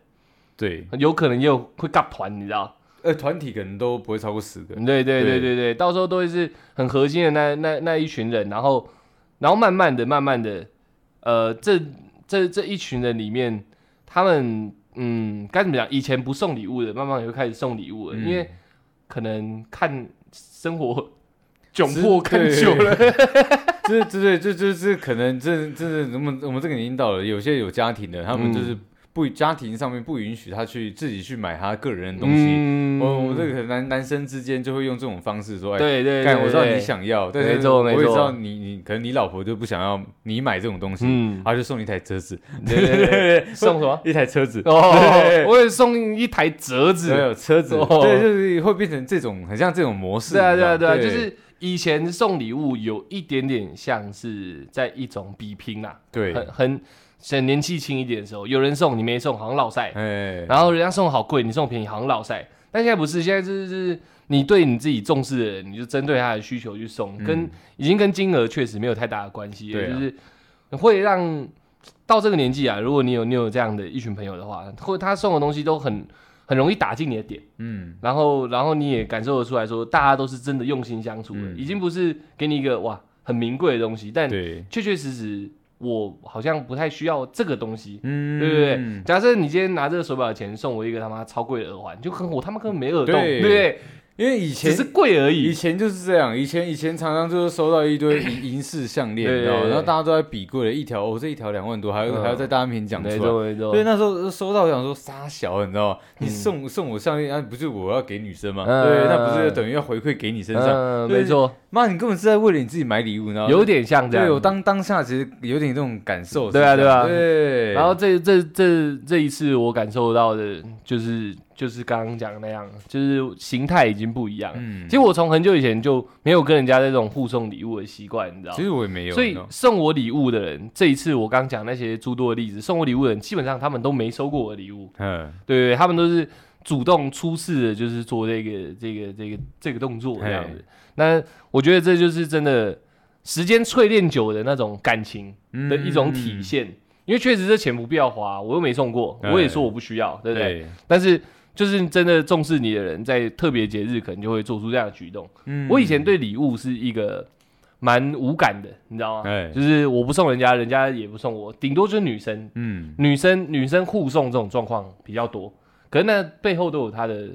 [SPEAKER 2] 对，
[SPEAKER 1] 有可能也有会尬团，你知道？
[SPEAKER 2] 呃，团体可能都不会超过十个，
[SPEAKER 1] 嗯对对对
[SPEAKER 2] 对
[SPEAKER 1] 对对，到时候都会是很核心的那那那一群人，然后然后慢慢的、慢慢的，呃，这这这一群人里面，他们嗯该怎么讲？以前不送礼物的，慢慢也会开始送礼
[SPEAKER 2] 嗯
[SPEAKER 1] 物了，因为。可能看生活窘迫看久了，
[SPEAKER 2] 了。 这这对这这这可能这这是我们我们这个年龄到了，有些有家庭的，他们
[SPEAKER 1] 嗯
[SPEAKER 2] 就是不、家庭上面不允许他去自己去买他个人的东西。
[SPEAKER 1] 嗯
[SPEAKER 2] 我我这个可能男男生之间就会用这种方式说，哎，
[SPEAKER 1] 对对对，
[SPEAKER 2] 干，我知道你
[SPEAKER 1] 对，
[SPEAKER 2] 想要，但
[SPEAKER 1] 没
[SPEAKER 2] 是
[SPEAKER 1] 错没
[SPEAKER 2] 我也
[SPEAKER 1] 错
[SPEAKER 2] 知道你你可能你老婆就不想要你买这种东西，
[SPEAKER 1] 嗯，
[SPEAKER 2] 他就送你一台车子，
[SPEAKER 1] 对对对 对，送什么？
[SPEAKER 2] 一台车子，
[SPEAKER 1] 哦
[SPEAKER 2] 对，
[SPEAKER 1] 我也送一台折子
[SPEAKER 2] 没，有车子，
[SPEAKER 1] 哦
[SPEAKER 2] 对，就是会变成这种很像这种模式，
[SPEAKER 1] 对啊
[SPEAKER 2] 你知
[SPEAKER 1] 对啊
[SPEAKER 2] 道
[SPEAKER 1] 对啊，就是以前送礼物有一点点像是在一种比拼啦，很
[SPEAKER 2] 对，
[SPEAKER 1] 很很年纪轻一点的时候，有人送你没送，好像落赛，
[SPEAKER 2] 哎，
[SPEAKER 1] 然后人家送好贵，你送便宜好像老塞。但现在不是，现在就是就是你对你自己重视的人，你就针对他的需求去送，
[SPEAKER 2] 嗯
[SPEAKER 1] 跟已经跟金额确实没有太大的关系了，
[SPEAKER 2] 对啊
[SPEAKER 1] 就是会让到这个年纪啊，如果你有你有这样的一群朋友的话，或他送的东西都很很容易打进你的点，
[SPEAKER 2] 嗯，
[SPEAKER 1] 然后然后你也感受得出来说，大家都是真的用心相处的，
[SPEAKER 2] 嗯
[SPEAKER 1] 已经不是给你一个哇很名贵的东西，但
[SPEAKER 2] 对，
[SPEAKER 1] 确确实实我好像不太需要这个东西，
[SPEAKER 2] 嗯
[SPEAKER 1] 对不对？假设你今天拿这个手表的钱送我一个他妈超贵的耳环，就跟我他妈根本没耳洞，对
[SPEAKER 2] 对
[SPEAKER 1] 不对？
[SPEAKER 2] 因为以前
[SPEAKER 1] 只是贵而
[SPEAKER 2] 以
[SPEAKER 1] 已。
[SPEAKER 2] 前就是这样，以前以前常常就是收到 一堆银银饰项链，
[SPEAKER 1] 对
[SPEAKER 2] 你知道吗？
[SPEAKER 1] 对对
[SPEAKER 2] 然后大家都在比贵了，一条哦，这一条两万多，还要、
[SPEAKER 1] 嗯
[SPEAKER 2] 还要在大家面前讲
[SPEAKER 1] 没
[SPEAKER 2] 出来。
[SPEAKER 1] 错没错
[SPEAKER 2] 对，，那时候收到我想说傻小，你知道吗？你送、送我项链，啊那、不是我要给女生吗？
[SPEAKER 1] 嗯
[SPEAKER 2] 对，那不是等于要回馈给你身上？
[SPEAKER 1] 嗯，
[SPEAKER 2] 对
[SPEAKER 1] 没错，
[SPEAKER 2] 妈、你根本是在为了你自己买礼物，你知道吗？
[SPEAKER 1] 有点像这
[SPEAKER 2] 对我
[SPEAKER 1] 样。
[SPEAKER 2] 当当下其实有点这种感受。
[SPEAKER 1] 对啊
[SPEAKER 2] 是这
[SPEAKER 1] 对
[SPEAKER 2] 样
[SPEAKER 1] 啊
[SPEAKER 2] 对。
[SPEAKER 1] 然后这这这这一次我感受到的就是就是刚刚讲的那样，就是形态已经不一样了。
[SPEAKER 2] 嗯
[SPEAKER 1] 其实我从很久以前就没有跟人家这种互送礼物的习惯，你知道
[SPEAKER 2] 其
[SPEAKER 1] 吗？
[SPEAKER 2] 实我也没有，
[SPEAKER 1] 所
[SPEAKER 2] 你
[SPEAKER 1] 以
[SPEAKER 2] 知道吗
[SPEAKER 1] 送我礼物的人，这一次我刚讲那些诸多的例子，送我礼物的人基本上他们都没收过我的礼物，
[SPEAKER 2] 嗯，
[SPEAKER 1] 对对对，他们都是主动出事的，就是做这个这个这个这个动作这样子。那我觉得这就是真的时间淬炼久的那种感情
[SPEAKER 2] 嗯
[SPEAKER 1] 的一种体现，因为确实这钱不必要花，我又没送过，
[SPEAKER 2] 哎
[SPEAKER 1] 我也说我不需要，对
[SPEAKER 2] 嗯，
[SPEAKER 1] 不对？
[SPEAKER 2] 对，
[SPEAKER 1] 但是就是真的重视你的人，在特别节日可能就会做出这样的举动。
[SPEAKER 2] 嗯
[SPEAKER 1] 我以前对礼物是一个蛮无感的，你知道吗？
[SPEAKER 2] 哎，
[SPEAKER 1] 啊就是我不送人家，人家也不送我，顶多就是女生，
[SPEAKER 2] 嗯，
[SPEAKER 1] 女生女生互送这种状况比较多。可是那背后都有她的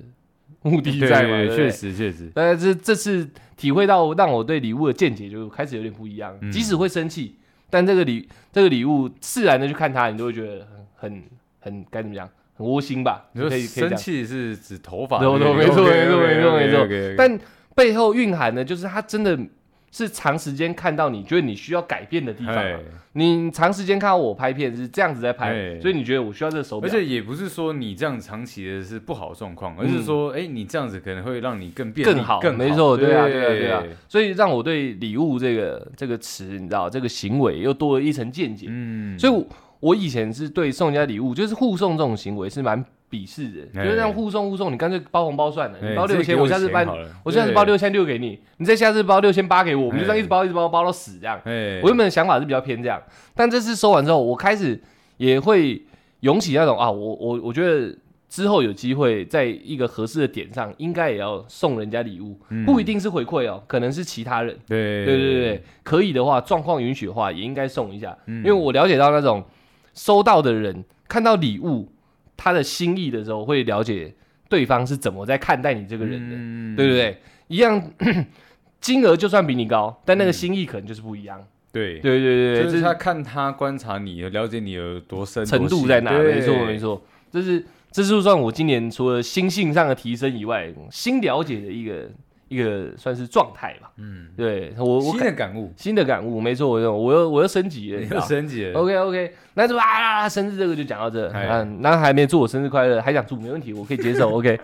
[SPEAKER 1] 目的
[SPEAKER 2] 对
[SPEAKER 1] 在嘛，对不对
[SPEAKER 2] 确。实确实，
[SPEAKER 1] 但是这次体会到，让我对礼物的见解就开始有点不一样。
[SPEAKER 2] 嗯
[SPEAKER 1] 即使会生气，但这个礼这个礼物，自然的去看它，你都会觉得很很很该怎么讲，很窝心吧？
[SPEAKER 2] 你说
[SPEAKER 1] 可以可以
[SPEAKER 2] 生
[SPEAKER 1] 讲。
[SPEAKER 2] 气是指头发？
[SPEAKER 1] 对
[SPEAKER 2] 对
[SPEAKER 1] 对
[SPEAKER 2] 对，
[SPEAKER 1] 没错没错没错
[SPEAKER 2] 没
[SPEAKER 1] 但背后蕴含的就是他真的是长时间看到你觉得你需要改变的地方啊嘛。你长时间看到我拍片是这样子在拍
[SPEAKER 2] 哎，
[SPEAKER 1] 所以你觉得我需要这个手
[SPEAKER 2] 而
[SPEAKER 1] 表。
[SPEAKER 2] 且也不是说你这样长期的是不好的状况，而是说，哎，你这样子可能会让你更便利
[SPEAKER 1] 嗯更好，
[SPEAKER 2] 更
[SPEAKER 1] 没错，对啊，对
[SPEAKER 2] 对
[SPEAKER 1] 啊，对啊，所以让我对礼物这个这个词，你知道这个行为又多了一层见解。
[SPEAKER 2] 嗯，
[SPEAKER 1] 所以我，我以前是对送人家礼物，就是互送这种行为是蛮鄙视的，
[SPEAKER 2] 哎
[SPEAKER 1] 就是那种互送互送，你干脆包红包算了，
[SPEAKER 2] 哎
[SPEAKER 1] 你包
[SPEAKER 2] 这
[SPEAKER 1] 六
[SPEAKER 2] 个
[SPEAKER 1] 千，
[SPEAKER 2] 给
[SPEAKER 1] 我
[SPEAKER 2] 我
[SPEAKER 1] 下次
[SPEAKER 2] 钱
[SPEAKER 1] 包
[SPEAKER 2] 好了，
[SPEAKER 1] 我下次包
[SPEAKER 2] 对
[SPEAKER 1] 六千六给你，你再下次包六千八给我，我们就这样
[SPEAKER 2] 哎
[SPEAKER 1] 一直包一直包包到死这样。
[SPEAKER 2] 哎，
[SPEAKER 1] 我原本的想法是比较偏这样，但这次收完之后，我开始也会涌起那种啊，我我我觉得之后有机会在一个合适的点上，应该也要送人家礼物，
[SPEAKER 2] 嗯
[SPEAKER 1] 不一定是回馈哦，可能是其他人。
[SPEAKER 2] 对
[SPEAKER 1] 对对对，对，可以的话，状况允许的话，也应该送一下，
[SPEAKER 2] 嗯
[SPEAKER 1] 因为我了解到那种收到的人看到礼物他的心意的时候，会了解对方是怎么在看待你这个人的。
[SPEAKER 2] 嗯
[SPEAKER 1] 对不对？一样 金额就算比你高，但那个心意可能就是不一样。
[SPEAKER 2] 对
[SPEAKER 1] 对对对
[SPEAKER 2] 就
[SPEAKER 1] 对，
[SPEAKER 2] 是
[SPEAKER 1] 这
[SPEAKER 2] 他看他观察你，了解你有多深
[SPEAKER 1] 是程度在哪？没错没
[SPEAKER 2] 错。
[SPEAKER 1] 错，这是这是算我今年除了心性上的提升以外，新了解的一个一个算是状态吧。嗯，对我我
[SPEAKER 2] 新
[SPEAKER 1] 感
[SPEAKER 2] 的感悟，
[SPEAKER 1] 新的感悟，没错，我又我又我又升级了，你知
[SPEAKER 2] 又
[SPEAKER 1] 道。
[SPEAKER 2] 升级了。
[SPEAKER 1] OK OK，那就啊，生日这个就讲到这。
[SPEAKER 2] 哎
[SPEAKER 1] 嗯，那还没祝我生日快乐，还想祝没问题，我可以接受。OK，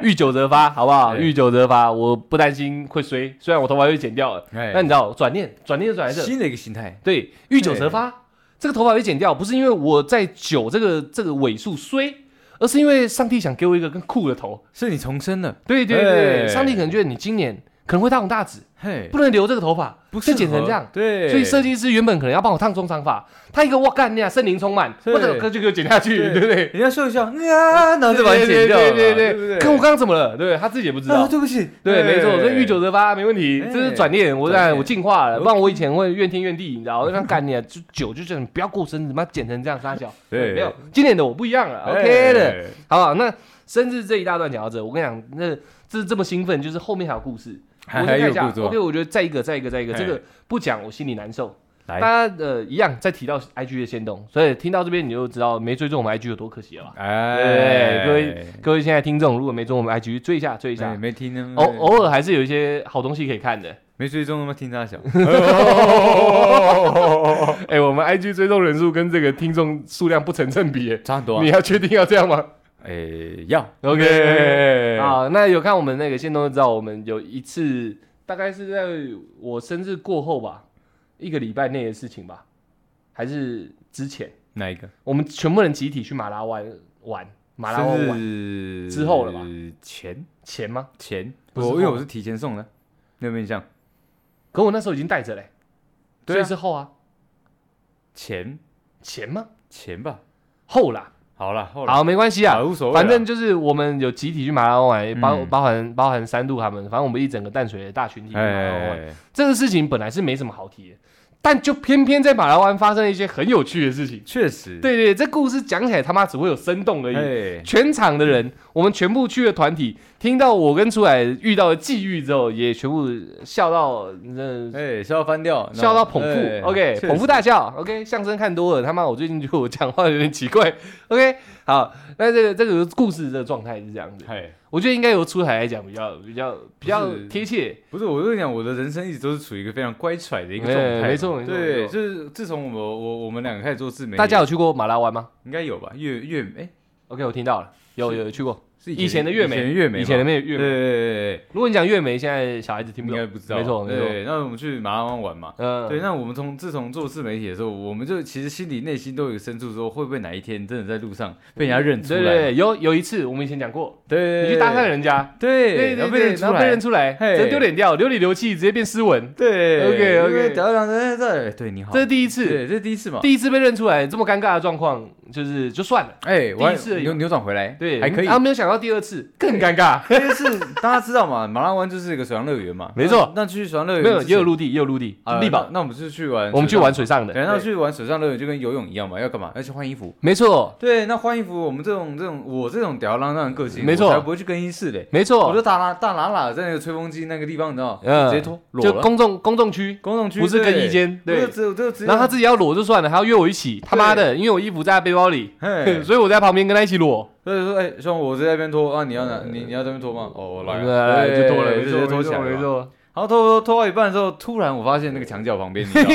[SPEAKER 1] 遇九则发，好不好？
[SPEAKER 2] 哎
[SPEAKER 1] 遇九则发，我不担心会衰，虽然我头发被剪掉了。
[SPEAKER 2] 哎
[SPEAKER 1] 那你知道，转念，转念就转在这。
[SPEAKER 2] 新的一个心态，
[SPEAKER 1] 对，遇九则发，这个头发被剪掉，不是因为我在九这个这个尾数衰，而是因为上帝想给我一个更酷的头。
[SPEAKER 2] 是你重生了，
[SPEAKER 1] 对对对，
[SPEAKER 2] 哎
[SPEAKER 1] 上帝可能觉得你今年可能会大红大紫，
[SPEAKER 2] 嘿，
[SPEAKER 1] 不能留这个头发，
[SPEAKER 2] 不
[SPEAKER 1] 是
[SPEAKER 2] 是
[SPEAKER 1] 剪成这样。
[SPEAKER 2] 对，
[SPEAKER 1] 所以设计师原本可能要帮我烫中长发，他一个我干你啊，森林充满，
[SPEAKER 2] 对
[SPEAKER 1] 我整个就给我剪下去，对不 对？
[SPEAKER 2] 人家说一下，嗯啊，然后就把你
[SPEAKER 1] 对
[SPEAKER 2] 剪掉了嘛，
[SPEAKER 1] 对
[SPEAKER 2] 对
[SPEAKER 1] 对
[SPEAKER 2] 不
[SPEAKER 1] 对
[SPEAKER 2] 对。
[SPEAKER 1] 跟我刚刚怎么了？对，他自己也不知
[SPEAKER 2] 啊，
[SPEAKER 1] 道。
[SPEAKER 2] 对不起，
[SPEAKER 1] 对，
[SPEAKER 2] 哎
[SPEAKER 1] 没错，所以遇九则发没问题，
[SPEAKER 2] 哎
[SPEAKER 1] 这是转念，我
[SPEAKER 2] 转
[SPEAKER 1] 在
[SPEAKER 2] 念
[SPEAKER 1] 我进化了，
[SPEAKER 2] OK
[SPEAKER 1] 不然我以前会怨天怨地，你知道，我就想干你啊，就酒就这样，不要过生日，妈剪成这样撒娇，
[SPEAKER 2] 对
[SPEAKER 1] 没有，今年的我不一样了
[SPEAKER 2] 哎
[SPEAKER 1] ，OK 的，好不好？那生日这一大段讲到这，我跟你讲，那这这么兴奋，就是后面还有故事，
[SPEAKER 2] 还
[SPEAKER 1] 我先看一
[SPEAKER 2] 还
[SPEAKER 1] 下
[SPEAKER 2] 有故事哦
[SPEAKER 1] ，OK，我觉得再一个，再一个，再一个，
[SPEAKER 2] 哎
[SPEAKER 1] 这个不讲我心里难受。
[SPEAKER 2] 来，
[SPEAKER 1] 大家呃一样再提到 IG 的先动，所以听到这边你就知道没追踪我们 IG 有多可惜了吧？
[SPEAKER 2] 哎，
[SPEAKER 1] 对各位
[SPEAKER 2] 네.
[SPEAKER 1] 各位现在听众如果没追踪我们 IG，追一下追一
[SPEAKER 2] 哎
[SPEAKER 1] 下，
[SPEAKER 2] 没听呢，
[SPEAKER 1] 偶偶尔还是有一些好东西可以看的。
[SPEAKER 2] 没追踪他妈听他小，哦
[SPEAKER 1] 哎，我们 IG 追踪人数跟这个听众数量不成正比耶，
[SPEAKER 2] 差很多啊
[SPEAKER 1] 你，要确定要这样吗
[SPEAKER 2] 哎，要 네.
[SPEAKER 1] ？OK，啊，那有看我们那个先动就知道，我们有一次大概是在我生日过后吧，一个礼拜内的事情吧，还是之前。
[SPEAKER 2] 哪一个？
[SPEAKER 1] 我们全部人集体去马拉湾玩，马拉湾玩
[SPEAKER 2] 是
[SPEAKER 1] 之后了吧？
[SPEAKER 2] 前
[SPEAKER 1] 钱吗？
[SPEAKER 2] 前，
[SPEAKER 1] 不
[SPEAKER 2] 我
[SPEAKER 1] 是
[SPEAKER 2] 因为
[SPEAKER 1] 后
[SPEAKER 2] 我是提前送的，你有没有印象？
[SPEAKER 1] 可我那时候已经带着嘞，
[SPEAKER 2] 对
[SPEAKER 1] 所
[SPEAKER 2] 啊
[SPEAKER 1] 以是后啊，
[SPEAKER 2] 前
[SPEAKER 1] 钱吗？
[SPEAKER 2] 前吧，
[SPEAKER 1] 后啦，
[SPEAKER 2] 好了，后来
[SPEAKER 1] 好，没关系啊
[SPEAKER 2] 啊，，无所谓啊，
[SPEAKER 1] 反正就是我们有集体去马拉松玩，包
[SPEAKER 2] 嗯
[SPEAKER 1] 包含包含三度他们，反正我们一整个淡水的大群体去马拉松玩。
[SPEAKER 2] 哎，
[SPEAKER 1] 这个事情本来是没什么好提的，但就偏偏在马拉湾发生了一些很有趣的事情。
[SPEAKER 2] 确实，
[SPEAKER 1] 对对，这故事讲起来他妈只会有生动而已。
[SPEAKER 2] 哎，
[SPEAKER 1] 全场的人，我们全部去的团体，听到我跟出来遇到的际遇之后，也全部笑到，嗯、
[SPEAKER 2] 哎，笑到翻掉，
[SPEAKER 1] 笑到捧腹、
[SPEAKER 2] 哎
[SPEAKER 1] o k
[SPEAKER 2] 确
[SPEAKER 1] 捧腹
[SPEAKER 2] 实
[SPEAKER 1] 大笑，OK，相声看多了，他妈我最近觉得我 讲话有点奇怪，OK，好，那这个这个故事的状态是这样子，
[SPEAKER 2] 哎，
[SPEAKER 1] 我觉得应该由出海来讲比较比较比较
[SPEAKER 2] 不是
[SPEAKER 1] 贴切，
[SPEAKER 2] 不是，我跟你讲，我的人生一直都是处于一个非常乖舛的一个状态
[SPEAKER 1] 哎
[SPEAKER 2] 嘛，
[SPEAKER 1] 没错没错没
[SPEAKER 2] 对，
[SPEAKER 1] 错
[SPEAKER 2] 就是自从我们我我们两个开始做自媒体，
[SPEAKER 1] 大家有去过马拉湾吗
[SPEAKER 2] 应该有吧？月月哎，
[SPEAKER 1] ？OK，我听到了，有有有去过，
[SPEAKER 2] 是
[SPEAKER 1] 以前的月
[SPEAKER 2] 月
[SPEAKER 1] 美，
[SPEAKER 2] 以前的月美嘛，
[SPEAKER 1] 以前的月
[SPEAKER 2] 对
[SPEAKER 1] 美。
[SPEAKER 2] 对对对
[SPEAKER 1] 如果你讲月美，现在小孩子
[SPEAKER 2] 对，
[SPEAKER 1] 听不
[SPEAKER 2] 应
[SPEAKER 1] 懂
[SPEAKER 2] 该，不知道，
[SPEAKER 1] 没错没错
[SPEAKER 2] 对，那我们去马拉湾玩嘛，
[SPEAKER 1] 嗯，
[SPEAKER 2] 对，那我们从自从做自媒体的时候，我们就其实心里内心都有个深处，说会不会哪一天真的在路上被人家认出来？
[SPEAKER 1] 对对对，有有一次我们以前讲过，
[SPEAKER 2] 对
[SPEAKER 1] 你去搭讪，人家，
[SPEAKER 2] 对
[SPEAKER 1] 对
[SPEAKER 2] 然
[SPEAKER 1] 对
[SPEAKER 2] 后被
[SPEAKER 1] 对，
[SPEAKER 2] 认
[SPEAKER 1] 然
[SPEAKER 2] 出
[SPEAKER 1] 后被
[SPEAKER 2] 来
[SPEAKER 1] 认，出来，
[SPEAKER 2] 嘿
[SPEAKER 1] 这丢脸掉，流里流气，直接变斯文，
[SPEAKER 2] 对
[SPEAKER 1] OK，OK
[SPEAKER 2] 因为得到人在对你好，
[SPEAKER 1] 这是第一次，
[SPEAKER 2] 对，这是第一次嘛，
[SPEAKER 1] 第一次被认出来这么尴尬的状况，就是就算了，
[SPEAKER 2] 哎，我还
[SPEAKER 1] 第一次而已
[SPEAKER 2] 扭扭转回来，
[SPEAKER 1] 对，啊
[SPEAKER 2] 还可以
[SPEAKER 1] 然。后没有想到第二次更尴尬，
[SPEAKER 2] 第二次大家知道嘛，马拉湾就是一个水上乐园嘛，
[SPEAKER 1] 没错
[SPEAKER 2] 那。那去水上乐园
[SPEAKER 1] 没有
[SPEAKER 2] 之
[SPEAKER 1] 也有
[SPEAKER 2] 前
[SPEAKER 1] 陆地，也有陆地，
[SPEAKER 2] 呃
[SPEAKER 1] 力
[SPEAKER 2] 那
[SPEAKER 1] 宝，
[SPEAKER 2] 那我们就去玩，
[SPEAKER 1] 我们去玩，水上的，
[SPEAKER 2] 对，那
[SPEAKER 1] 对
[SPEAKER 2] 去玩水上乐园就跟游泳一样嘛，要干嘛？要去换衣服。
[SPEAKER 1] 没错，
[SPEAKER 2] 对，那换衣服，我们这种这种我这种吊儿郎当的个性，
[SPEAKER 1] 没错
[SPEAKER 2] 我才不会去更衣室嘞。
[SPEAKER 1] 没
[SPEAKER 2] 我
[SPEAKER 1] 错
[SPEAKER 2] 就，大拉大拉拉在那个吹风机那个地方，你知道，
[SPEAKER 1] 嗯
[SPEAKER 2] 直接脱裸
[SPEAKER 1] 就
[SPEAKER 2] 了，
[SPEAKER 1] 公众公众区，
[SPEAKER 2] 公众区
[SPEAKER 1] 不是
[SPEAKER 2] 对
[SPEAKER 1] 更衣间，
[SPEAKER 2] 我就
[SPEAKER 1] 对。
[SPEAKER 2] 只有就只有，
[SPEAKER 1] 然后他自己要裸就算了，还要约我一起，他妈的，因为我衣服在他背包里，
[SPEAKER 2] 嘿，
[SPEAKER 1] 所以我在旁边跟他一起裸，
[SPEAKER 2] 所以说，哎，兄，我在那边脱啊，你要拿你你要这边脱吗？哦，我来啊，
[SPEAKER 1] 来来
[SPEAKER 2] 对
[SPEAKER 1] 呃哎就脱了，嗯
[SPEAKER 2] 就
[SPEAKER 1] 没
[SPEAKER 2] 直接
[SPEAKER 1] 错
[SPEAKER 2] 脱
[SPEAKER 1] 没
[SPEAKER 2] 起
[SPEAKER 1] 错
[SPEAKER 2] 来
[SPEAKER 1] 没
[SPEAKER 2] 嘛。
[SPEAKER 1] 错。
[SPEAKER 2] 然后脱脱脱到一半的时候，突然我发现那个墙角旁边，你知道，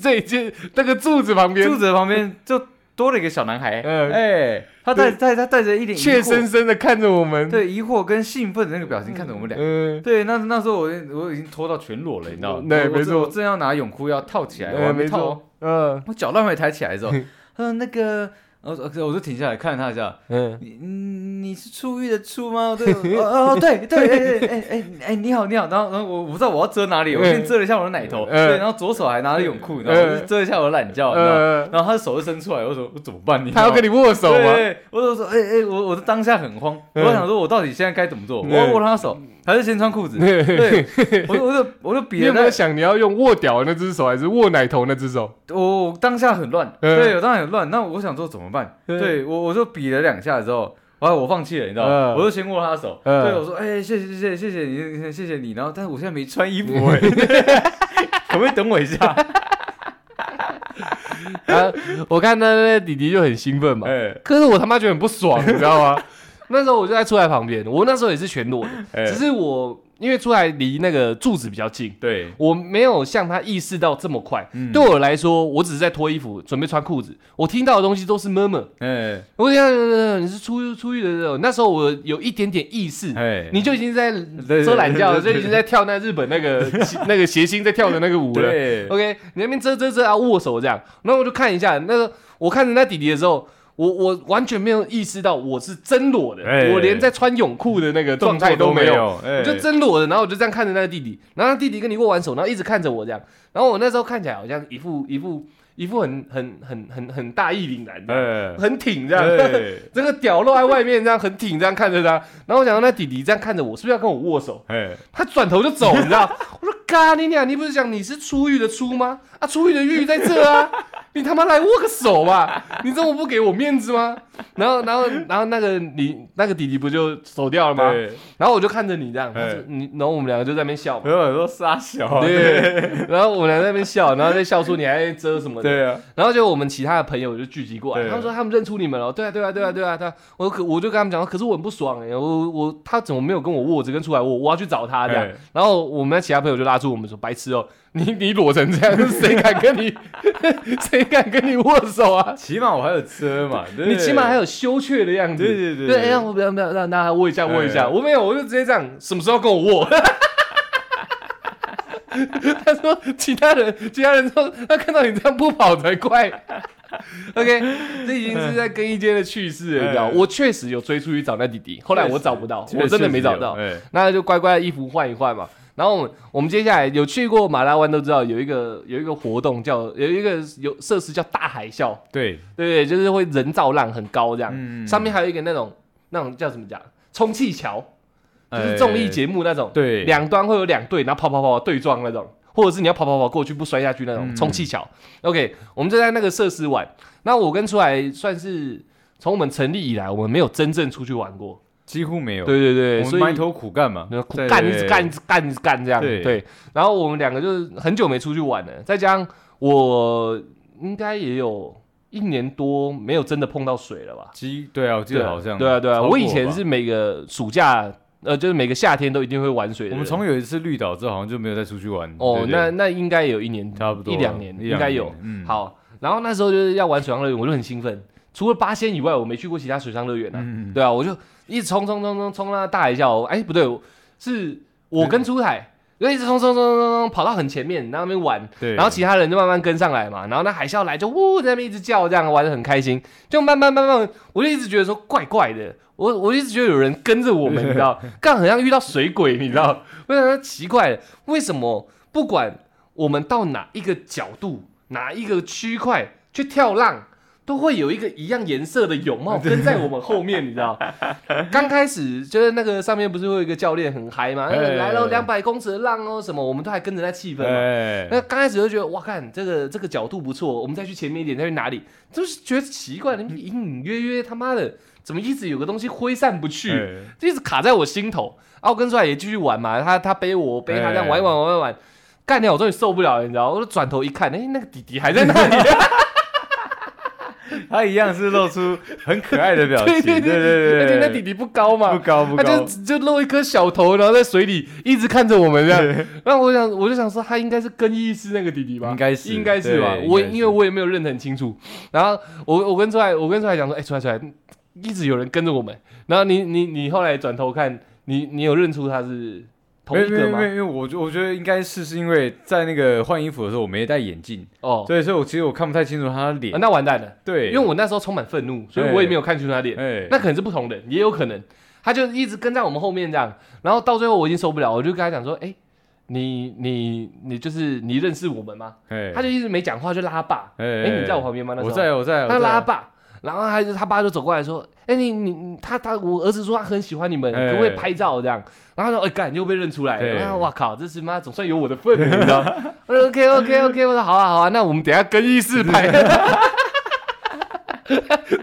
[SPEAKER 1] 这就那个柱子 旁边，
[SPEAKER 2] 柱子的旁边就多了一个小男孩，
[SPEAKER 1] 嗯
[SPEAKER 2] 哎，他带带他带着一点疑惑
[SPEAKER 1] 怯生生的看着我们。，
[SPEAKER 2] 对疑惑跟兴奋的那个表情看着我们俩。
[SPEAKER 1] 嗯，
[SPEAKER 2] 对，那那时候我已经我已经脱到全裸了，你知道吗？
[SPEAKER 1] 对
[SPEAKER 2] 我我
[SPEAKER 1] 没错
[SPEAKER 2] 我正要拿泳裤要套起来，我还
[SPEAKER 1] 呃
[SPEAKER 2] 没
[SPEAKER 1] 没
[SPEAKER 2] 套哦，
[SPEAKER 1] 错，嗯
[SPEAKER 2] 我脚乱回抬起来之后，他说那个，我我我就停下来看他一下，
[SPEAKER 1] 嗯，
[SPEAKER 2] 你嗯你是出狱的出吗？ 对，哦哦对对，哎哎哎哎哎你好你好，然后然后我我不知道我要遮哪里，我先遮了一下我的奶头，
[SPEAKER 1] 嗯
[SPEAKER 2] 对，然后左手还拿着泳裤，然后我就遮一下我的懒觉，你知道吗，
[SPEAKER 1] 呃，
[SPEAKER 2] 然后他的手就伸出来，我说我怎么办？你
[SPEAKER 1] 他要跟
[SPEAKER 2] 你
[SPEAKER 1] 你握手
[SPEAKER 2] 对，
[SPEAKER 1] 吗？
[SPEAKER 2] 对我就说哎哎，我我的当下很慌，我
[SPEAKER 1] 嗯
[SPEAKER 2] 想说我到底现在该怎么做？我
[SPEAKER 1] 嗯
[SPEAKER 2] 握了他手，还是先穿裤子？ 对，我就我就我就比
[SPEAKER 1] 你
[SPEAKER 2] 了
[SPEAKER 1] 有没
[SPEAKER 2] 那
[SPEAKER 1] 有想你要用握屌那只手，还是握奶头那只手？
[SPEAKER 2] 我我哦当下很乱，
[SPEAKER 1] 嗯
[SPEAKER 2] 对，我当下很乱。那我想说怎么办？
[SPEAKER 1] 嗯
[SPEAKER 2] 对我我就比了两下之后，哎，我放弃了，你知道吗？
[SPEAKER 1] 嗯
[SPEAKER 2] 我就先握他的手，
[SPEAKER 1] 嗯
[SPEAKER 2] 对我说，哎，谢谢谢谢谢谢你谢谢你。然后，但是我现在没穿衣
[SPEAKER 1] 嗯
[SPEAKER 2] 服，哎， 可不可以等我一 下？
[SPEAKER 1] 啊，我看那那弟弟就很兴奋嘛，
[SPEAKER 2] 哎
[SPEAKER 1] 可是我他妈觉得很不爽，你知道吗？ 那时候我就在出来旁边，我那时候也是全 裸的，
[SPEAKER 2] 哎
[SPEAKER 1] 只，是我因为出来离那个柱子比较近，
[SPEAKER 2] 对，
[SPEAKER 1] 我没有像他意识到这么快。
[SPEAKER 2] 嗯
[SPEAKER 1] 对我来说，我只是在脱衣服，准备穿裤子。我听到的东西都是 murmur。
[SPEAKER 2] 哎
[SPEAKER 1] 我听到呃你是出狱出狱的时候，那时候我有一点点意 识，
[SPEAKER 2] 哎，
[SPEAKER 1] 你就已经在
[SPEAKER 2] 对
[SPEAKER 1] 遮懒觉了，就
[SPEAKER 2] 对对
[SPEAKER 1] 已经在跳那日本那个 那个谐星在跳的那个舞了。
[SPEAKER 2] 对，
[SPEAKER 1] OK，你那边遮遮遮啊，握手这样。然后我就看一下，那个我看着那弟弟的时候，我我完全没有意识到我是真裸的，
[SPEAKER 2] 哎
[SPEAKER 1] 我连在穿泳裤的那个状态
[SPEAKER 2] 动作
[SPEAKER 1] 都没有。
[SPEAKER 2] 有，哎
[SPEAKER 1] 我就真裸的，然后我就这样看着那个弟弟，然后那弟弟跟你握完手，然后一直看着我这样，然后我那时候看起来好像一副一副一副很很很很很大义凛然的，
[SPEAKER 2] 哎，
[SPEAKER 1] 很挺这样，
[SPEAKER 2] 对
[SPEAKER 1] 整个屌露在外面这样很挺这样看着他，然后我想到那弟弟这样看着我，是不是要跟我握手？
[SPEAKER 2] 哎，
[SPEAKER 1] 他转头就走，你知道？我说嘎你娘，你不是讲你是出狱的出吗？啊，出狱的狱在这啊，你他妈来握个手吧，你这么不给我面子吗？然后然后然后那个你那个弟弟不就走掉了吗？
[SPEAKER 2] 对，
[SPEAKER 1] 然后我就看着你这样，他
[SPEAKER 2] 哎
[SPEAKER 1] 说你，然后我们两个就在那边笑嘛，
[SPEAKER 2] 朋友说傻小，啊
[SPEAKER 1] 对，然后我们俩在那边笑，然后再笑出你还在遮什么的，
[SPEAKER 2] 对啊，
[SPEAKER 1] 然后就我们其他的朋友就聚集过来，
[SPEAKER 2] 对
[SPEAKER 1] 他们说他们认出你们了，对啊，对啊，对啊，对啊，对啊，我可我就跟他们讲，可是我很不爽哎、我我他怎么没有跟我握着跟出来握，我要去找他这样
[SPEAKER 2] 哎，
[SPEAKER 1] 然后我们其他朋友就拉住我们说，白痴哦、你你裸成这样， 谁敢跟你谁敢跟你握手啊？
[SPEAKER 2] 起码我还有遮嘛，对
[SPEAKER 1] 你起码还有羞怯的样子，
[SPEAKER 2] 对对对
[SPEAKER 1] 对，哎让我不要不要让大家握一下握一下，
[SPEAKER 2] 哎
[SPEAKER 1] 我没有，我就直接这样，什么时候跟我握？ 他说其他人其他人说他看到你这样不跑才怪。OK，这已经是在更衣间的趣事了，你知道吗？
[SPEAKER 2] 哎
[SPEAKER 1] 我确实有追出去找那弟弟，后来我找不到，
[SPEAKER 2] 确实
[SPEAKER 1] 我真的没找
[SPEAKER 2] 有
[SPEAKER 1] 到，
[SPEAKER 2] 哎
[SPEAKER 1] 那就乖乖的衣服换一换嘛。然后我们我们接下来有去过马拉湾都知道有一个有一个活动叫有一个有设施叫大海啸，
[SPEAKER 2] 对，
[SPEAKER 1] 对不对？就是会人造浪很高这样，
[SPEAKER 2] 嗯
[SPEAKER 1] 上面还有一个那种那种叫什么讲充气桥，就是综艺节目那种，
[SPEAKER 2] 哎对，
[SPEAKER 1] 两端会有两队，然后跑跑跑对撞那种，或者是你要跑跑跑过去不摔下去那种
[SPEAKER 2] 嗯
[SPEAKER 1] 充气桥。OK，我们就在那个设施玩。那我跟出来算是从我们成立以来，我们没有真正出去玩过。
[SPEAKER 2] 几乎没有，
[SPEAKER 1] 对对对，
[SPEAKER 2] 我
[SPEAKER 1] 所
[SPEAKER 2] 们埋
[SPEAKER 1] 以
[SPEAKER 2] 头苦干嘛
[SPEAKER 1] 那，
[SPEAKER 2] 对
[SPEAKER 1] 干一直干一，直干一直干这样。
[SPEAKER 2] 对
[SPEAKER 1] 对，然后我们两个就是很久没出去玩了，再加上我应该也有一年多没有真的碰到水了吧。
[SPEAKER 2] 几对啊，我记
[SPEAKER 1] 对
[SPEAKER 2] 得
[SPEAKER 1] 啊
[SPEAKER 2] 好像
[SPEAKER 1] 对啊对啊，
[SPEAKER 2] 超过
[SPEAKER 1] 我以前
[SPEAKER 2] 吧
[SPEAKER 1] 是每个暑假，呃，就是每个夏天都一定会玩水的人。
[SPEAKER 2] 我们从有一次绿岛之后，好像就没有再出去玩。
[SPEAKER 1] 哦
[SPEAKER 2] 对，对
[SPEAKER 1] 那那应该有一年，
[SPEAKER 2] 差不多
[SPEAKER 1] 一两年
[SPEAKER 2] 一
[SPEAKER 1] 应该
[SPEAKER 2] 两
[SPEAKER 1] 有。
[SPEAKER 2] 嗯，
[SPEAKER 1] 好，然后那时候就是要玩水上乐园，我就很兴奋。除了八仙以外，我没去过其他水上乐园啊。
[SPEAKER 2] 嗯，
[SPEAKER 1] 对啊，我就一直冲冲冲冲冲到大海啸。哎，不对，我是我跟出海，就一直冲冲冲冲冲冲跑到很前面，然后那边玩，
[SPEAKER 2] 对，
[SPEAKER 1] 然后其他人就慢慢跟上来嘛，然后那海啸来就呜在那边一直叫，这样玩的很开心。就慢慢慢慢，我就一直觉得说怪怪的，我我一直觉得有人跟着我 们，你知道，干很像遇到水鬼，你知道， 我想说奇怪了，为什么不管我们到哪一个角度、哪一个区块去跳浪？都会有一个一样颜色的泳 帽跟在我们后面，你知道？刚开始就是那个上面不是会有一个教练很嗨嘛，
[SPEAKER 2] 哎
[SPEAKER 1] 来了两百公尺的浪哦什么，我们都还跟着那气氛嘛。
[SPEAKER 2] 哎，
[SPEAKER 1] 那刚开始就觉得哇，看这个这个角度不错，我们再去前面一点，再去哪里，就是觉得奇怪，你们隐隐约约他妈的怎么一直有个东西挥散不去，
[SPEAKER 2] 哎
[SPEAKER 1] 就一直卡在我心头。然后跟出来也继续玩嘛，他他背我，我背他这样
[SPEAKER 2] 哎
[SPEAKER 1] 玩一玩玩一玩玩，干掉我终于受不了了，你知道？我就转头一看，哎、那个弟弟还在那里，啊
[SPEAKER 2] 他一样是露出很可爱的表 情，
[SPEAKER 1] 对
[SPEAKER 2] 对
[SPEAKER 1] 对
[SPEAKER 2] 对
[SPEAKER 1] 而且
[SPEAKER 2] 对，
[SPEAKER 1] 那弟弟不高嘛，
[SPEAKER 2] 不高不
[SPEAKER 1] 他就
[SPEAKER 2] 高，
[SPEAKER 1] 就露一颗小头，然后在水里一直看着我们这 样。然后我想，我就想说，他应该是更衣室那个弟弟吧？
[SPEAKER 2] 应该是
[SPEAKER 1] 应该是吧？
[SPEAKER 2] 对
[SPEAKER 1] 我
[SPEAKER 2] 应该是
[SPEAKER 1] 因为我也没有认得很清楚。然后我我跟出来，我跟出来讲说，哎、出来出来，一直有人跟着我们。然后你你你后来转头看，你你有认出他是同
[SPEAKER 2] 没
[SPEAKER 1] 一
[SPEAKER 2] 有没有
[SPEAKER 1] 个
[SPEAKER 2] 没
[SPEAKER 1] 吗
[SPEAKER 2] 有，？因为我觉我觉得应该是是因为在那个换衣服的时候我没戴眼镜，
[SPEAKER 1] 哦、
[SPEAKER 2] 对，所以我其实我看不太清楚他的
[SPEAKER 1] 啊
[SPEAKER 2] 脸，
[SPEAKER 1] 那完蛋了，
[SPEAKER 2] 对，
[SPEAKER 1] 因为我那时候充满愤怒，所以我也没有看清楚他脸。
[SPEAKER 2] 哎
[SPEAKER 1] 那可能是不同人，也有可能他就一直跟在我们后面这样，然后到最后我已经受不了，我就跟他讲说，哎、你你你就是你认识我们吗？
[SPEAKER 2] 哎
[SPEAKER 1] 他就一直没讲话，就拉他爸。
[SPEAKER 2] 哎
[SPEAKER 1] 哎、你在我旁边吗？那时候
[SPEAKER 2] 我在我在，
[SPEAKER 1] 他
[SPEAKER 2] 我在
[SPEAKER 1] 拉他爸，然后他就他爸就走过来说，哎、你你你他他我儿子说他很喜欢你们，
[SPEAKER 2] 哎
[SPEAKER 1] 可不可以拍照这样？然后他说，哎、干又被认出来了，
[SPEAKER 2] 对
[SPEAKER 1] 然后我靠，这是妈总算有我的份了，你知道？ 我说 OK OK OK，我说好啊好啊，那我们等一下更衣室拍。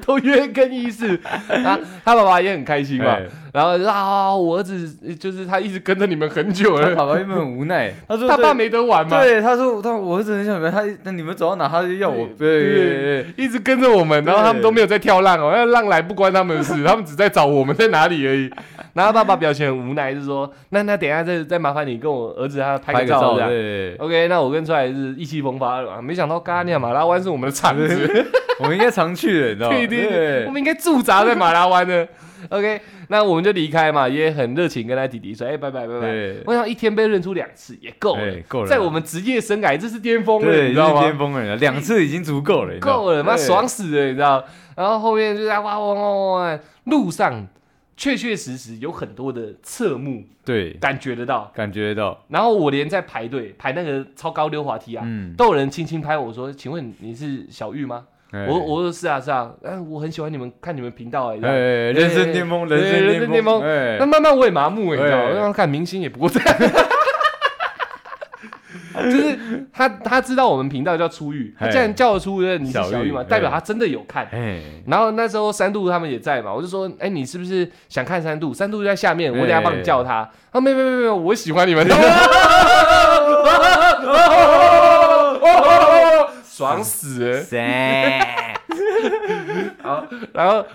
[SPEAKER 1] 都约更衣室， 然后他爸爸也很开心嘛，
[SPEAKER 2] 哎
[SPEAKER 1] 然后就说啊，好好我儿子就是他一直跟着你们很久
[SPEAKER 2] 他
[SPEAKER 1] 了，
[SPEAKER 2] 爸爸原本很无奈，他说
[SPEAKER 1] 他
[SPEAKER 2] 对
[SPEAKER 1] 爸没得玩嘛，
[SPEAKER 2] 对，他说，但我儿子很想买，他那你们走到哪，他就要我，对对对对，
[SPEAKER 1] 一直跟着我们，然后他们都没有在跳浪哦，那浪来不关他们的 事，他们只在找我们在哪里而已。 然后爸爸表情很无奈，就说：“那那等一下再再麻烦你跟我儿子他拍个照这
[SPEAKER 2] 对
[SPEAKER 1] 样。
[SPEAKER 2] 对，对
[SPEAKER 1] OK，那我跟出来是意气风发了嘛，没想到嘎尼亚马拉湾是我们的场 子，
[SPEAKER 2] 我们应该常去的，你知道吗？
[SPEAKER 1] 哦对对对，我们应该驻扎在马拉湾的。OK，那我们就离开嘛，也很热情跟他弟弟说：“哎，拜拜拜拜。”
[SPEAKER 2] 对，
[SPEAKER 1] 我想一天被认出两次也够了，
[SPEAKER 2] 哎够了，
[SPEAKER 1] 在我们职业生涯这是巅峰了，
[SPEAKER 2] 对，
[SPEAKER 1] 你知道
[SPEAKER 2] 已经
[SPEAKER 1] 吗？
[SPEAKER 2] 巅峰了，两次已经足够了，你知道吗
[SPEAKER 1] 够了，妈
[SPEAKER 2] 对
[SPEAKER 1] 爽死了，你知道？然后后面就在哇哇哇哇哇，路上确确实实有很多的侧目，
[SPEAKER 2] 对，
[SPEAKER 1] 感觉得到。
[SPEAKER 2] 感觉到，
[SPEAKER 1] 然后我连在排队排那个超高溜滑梯啊，
[SPEAKER 2] 嗯，
[SPEAKER 1] 都有人轻轻拍我说：“请问你是小玉吗？”
[SPEAKER 2] 哎
[SPEAKER 1] 我我说：“是啊，是啊，嗯，我很喜欢你们看你们频道哎、
[SPEAKER 2] 哎
[SPEAKER 1] 欸。”
[SPEAKER 2] 人生巅峰，
[SPEAKER 1] 对
[SPEAKER 2] 人
[SPEAKER 1] 人生
[SPEAKER 2] 生
[SPEAKER 1] 巅
[SPEAKER 2] 巅
[SPEAKER 1] 峰
[SPEAKER 2] 峰，哎
[SPEAKER 1] 那，慢慢我也麻木哎、你知道吗？
[SPEAKER 2] 哎
[SPEAKER 1] 然后看明星也不过这样。 就是他，他知道我们频道叫初遇，他
[SPEAKER 2] 哎
[SPEAKER 1] 既然叫得出你是
[SPEAKER 2] 小
[SPEAKER 1] 小玉
[SPEAKER 2] 玉
[SPEAKER 1] 嘛，
[SPEAKER 2] 哎
[SPEAKER 1] 代表他真的有看。
[SPEAKER 2] 哎，
[SPEAKER 1] 然后那时候三度他们也在嘛，我就说，哎、你是不是想看三度？三度就在下面，我等一下帮你叫他。他说没有没有没有没有，我喜欢 你们。爽死了！
[SPEAKER 2] 三，
[SPEAKER 1] 然后，然后，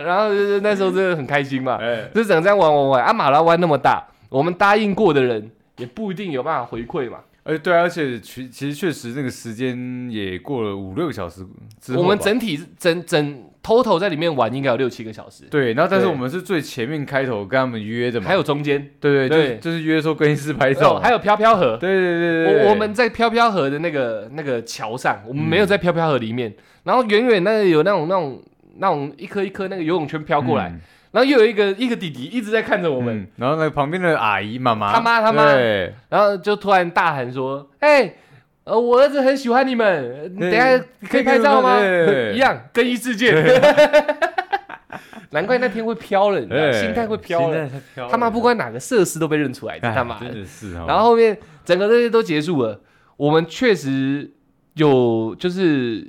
[SPEAKER 1] 然后就是那时候真的很开心嘛，
[SPEAKER 2] 哎，
[SPEAKER 1] 就整这样玩玩玩。啊，马拉湾那么大，我们答应过的人也不一定有办法回馈嘛。
[SPEAKER 2] 哎，对啊，而且其其实确实那个时间也过了五六个小时之后吧，
[SPEAKER 1] 我们整体整整 total 在里面玩应该有六七个小时，
[SPEAKER 2] 对，然后但是
[SPEAKER 1] 对
[SPEAKER 2] 我们是最前面开头跟他们约的嘛，
[SPEAKER 1] 还有中间，
[SPEAKER 2] 对对
[SPEAKER 1] 对
[SPEAKER 2] 就是就是约说更衣室拍
[SPEAKER 1] 还有
[SPEAKER 2] 照嘛，
[SPEAKER 1] 还有飘飘河，
[SPEAKER 2] 对对对对对，
[SPEAKER 1] 我我们在飘飘河的那个那个桥上，我们没有在飘飘河里面，然后远远那个有那种那种那种一颗一颗那个游泳圈飘过来，
[SPEAKER 2] 嗯，
[SPEAKER 1] 然后又有一个一个弟弟一直在看着我
[SPEAKER 2] 我
[SPEAKER 1] 们，
[SPEAKER 2] 们，然后那旁边的阿姨妈妈，
[SPEAKER 1] 他妈他妈
[SPEAKER 2] 对，
[SPEAKER 1] 然后就突然大喊说：“哎、呃，我儿子很喜欢你们，呃等一下可以拍照吗？”
[SPEAKER 2] 对
[SPEAKER 1] 一样，更衣世界。 难怪那天会飘了，你知道，
[SPEAKER 2] 哎
[SPEAKER 1] 心态会飘了。
[SPEAKER 2] 心态太飘了，
[SPEAKER 1] 他妈不管哪个设施都被认出来，
[SPEAKER 2] 哎，
[SPEAKER 1] 他妈的
[SPEAKER 2] 真的是哦。
[SPEAKER 1] 然后后面整个这些都结束了，我们确实有就是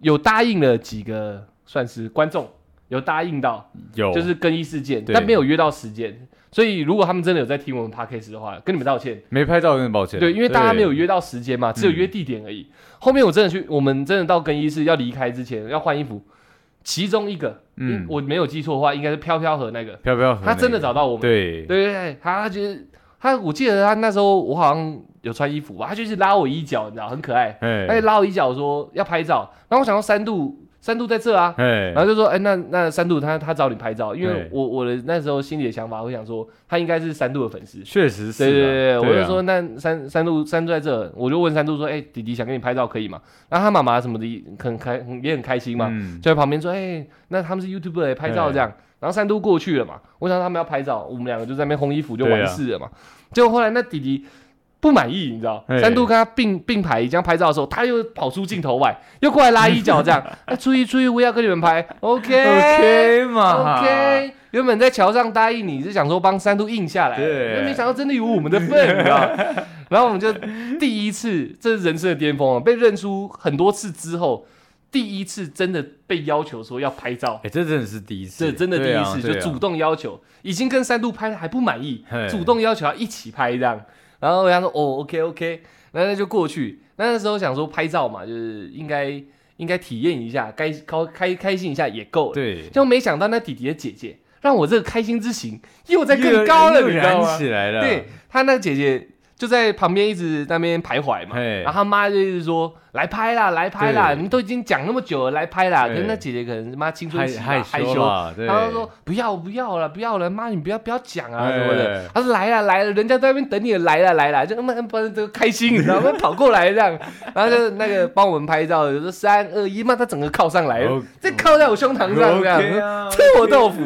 [SPEAKER 1] 有答应了几个算是观众，有答应到
[SPEAKER 2] 有
[SPEAKER 1] 就是更衣事件，
[SPEAKER 2] 对
[SPEAKER 1] 但没有约到时间。所以如果他们真的有在听我们 podcast 的话，跟你们道歉。
[SPEAKER 2] 没拍照，有点抱歉。
[SPEAKER 1] 对，因为大家没有
[SPEAKER 2] 对
[SPEAKER 1] 约到时间嘛，只有约地点而已。后面我真的去，我们真的到更衣室要离开之前要换衣服，其中一个，
[SPEAKER 2] 嗯
[SPEAKER 1] 嗯，我没有记错的话，应该是飘飘和那个，
[SPEAKER 2] 飘飘和
[SPEAKER 1] 他真的
[SPEAKER 2] 那个
[SPEAKER 1] 找到我们。
[SPEAKER 2] 对
[SPEAKER 1] 对对对，他就是他，我记得他那时候我好像有穿衣服吧，他就是拉我衣角，你知道，很可爱，
[SPEAKER 2] 哎
[SPEAKER 1] 他就拉我衣角说要拍照，然后我想到三度，三度在这啊，
[SPEAKER 2] 哎
[SPEAKER 1] 然后就说，哎，那那三度他他找你拍照，因为
[SPEAKER 2] 对
[SPEAKER 1] 我我的那时候心里的想法，我想说他应该是三度的粉丝。
[SPEAKER 2] 确实是啊，
[SPEAKER 1] 对对对，
[SPEAKER 2] 啊
[SPEAKER 1] 我就说那三三度三度在这，我就问三度说，哎、弟弟想跟你拍照可以吗？然后他妈妈什么的很开很也很开心嘛，
[SPEAKER 2] 嗯，
[SPEAKER 1] 就在旁边说：“哎、那他们是 YouTuber 欸拍照这样。”然后三都过去了嘛，我想他们要拍照，我们两个就在那边烘衣服就
[SPEAKER 2] 啊
[SPEAKER 1] 完事了嘛。结果后来那弟弟不满意，你知道，
[SPEAKER 2] 嘿
[SPEAKER 1] 三都跟他并并排这样拍照的时候，他又跑出镜头外，又过来拉衣角这 样。哎，注意注意，我要跟你们拍，OK
[SPEAKER 2] OK 嘛
[SPEAKER 1] OK。原本在桥上答应你是想说帮三都印下来，
[SPEAKER 2] 对
[SPEAKER 1] 那没想到真的有我们的 份，你知道。然后我们就第一次，这是人生的巅峰啊！被认出很多次之后，第一次真的被要求说要拍照，
[SPEAKER 2] 哎，这真的是第一次，
[SPEAKER 1] 这真的第一次、
[SPEAKER 2] 对啊
[SPEAKER 1] 就主，动要求，已经跟三度拍了还不满意
[SPEAKER 2] 嘿，
[SPEAKER 1] 主动要求要一起拍这样。然后他说：“哦，OK OK，那那就过去。”那那时候想说拍照嘛，就是应该应该体验一下，该高开开心一下也够了。
[SPEAKER 2] 对啊，
[SPEAKER 1] 就没想到那弟弟的姐姐让我这个开心之情又在
[SPEAKER 2] 对，
[SPEAKER 1] 更高了，
[SPEAKER 2] 又啊
[SPEAKER 1] 你知道
[SPEAKER 2] 燃
[SPEAKER 1] 吗？
[SPEAKER 2] 起来了，
[SPEAKER 1] 对，他那个姐姐就在旁边一直在那边徘徊嘛，
[SPEAKER 2] 嘿
[SPEAKER 1] 然后他妈就一直说来拍啦，来拍啦，
[SPEAKER 2] 对
[SPEAKER 1] 你都已经讲那么久了，来拍啦。可
[SPEAKER 2] 对
[SPEAKER 1] 是那姐姐可能妈青春
[SPEAKER 2] 害
[SPEAKER 1] 期嘛
[SPEAKER 2] 害
[SPEAKER 1] 害
[SPEAKER 2] 羞
[SPEAKER 1] 羞，
[SPEAKER 2] 嘛，对，
[SPEAKER 1] 然后她说不要不要了不要了，妈你不要不要讲啊
[SPEAKER 2] 哎
[SPEAKER 1] 什么的。她说来啦来了，人家在那边等你了，来啦来啦，就那不然都开心，你知 道吗？跑过来这样，然后就那个帮我们拍照的，就说三二一，妈他整个靠上来了
[SPEAKER 2] 哦，
[SPEAKER 1] 再靠在我胸膛 上这样。
[SPEAKER 2] OK 啊
[SPEAKER 1] 吃我豆腐，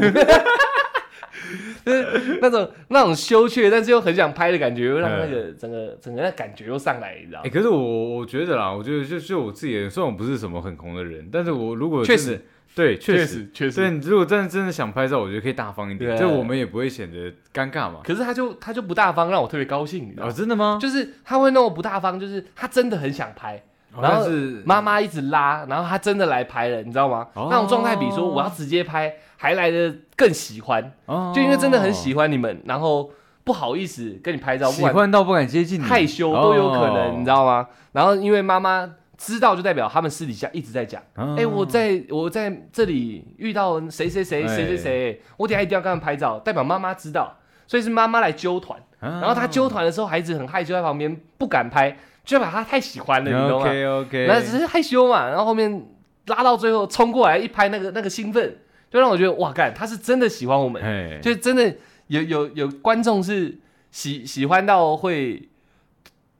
[SPEAKER 1] 就是那种那种羞怯，但是又很想拍的感觉，又让那个整个整个那感觉又上来，你知道
[SPEAKER 2] 嗯哎、
[SPEAKER 1] 吗？
[SPEAKER 2] 可是我我觉得啦，我觉得就就我自己而言，虽然我不是什么很红的人，但是我如果
[SPEAKER 1] 确
[SPEAKER 2] 真的
[SPEAKER 1] 实，
[SPEAKER 2] 对，确
[SPEAKER 1] 确
[SPEAKER 2] 实，
[SPEAKER 1] 实确
[SPEAKER 2] 所以你如果真的真的想拍照，我觉得可以大方一点，
[SPEAKER 1] 对
[SPEAKER 2] 这我们也不会显得尴尬 嘛。
[SPEAKER 1] 可是他就他就不大方，让我特别高兴，你知道
[SPEAKER 2] 哦，
[SPEAKER 1] 吗？
[SPEAKER 2] 真的吗？
[SPEAKER 1] 就是他会弄我不大方，就是他真的很想拍，
[SPEAKER 2] 哦
[SPEAKER 1] 然后
[SPEAKER 2] 但是
[SPEAKER 1] 妈妈一直拉，然后他真的来拍了，你知道吗？
[SPEAKER 2] 哦
[SPEAKER 1] 那种状态比说我要直接拍还来的更喜欢，
[SPEAKER 2] 哦
[SPEAKER 1] 就因为真的很喜欢你们，然后不好意思跟你拍照，不
[SPEAKER 2] 喜
[SPEAKER 1] 管
[SPEAKER 2] 欢到不敢接近你，
[SPEAKER 1] 害羞都有可能，你知
[SPEAKER 2] 道？
[SPEAKER 1] 道吗？然后因为妈妈知道，就代表他们私底下一直在讲，
[SPEAKER 2] 哎
[SPEAKER 1] 哎、我在我在这里遇到谁谁谁谁谁谁，我等一下一定要跟他们拍照，代表妈妈知道，所以是妈妈来揪团。
[SPEAKER 2] 然
[SPEAKER 1] 然后她揪团的时候，孩子很害羞，在旁边不敢拍，就代表他太喜欢了，你懂吗？
[SPEAKER 2] OK OK，
[SPEAKER 1] 那只是害羞嘛，然后后面拉到最后冲过来一拍，那个那个兴奋，就让我觉得哇，干，他是真的喜欢我们，
[SPEAKER 2] 哎，
[SPEAKER 1] 就真的有有有观众是喜喜欢到会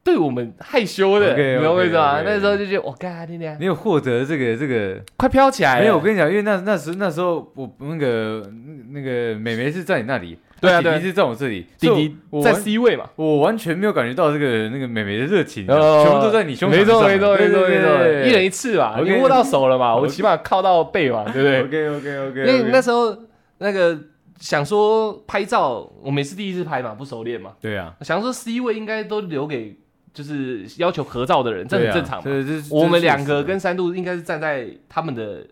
[SPEAKER 1] 对我们害羞的
[SPEAKER 2] OK，OK，
[SPEAKER 1] 你懂我意思吗
[SPEAKER 2] OK
[SPEAKER 1] 那时候就觉得我干你娘，
[SPEAKER 2] 你有获得这个这个
[SPEAKER 1] 快飘起来了！
[SPEAKER 2] 没有，我跟你讲，因为那那时那时候我那个那个美眉是在你那里，
[SPEAKER 1] 对啊
[SPEAKER 2] 那弟
[SPEAKER 1] 对啊
[SPEAKER 2] 弟是在我这里，
[SPEAKER 1] 弟
[SPEAKER 2] 所以
[SPEAKER 1] 弟
[SPEAKER 2] 我
[SPEAKER 1] 在
[SPEAKER 2] 完
[SPEAKER 1] C 位嘛，
[SPEAKER 2] 我完全没有感觉到这个那个美眉的热情，啊
[SPEAKER 1] 哦
[SPEAKER 2] 全部都在你胸膛
[SPEAKER 1] 没错
[SPEAKER 2] 上啊
[SPEAKER 1] 没错没
[SPEAKER 2] 对对
[SPEAKER 1] 错没错，
[SPEAKER 2] 对
[SPEAKER 1] 一人一次嘛，
[SPEAKER 2] OK
[SPEAKER 1] 你握到手了嘛，
[SPEAKER 2] OK
[SPEAKER 1] 我起码靠到背嘛，对不对？
[SPEAKER 2] OK OK
[SPEAKER 1] 因
[SPEAKER 2] OK，
[SPEAKER 1] 为那时候那个想说拍照，我每次第一次拍嘛，不熟练嘛，
[SPEAKER 2] 对啊，
[SPEAKER 1] 想说 C 位应该都留给就是要求合照的人，这
[SPEAKER 2] 对
[SPEAKER 1] 很
[SPEAKER 2] 啊
[SPEAKER 1] 正常嘛。
[SPEAKER 2] 对这这
[SPEAKER 1] 我们
[SPEAKER 2] 确
[SPEAKER 1] 两
[SPEAKER 2] 实
[SPEAKER 1] 个跟三度应该是站在他们的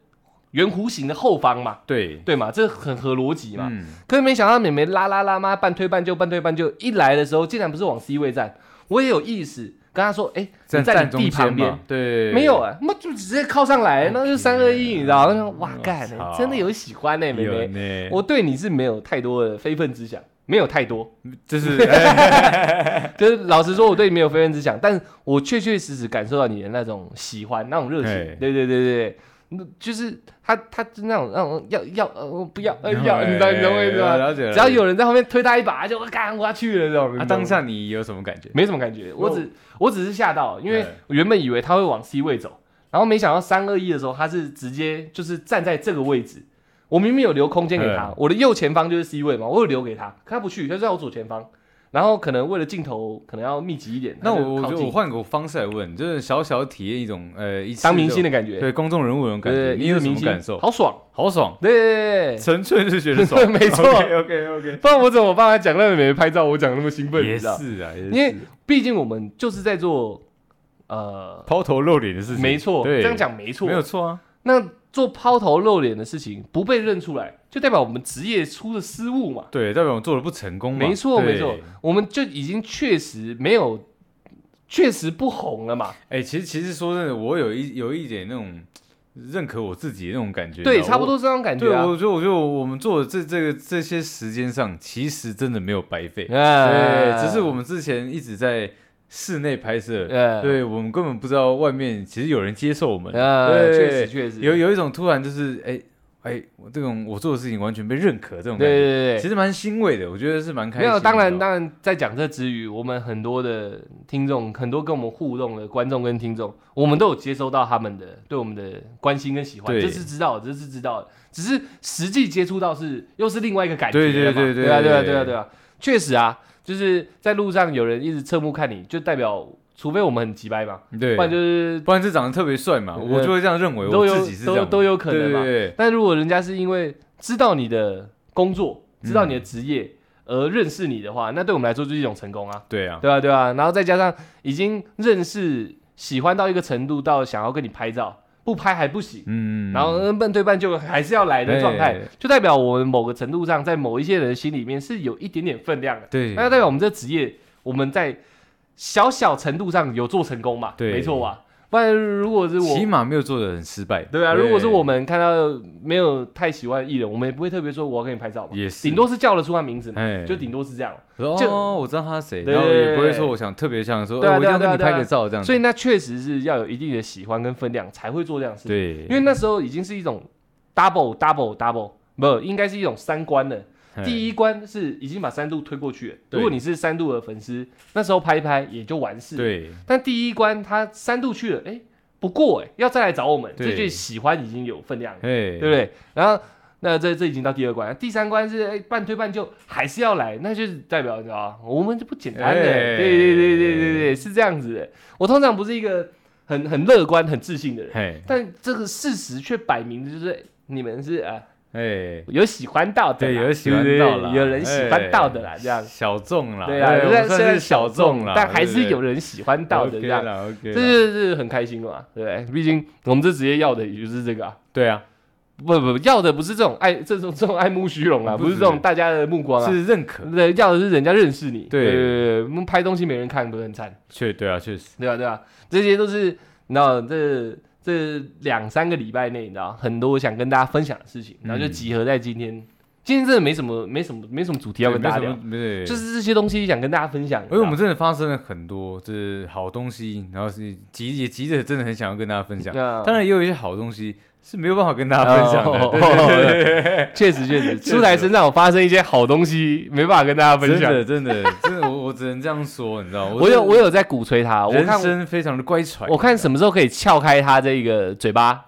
[SPEAKER 1] 圆弧形的后方嘛，
[SPEAKER 2] 对
[SPEAKER 1] 对嘛？这很合逻辑嘛。
[SPEAKER 2] 嗯，
[SPEAKER 1] 可是没想到美眉拉拉拉妈半推半就，半推半就，一来的时候竟然不是往 C 位站，我也有意识跟她说，哎、
[SPEAKER 2] 站
[SPEAKER 1] 你在你
[SPEAKER 2] 中
[SPEAKER 1] 地旁
[SPEAKER 2] 间
[SPEAKER 1] 边
[SPEAKER 2] 嘛，。对，
[SPEAKER 1] 没有啊，那就直接靠上来，那就三二一，你知道？那就哇，干
[SPEAKER 2] 我，操
[SPEAKER 1] 真的有喜欢呢、哎妹
[SPEAKER 2] 有
[SPEAKER 1] 妹。
[SPEAKER 2] 呢，
[SPEAKER 1] 我对你是没有太多的非分之想，没有太多，
[SPEAKER 2] 就 是哎
[SPEAKER 1] 就是老实说，我对你没有非分之想，但我确确实实感受到你的那种喜欢、那种热情
[SPEAKER 2] 嘿。
[SPEAKER 1] 对对对对，那就是他，他就那种那种要要呃不要呃要，
[SPEAKER 2] 哎
[SPEAKER 1] 你知道你懂我意思
[SPEAKER 2] 哎
[SPEAKER 1] 吗？
[SPEAKER 2] 了解，了
[SPEAKER 1] 只要
[SPEAKER 2] 解
[SPEAKER 1] 有人在后面推他一把，他就我干我要去了这种。你
[SPEAKER 2] 啊，
[SPEAKER 1] 懂
[SPEAKER 2] 当下你有什么感觉？
[SPEAKER 1] 没什么感觉，我只我只是吓到，因为
[SPEAKER 2] 哎
[SPEAKER 1] 我原本以为他会往 C 位走，然后没想到三二一的时候，他是直接就是站在这个位置。我明明有留空间给他
[SPEAKER 2] 嗯，
[SPEAKER 1] 我的右前方就是 C 位嘛，我有留给他，可他不去，他就在我左前方。然后可能为了镜头可能要密集一点，
[SPEAKER 2] 那
[SPEAKER 1] 他就
[SPEAKER 2] 我我
[SPEAKER 1] 靠
[SPEAKER 2] 就
[SPEAKER 1] 近
[SPEAKER 2] 我换个方式来问，就是小小体验一种呃一次
[SPEAKER 1] 当明星
[SPEAKER 2] 的
[SPEAKER 1] 的感觉，
[SPEAKER 2] 对公众人物那种感觉，
[SPEAKER 1] 对，
[SPEAKER 2] 你
[SPEAKER 1] 一
[SPEAKER 2] 有
[SPEAKER 1] 个
[SPEAKER 2] 什
[SPEAKER 1] 明
[SPEAKER 2] 么
[SPEAKER 1] 星
[SPEAKER 2] 感受？
[SPEAKER 1] 好爽，
[SPEAKER 2] 好爽，
[SPEAKER 1] 对对对对
[SPEAKER 2] 纯粹是觉得爽
[SPEAKER 1] 对，， 没错。
[SPEAKER 2] OK OK，
[SPEAKER 1] 不然我怎么帮他讲那个美眉拍照，我讲得那么兴奋，你
[SPEAKER 2] 也
[SPEAKER 1] 知道？
[SPEAKER 2] 是啊，也是
[SPEAKER 1] 因为毕竟我们就是在做呃，
[SPEAKER 2] 抛头露脸的事情，
[SPEAKER 1] 没错，
[SPEAKER 2] 对，
[SPEAKER 1] 这样讲没错
[SPEAKER 2] 没，有错啊，
[SPEAKER 1] 那做抛头露脸的事情不被认出来，就代表我们职业出了失误嘛？
[SPEAKER 2] 对，代表我做的不成功嘛，
[SPEAKER 1] 没错，
[SPEAKER 2] 嗯对
[SPEAKER 1] 没错，我们就已经确实没有，确实不红了嘛？
[SPEAKER 2] 哎、其实其实说真的，我有一有一点那种认可我自己的那种感觉，
[SPEAKER 1] 对，
[SPEAKER 2] 你知
[SPEAKER 1] 差
[SPEAKER 2] 道
[SPEAKER 1] 不。多这种感
[SPEAKER 2] 啊我对，
[SPEAKER 1] 觉啊。
[SPEAKER 2] 我觉得，我觉得我们做的这这个这些时间上，其实真的没有白费。
[SPEAKER 1] 哎
[SPEAKER 2] 对，只是我们之前一直在室内拍摄，
[SPEAKER 1] 哎
[SPEAKER 2] 对我们根本不知道外面其实有人接受我们。
[SPEAKER 1] 呃，
[SPEAKER 2] 对，
[SPEAKER 1] 确实确实
[SPEAKER 2] 有有一种突然就是哎哎、我这种我做的事情完全被认可这种
[SPEAKER 1] 对
[SPEAKER 2] 感觉，
[SPEAKER 1] 对
[SPEAKER 2] 其
[SPEAKER 1] 对
[SPEAKER 2] 实蛮欣慰的，我觉得是蛮开
[SPEAKER 1] 对，没
[SPEAKER 2] 心的。
[SPEAKER 1] 有。当然，
[SPEAKER 2] 你知道
[SPEAKER 1] 当
[SPEAKER 2] 吗
[SPEAKER 1] 然，在讲这之余，我们很多的听众，很多跟我们互动的观众跟听众，我们都有接收到他们的对我们的关心跟喜欢，
[SPEAKER 2] 对
[SPEAKER 1] 这是知道的，这是知道的。只是实际接触到是又是另外一个感觉
[SPEAKER 2] 对对
[SPEAKER 1] 了嘛
[SPEAKER 2] 对对
[SPEAKER 1] 对啊对啊
[SPEAKER 2] 对
[SPEAKER 1] 对啊对啊，确实啊，就是在路上有人一直侧目看你，就代表除非我们很急掰嘛，
[SPEAKER 2] 对，
[SPEAKER 1] 不然就是
[SPEAKER 2] 不然就长得特别帅嘛，
[SPEAKER 1] 呃
[SPEAKER 2] 我就会这样认为，
[SPEAKER 1] 都
[SPEAKER 2] 我
[SPEAKER 1] 有
[SPEAKER 2] 自己是这样
[SPEAKER 1] 都都有可能嘛
[SPEAKER 2] 对对对
[SPEAKER 1] 但如果人家是因为知道你的工作、知道你的职
[SPEAKER 2] 嗯
[SPEAKER 1] 业而认识你的话，那对我们来说就是一种成功啊，
[SPEAKER 2] 对啊，
[SPEAKER 1] 对啊，对啊。然后再加上已经认识、喜欢到一个程度，到想要跟你拍照，不拍还不行。
[SPEAKER 2] 嗯，
[SPEAKER 1] 然后恩笨对半就还是要来的状态
[SPEAKER 2] 哎，
[SPEAKER 1] 就代表我们某个程度上，在某一些人心里面是有一点点分量的。
[SPEAKER 2] 对，
[SPEAKER 1] 那就代表我们这职业，我们在小小程度上有做成功嘛？
[SPEAKER 2] 对
[SPEAKER 1] 没错吧？不然如果是我，
[SPEAKER 2] 起码没有做的很失败，
[SPEAKER 1] 对啊，如果是我们看到没有太喜欢的艺人，我们也不会特别说我要跟你拍照嘛，
[SPEAKER 2] 也是
[SPEAKER 1] 顶多是叫得出他名字嘛，
[SPEAKER 2] 哎，
[SPEAKER 1] 就顶多是这样。
[SPEAKER 2] 说
[SPEAKER 1] 就
[SPEAKER 2] 哦，我知道他是谁，
[SPEAKER 1] 对
[SPEAKER 2] 然后也不
[SPEAKER 1] 对
[SPEAKER 2] 会
[SPEAKER 1] 对
[SPEAKER 2] 说我想特别想说，
[SPEAKER 1] 对啊
[SPEAKER 2] 哦我一
[SPEAKER 1] 对
[SPEAKER 2] 定
[SPEAKER 1] 啊
[SPEAKER 2] 要跟你
[SPEAKER 1] 对啊
[SPEAKER 2] 拍个照这样子，
[SPEAKER 1] 所以那确实是要有一定的喜欢跟分量才会做这样的事情，
[SPEAKER 2] 对，
[SPEAKER 1] 因为那时候已经是一种 double double double，不应该是一种三关了。第
[SPEAKER 2] 一
[SPEAKER 1] 一关是已经把三度推过去了，
[SPEAKER 2] 哎对
[SPEAKER 1] 如果你是三度的粉丝，那时候拍一拍也就完事了。
[SPEAKER 2] 对
[SPEAKER 1] 但第一关他三度去了，哎，不过哎要再来找我们，
[SPEAKER 2] 对
[SPEAKER 1] 这就喜欢已经有分量了。
[SPEAKER 2] 哎，
[SPEAKER 1] 对不对？然后那这这已经到第二关，第三关是哎半推半就还是要来，那就是代表你知道吗我们就不简单的，对
[SPEAKER 2] 哎
[SPEAKER 1] 对对对对对，是这样子的。我通常不是一个很很乐观、很自信的人，
[SPEAKER 2] 嘿，
[SPEAKER 1] 但这个事实却摆明的就是你们是啊、
[SPEAKER 2] 哎，
[SPEAKER 1] 有喜欢到的啦，
[SPEAKER 2] 对，有人喜欢到
[SPEAKER 1] 对
[SPEAKER 2] 了，
[SPEAKER 1] 对有人喜欢到的啦，
[SPEAKER 2] 哎
[SPEAKER 1] 这样。
[SPEAKER 2] 小众啦，
[SPEAKER 1] 对啊，
[SPEAKER 2] 我
[SPEAKER 1] 虽然
[SPEAKER 2] 算
[SPEAKER 1] 虽然
[SPEAKER 2] 是小众啦，
[SPEAKER 1] 但还是有
[SPEAKER 2] 人
[SPEAKER 1] 人喜欢到的这样，
[SPEAKER 2] o k
[SPEAKER 1] 这
[SPEAKER 2] 啦
[SPEAKER 1] 是这是很开心的嘛，对不对？毕竟我们这职业要的也就是这个啊。
[SPEAKER 2] 对啊，
[SPEAKER 1] 不不，要的不是这种爱，这种这种爱慕虚荣啊，
[SPEAKER 2] 不
[SPEAKER 1] 不是
[SPEAKER 2] 是
[SPEAKER 1] 这种大家的目光啊，
[SPEAKER 2] 是认可，
[SPEAKER 1] 对，要的是人家认识你。
[SPEAKER 2] 对
[SPEAKER 1] 对对，我们拍东西没人看，不是很惨？
[SPEAKER 2] 确对啊，确实，
[SPEAKER 1] 对吧、对吧、这些都是你知道这这两三个礼拜内，你知道很多我想跟大家分享的事情，然后就
[SPEAKER 2] 嗯
[SPEAKER 1] 集合在今天。今天真的没什么没什么没什么主题要跟大家聊，
[SPEAKER 2] 对，。
[SPEAKER 1] 就是是这些东西想跟大家分享。
[SPEAKER 2] 因为我们
[SPEAKER 1] 你
[SPEAKER 2] 真的发生了很多，就是好东西，然后是急也急着，真的很想要跟大家分
[SPEAKER 1] 知
[SPEAKER 2] 享。
[SPEAKER 1] 道
[SPEAKER 2] 当
[SPEAKER 1] 吗
[SPEAKER 2] 然也有一些好东西是没有办法跟大家分享的，
[SPEAKER 1] 哦
[SPEAKER 2] 对对 对
[SPEAKER 1] 那确实确实，
[SPEAKER 2] 实
[SPEAKER 1] 出来身上有发生一些好东西，没办法跟大家分
[SPEAKER 2] 真
[SPEAKER 1] 享。
[SPEAKER 2] 的真的真的，我我只能这样说，你知道吗？
[SPEAKER 1] 我有我
[SPEAKER 2] 有
[SPEAKER 1] 有在鼓吹他，我
[SPEAKER 2] 人
[SPEAKER 1] 看
[SPEAKER 2] 生非常的乖舛，
[SPEAKER 1] 我看什么时候可以撬开他这个嘴巴，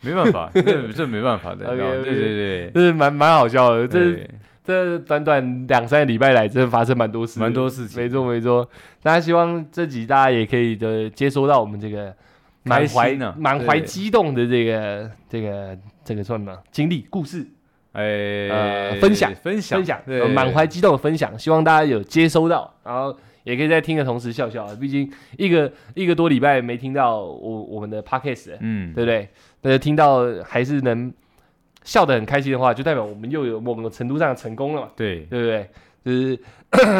[SPEAKER 2] 没办法，这这没办 法的，你知道吗
[SPEAKER 1] OK，OK
[SPEAKER 2] 对对对
[SPEAKER 1] 这是蛮蛮好笑的。这
[SPEAKER 2] 对，
[SPEAKER 1] 这短短两三个礼拜来，真的发生蛮多事，
[SPEAKER 2] 蛮。多事情，
[SPEAKER 1] 没错没错，那希望这集大家也可以的接收到我们这个满怀
[SPEAKER 2] 开心啊
[SPEAKER 1] 满怀
[SPEAKER 2] 对
[SPEAKER 1] 激动的这个这个这个算什么经历故事
[SPEAKER 2] 哎
[SPEAKER 1] 呃，分享
[SPEAKER 2] 分享
[SPEAKER 1] 分享，
[SPEAKER 2] 对
[SPEAKER 1] 呃满怀激动的分享，希望大家有接收到，然后也可以在听的同时笑笑啊，毕竟一个一个多礼拜没听到我我们的 podcast 了
[SPEAKER 2] 嗯，
[SPEAKER 1] 对不对？那听到还是能笑得很开心的话，就代表我们又有某个程度上的成功了嘛，
[SPEAKER 2] 对
[SPEAKER 1] 对不对？就是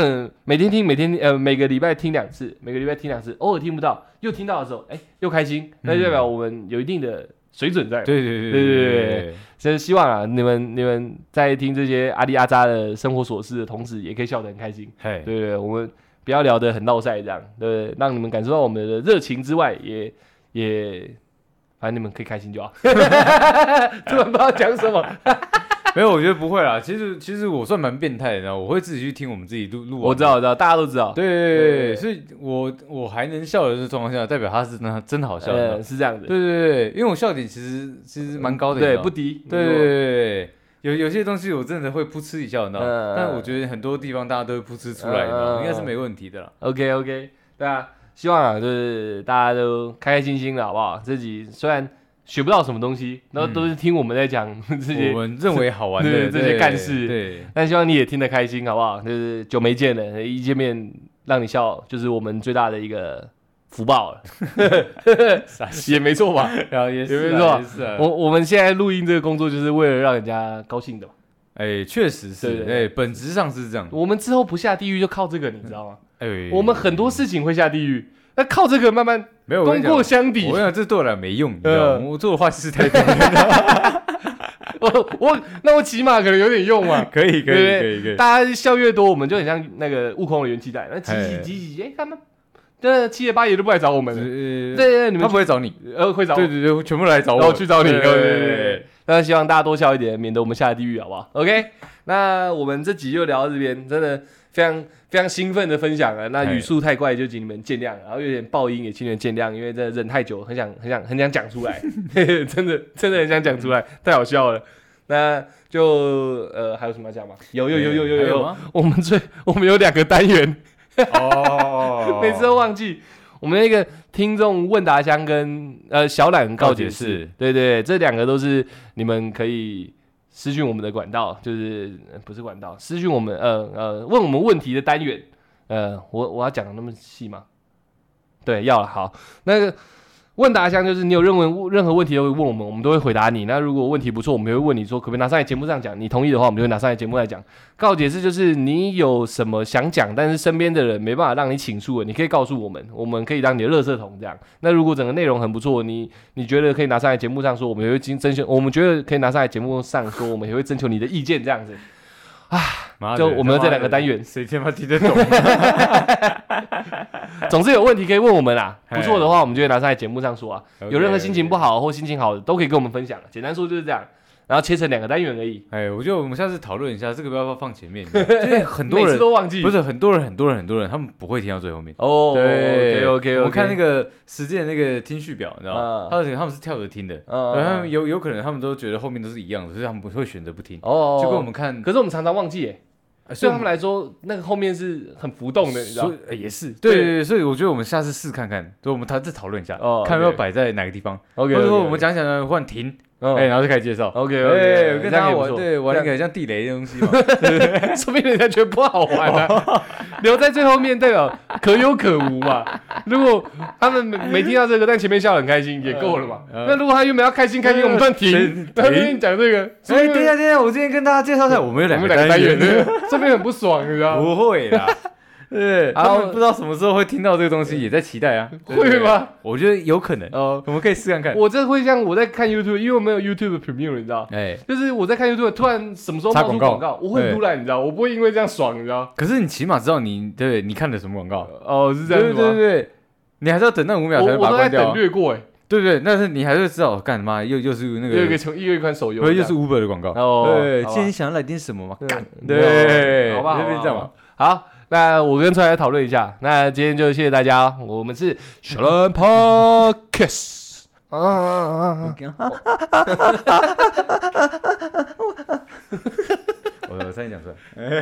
[SPEAKER 1] 每天听，每天呃每个礼拜听两次，每个礼拜听两次，偶尔听不到，又听到的时候，哎，又开心，那就代表我们有一定的水准在。
[SPEAKER 2] 嗯对对对
[SPEAKER 1] 对对所以希望啊，你们你们在听这些阿里阿扎的生活琐事的同时，也可以笑得很开心，
[SPEAKER 2] 嘿，
[SPEAKER 1] 对不对？我们不要聊得很闹赛这样，对不对？让你们感受到我们的热情之外，也 也。反正你们可以开心就好，突然不知道讲什么，
[SPEAKER 2] 没有，我觉得不会啦。其实其实我算蛮变态的，你知道吗，我会自己去听我们自己录录。
[SPEAKER 1] 我知道，，我知道，大家都知道，
[SPEAKER 2] 对对对
[SPEAKER 1] 对
[SPEAKER 2] 对，所以我我还能笑的状况下，代表他是真的真的好笑的。
[SPEAKER 1] 呃，是这样
[SPEAKER 2] 对
[SPEAKER 1] 的，
[SPEAKER 2] 对对，对因为我笑点其实其实蛮高
[SPEAKER 1] 哦
[SPEAKER 2] 的，
[SPEAKER 1] 对，
[SPEAKER 2] 你知道吗
[SPEAKER 1] 不低，
[SPEAKER 2] 对
[SPEAKER 1] 没
[SPEAKER 2] 对
[SPEAKER 1] 错
[SPEAKER 2] 对对对，有有些东西我真的会噗嗤一笑，你知道吗？
[SPEAKER 1] 嗯
[SPEAKER 2] 但我觉得很多地方大家都会噗嗤出来，你知道吗
[SPEAKER 1] 嗯
[SPEAKER 2] 应该是没问题的啦。
[SPEAKER 1] OK OK，对啊，希望啊，就是大家都开开心心的好不好？自己虽然学不到什么东西，然后都是听我们在讲这些，
[SPEAKER 2] 我们认为好玩的
[SPEAKER 1] 对这些
[SPEAKER 2] 对
[SPEAKER 1] 干事
[SPEAKER 2] 对，
[SPEAKER 1] 但希望你也听得开心，好不好？就是久没见了，一见面让你笑，就是我们最大的一个福报了，
[SPEAKER 2] 傻笑
[SPEAKER 1] 也没错吧？
[SPEAKER 2] 然后也是
[SPEAKER 1] 有没有
[SPEAKER 2] 啊也是啊
[SPEAKER 1] 我我们现在录音这个工作，就是为了让人家高兴的嘛。
[SPEAKER 2] 哎，确实
[SPEAKER 1] 对
[SPEAKER 2] 是，
[SPEAKER 1] 对
[SPEAKER 2] 哎，本质上是这样。
[SPEAKER 1] 我们之后不下地狱，就靠这个，你知道吗？
[SPEAKER 2] 哎，
[SPEAKER 1] 我们很多事情会下地狱，那靠这个慢慢
[SPEAKER 2] 没有我跟
[SPEAKER 1] 功
[SPEAKER 2] 你讲
[SPEAKER 1] 过相抵
[SPEAKER 2] 我。跟你讲，这对我来讲没用，你知道吗？
[SPEAKER 1] 嗯
[SPEAKER 2] 我做的坏事太多了。
[SPEAKER 1] 我我那我起码可能有点用嘛。
[SPEAKER 2] 可以，可
[SPEAKER 1] 对不
[SPEAKER 2] 以，可
[SPEAKER 1] 对
[SPEAKER 2] 以，可以。
[SPEAKER 1] 大家笑越多，我们就很像那个悟空的元气弹，那挤
[SPEAKER 2] 哎
[SPEAKER 1] 挤挤挤，哎，他们这七爷八爷都不来找我们了。对
[SPEAKER 2] 对，
[SPEAKER 1] 对，对你
[SPEAKER 2] 呃他
[SPEAKER 1] 们
[SPEAKER 2] 不会找你。
[SPEAKER 1] 呃会找我
[SPEAKER 2] 对，对对，全部来找
[SPEAKER 1] 然后
[SPEAKER 2] 我，
[SPEAKER 1] 去找你。对
[SPEAKER 2] 对
[SPEAKER 1] 对
[SPEAKER 2] 对
[SPEAKER 1] 对
[SPEAKER 2] 对
[SPEAKER 1] 对。那希望大家多笑一点，免得我们下地狱，好不好？OK，那我们这集就聊到这边，真的非常非常兴奋的分享啊了。那
[SPEAKER 2] 哎
[SPEAKER 1] 语速太快就请你们见谅，然后有点爆音也请你们见谅，因为真的忍太久，很想很想很想讲出 来，真的真的很想讲出来，太好笑了。那就呃还有什么要讲吗？有有有有有
[SPEAKER 2] 还
[SPEAKER 1] 有啊
[SPEAKER 2] 有
[SPEAKER 1] 有
[SPEAKER 2] 吗，
[SPEAKER 1] 我们最我们有两个单元，
[SPEAKER 2] 哦
[SPEAKER 1] 每次都忘记。我们那个听众问答箱跟呃小懒告解
[SPEAKER 2] 告解
[SPEAKER 1] 室
[SPEAKER 2] 室，
[SPEAKER 1] 对对，这两个都是你们可以私讯我们的管道，就是呃不是管道，私讯我们呃呃问我们问题的单元。呃，我我要讲的那么细吗？对，要了。好，那个问答箱就是你有任何任何问题都会问我们，我们都会回答你。那如果问题不错，我们也会问你说可不可以拿上来节目上讲，你同意的话，我们就会拿上来节目来讲。告解释就是你有什么想讲，但是身边的人没办法让你倾诉的，你可以告诉我们，我们可以当你的垃圾桶这样。那如果整个内容很不错，你你觉得可以拿上来节目上说，我们也会经征求，我们觉得可以拿上来节目上说，我们也会征求你的意见这样 子。
[SPEAKER 2] 妈的
[SPEAKER 1] 就我们有这两个
[SPEAKER 2] 他妈的
[SPEAKER 1] 单元
[SPEAKER 2] 谁他妈听得懂？
[SPEAKER 1] 总之有问题可以问我们啦，
[SPEAKER 2] 哎
[SPEAKER 1] 不错的话我们就会拿上来节目上说啊。 有任何心情不
[SPEAKER 2] 好，
[SPEAKER 1] 好或心情好的都可以跟我们分享，简单说就是这样。然后切成两个单元而已，
[SPEAKER 2] 哎，我觉得我们下次讨论一下，这个不要放前 面，就是很多
[SPEAKER 1] 每次
[SPEAKER 2] 人
[SPEAKER 1] 都忘记。
[SPEAKER 2] 不是很多人，很多人，很多人，他们不会听到最后面。
[SPEAKER 1] 哦
[SPEAKER 2] 对
[SPEAKER 1] ，OK OK，
[SPEAKER 2] 我看那个时间的那个听序表，你知道吗
[SPEAKER 1] 嗯？
[SPEAKER 2] 他们他们是跳着听的，
[SPEAKER 1] 嗯
[SPEAKER 2] 然后他们有有可能他们都觉得后面都是一样的，所以他们不会选择不听。
[SPEAKER 1] 哦，
[SPEAKER 2] 就跟我们看，
[SPEAKER 1] 可是我们常常忘记耶，
[SPEAKER 2] 呃
[SPEAKER 1] 对
[SPEAKER 2] 所以
[SPEAKER 1] 他们来说，那个后面是很浮动的，你知道
[SPEAKER 2] 所
[SPEAKER 1] 吗
[SPEAKER 2] 以？呃也是
[SPEAKER 1] 对
[SPEAKER 2] 对对对，所以我觉得我们下次试看看，所以我们他再讨论一下
[SPEAKER 1] 哦，
[SPEAKER 2] 看要不要
[SPEAKER 1] OK
[SPEAKER 2] 摆在哪个地方，或
[SPEAKER 1] OK，嗯
[SPEAKER 2] 者说我们讲讲讲换停，哎，然后就开始介绍。
[SPEAKER 1] OK
[SPEAKER 2] 哎，
[SPEAKER 1] OK，
[SPEAKER 2] 我跟大家玩，对玩那
[SPEAKER 1] 个，
[SPEAKER 2] 个像地雷的东西 嘛，
[SPEAKER 1] 说不定人家觉得不好玩啊，留在最后面代表可有可无嘛。如果他们没没听到这个，但前面笑得很开心也够了嘛。
[SPEAKER 2] 嗯
[SPEAKER 1] 那如果他原本要开心开心，我们算停
[SPEAKER 2] 停，
[SPEAKER 1] 他这边讲这个，
[SPEAKER 2] 所以啊
[SPEAKER 1] 说不
[SPEAKER 2] 等一
[SPEAKER 1] 定
[SPEAKER 2] 下，等一下，我今天跟大家介绍一下，我们有
[SPEAKER 1] 嗯我
[SPEAKER 2] 两
[SPEAKER 1] 们
[SPEAKER 2] 个
[SPEAKER 1] 两个单元，
[SPEAKER 2] 元，
[SPEAKER 1] 这边很不爽，你知道吗？
[SPEAKER 2] 不会 啦，对，
[SPEAKER 1] 好
[SPEAKER 2] 他们不知道什么时候会听到这个东西，也在期待啊，对
[SPEAKER 1] 嗯会？吗？
[SPEAKER 2] 我觉得有可能，
[SPEAKER 1] 哦，
[SPEAKER 2] 我们可以试看看。
[SPEAKER 1] 我这会像我在看 YouTube，因为我没有 YouTube Premium，你知道。
[SPEAKER 2] 哎，
[SPEAKER 1] 就是我在看 YouTube，突然什么时候
[SPEAKER 2] 插
[SPEAKER 1] 冒出
[SPEAKER 2] 广告
[SPEAKER 1] 广告，我会
[SPEAKER 2] 对
[SPEAKER 1] 突然，你知道，我不会因为这样爽，你知道？
[SPEAKER 2] 可是你起码知道你对你看的什么广告，
[SPEAKER 1] 哦，是这
[SPEAKER 2] 对
[SPEAKER 1] 样子
[SPEAKER 2] 对
[SPEAKER 1] 吗？
[SPEAKER 2] 对对，你还是要等那五秒才
[SPEAKER 1] 我
[SPEAKER 2] 能
[SPEAKER 1] 我
[SPEAKER 2] 把它
[SPEAKER 1] 都在
[SPEAKER 2] 关掉
[SPEAKER 1] 等
[SPEAKER 2] 啊，
[SPEAKER 1] 略过，哎，
[SPEAKER 2] 对对，但是你还是会知道，哦干嘛又又是那
[SPEAKER 1] 又有一个
[SPEAKER 2] 个，
[SPEAKER 1] 球，又有一款手游
[SPEAKER 2] 不
[SPEAKER 1] 这
[SPEAKER 2] 是
[SPEAKER 1] 样，
[SPEAKER 2] 又是 Uber 的广告，
[SPEAKER 1] 哦
[SPEAKER 2] 对，
[SPEAKER 1] 好吧
[SPEAKER 2] 今天想要来点什么吗？干，
[SPEAKER 1] 对，
[SPEAKER 2] 对，
[SPEAKER 1] 好吧，好
[SPEAKER 2] 就
[SPEAKER 1] 吧
[SPEAKER 2] 变这样嘛。。
[SPEAKER 1] 好吧好，那我跟川来讨论一下。那今天就谢谢大家哦，我们是 s h a l a n Podcast。啊啊啊啊！
[SPEAKER 2] 我我差点讲出来。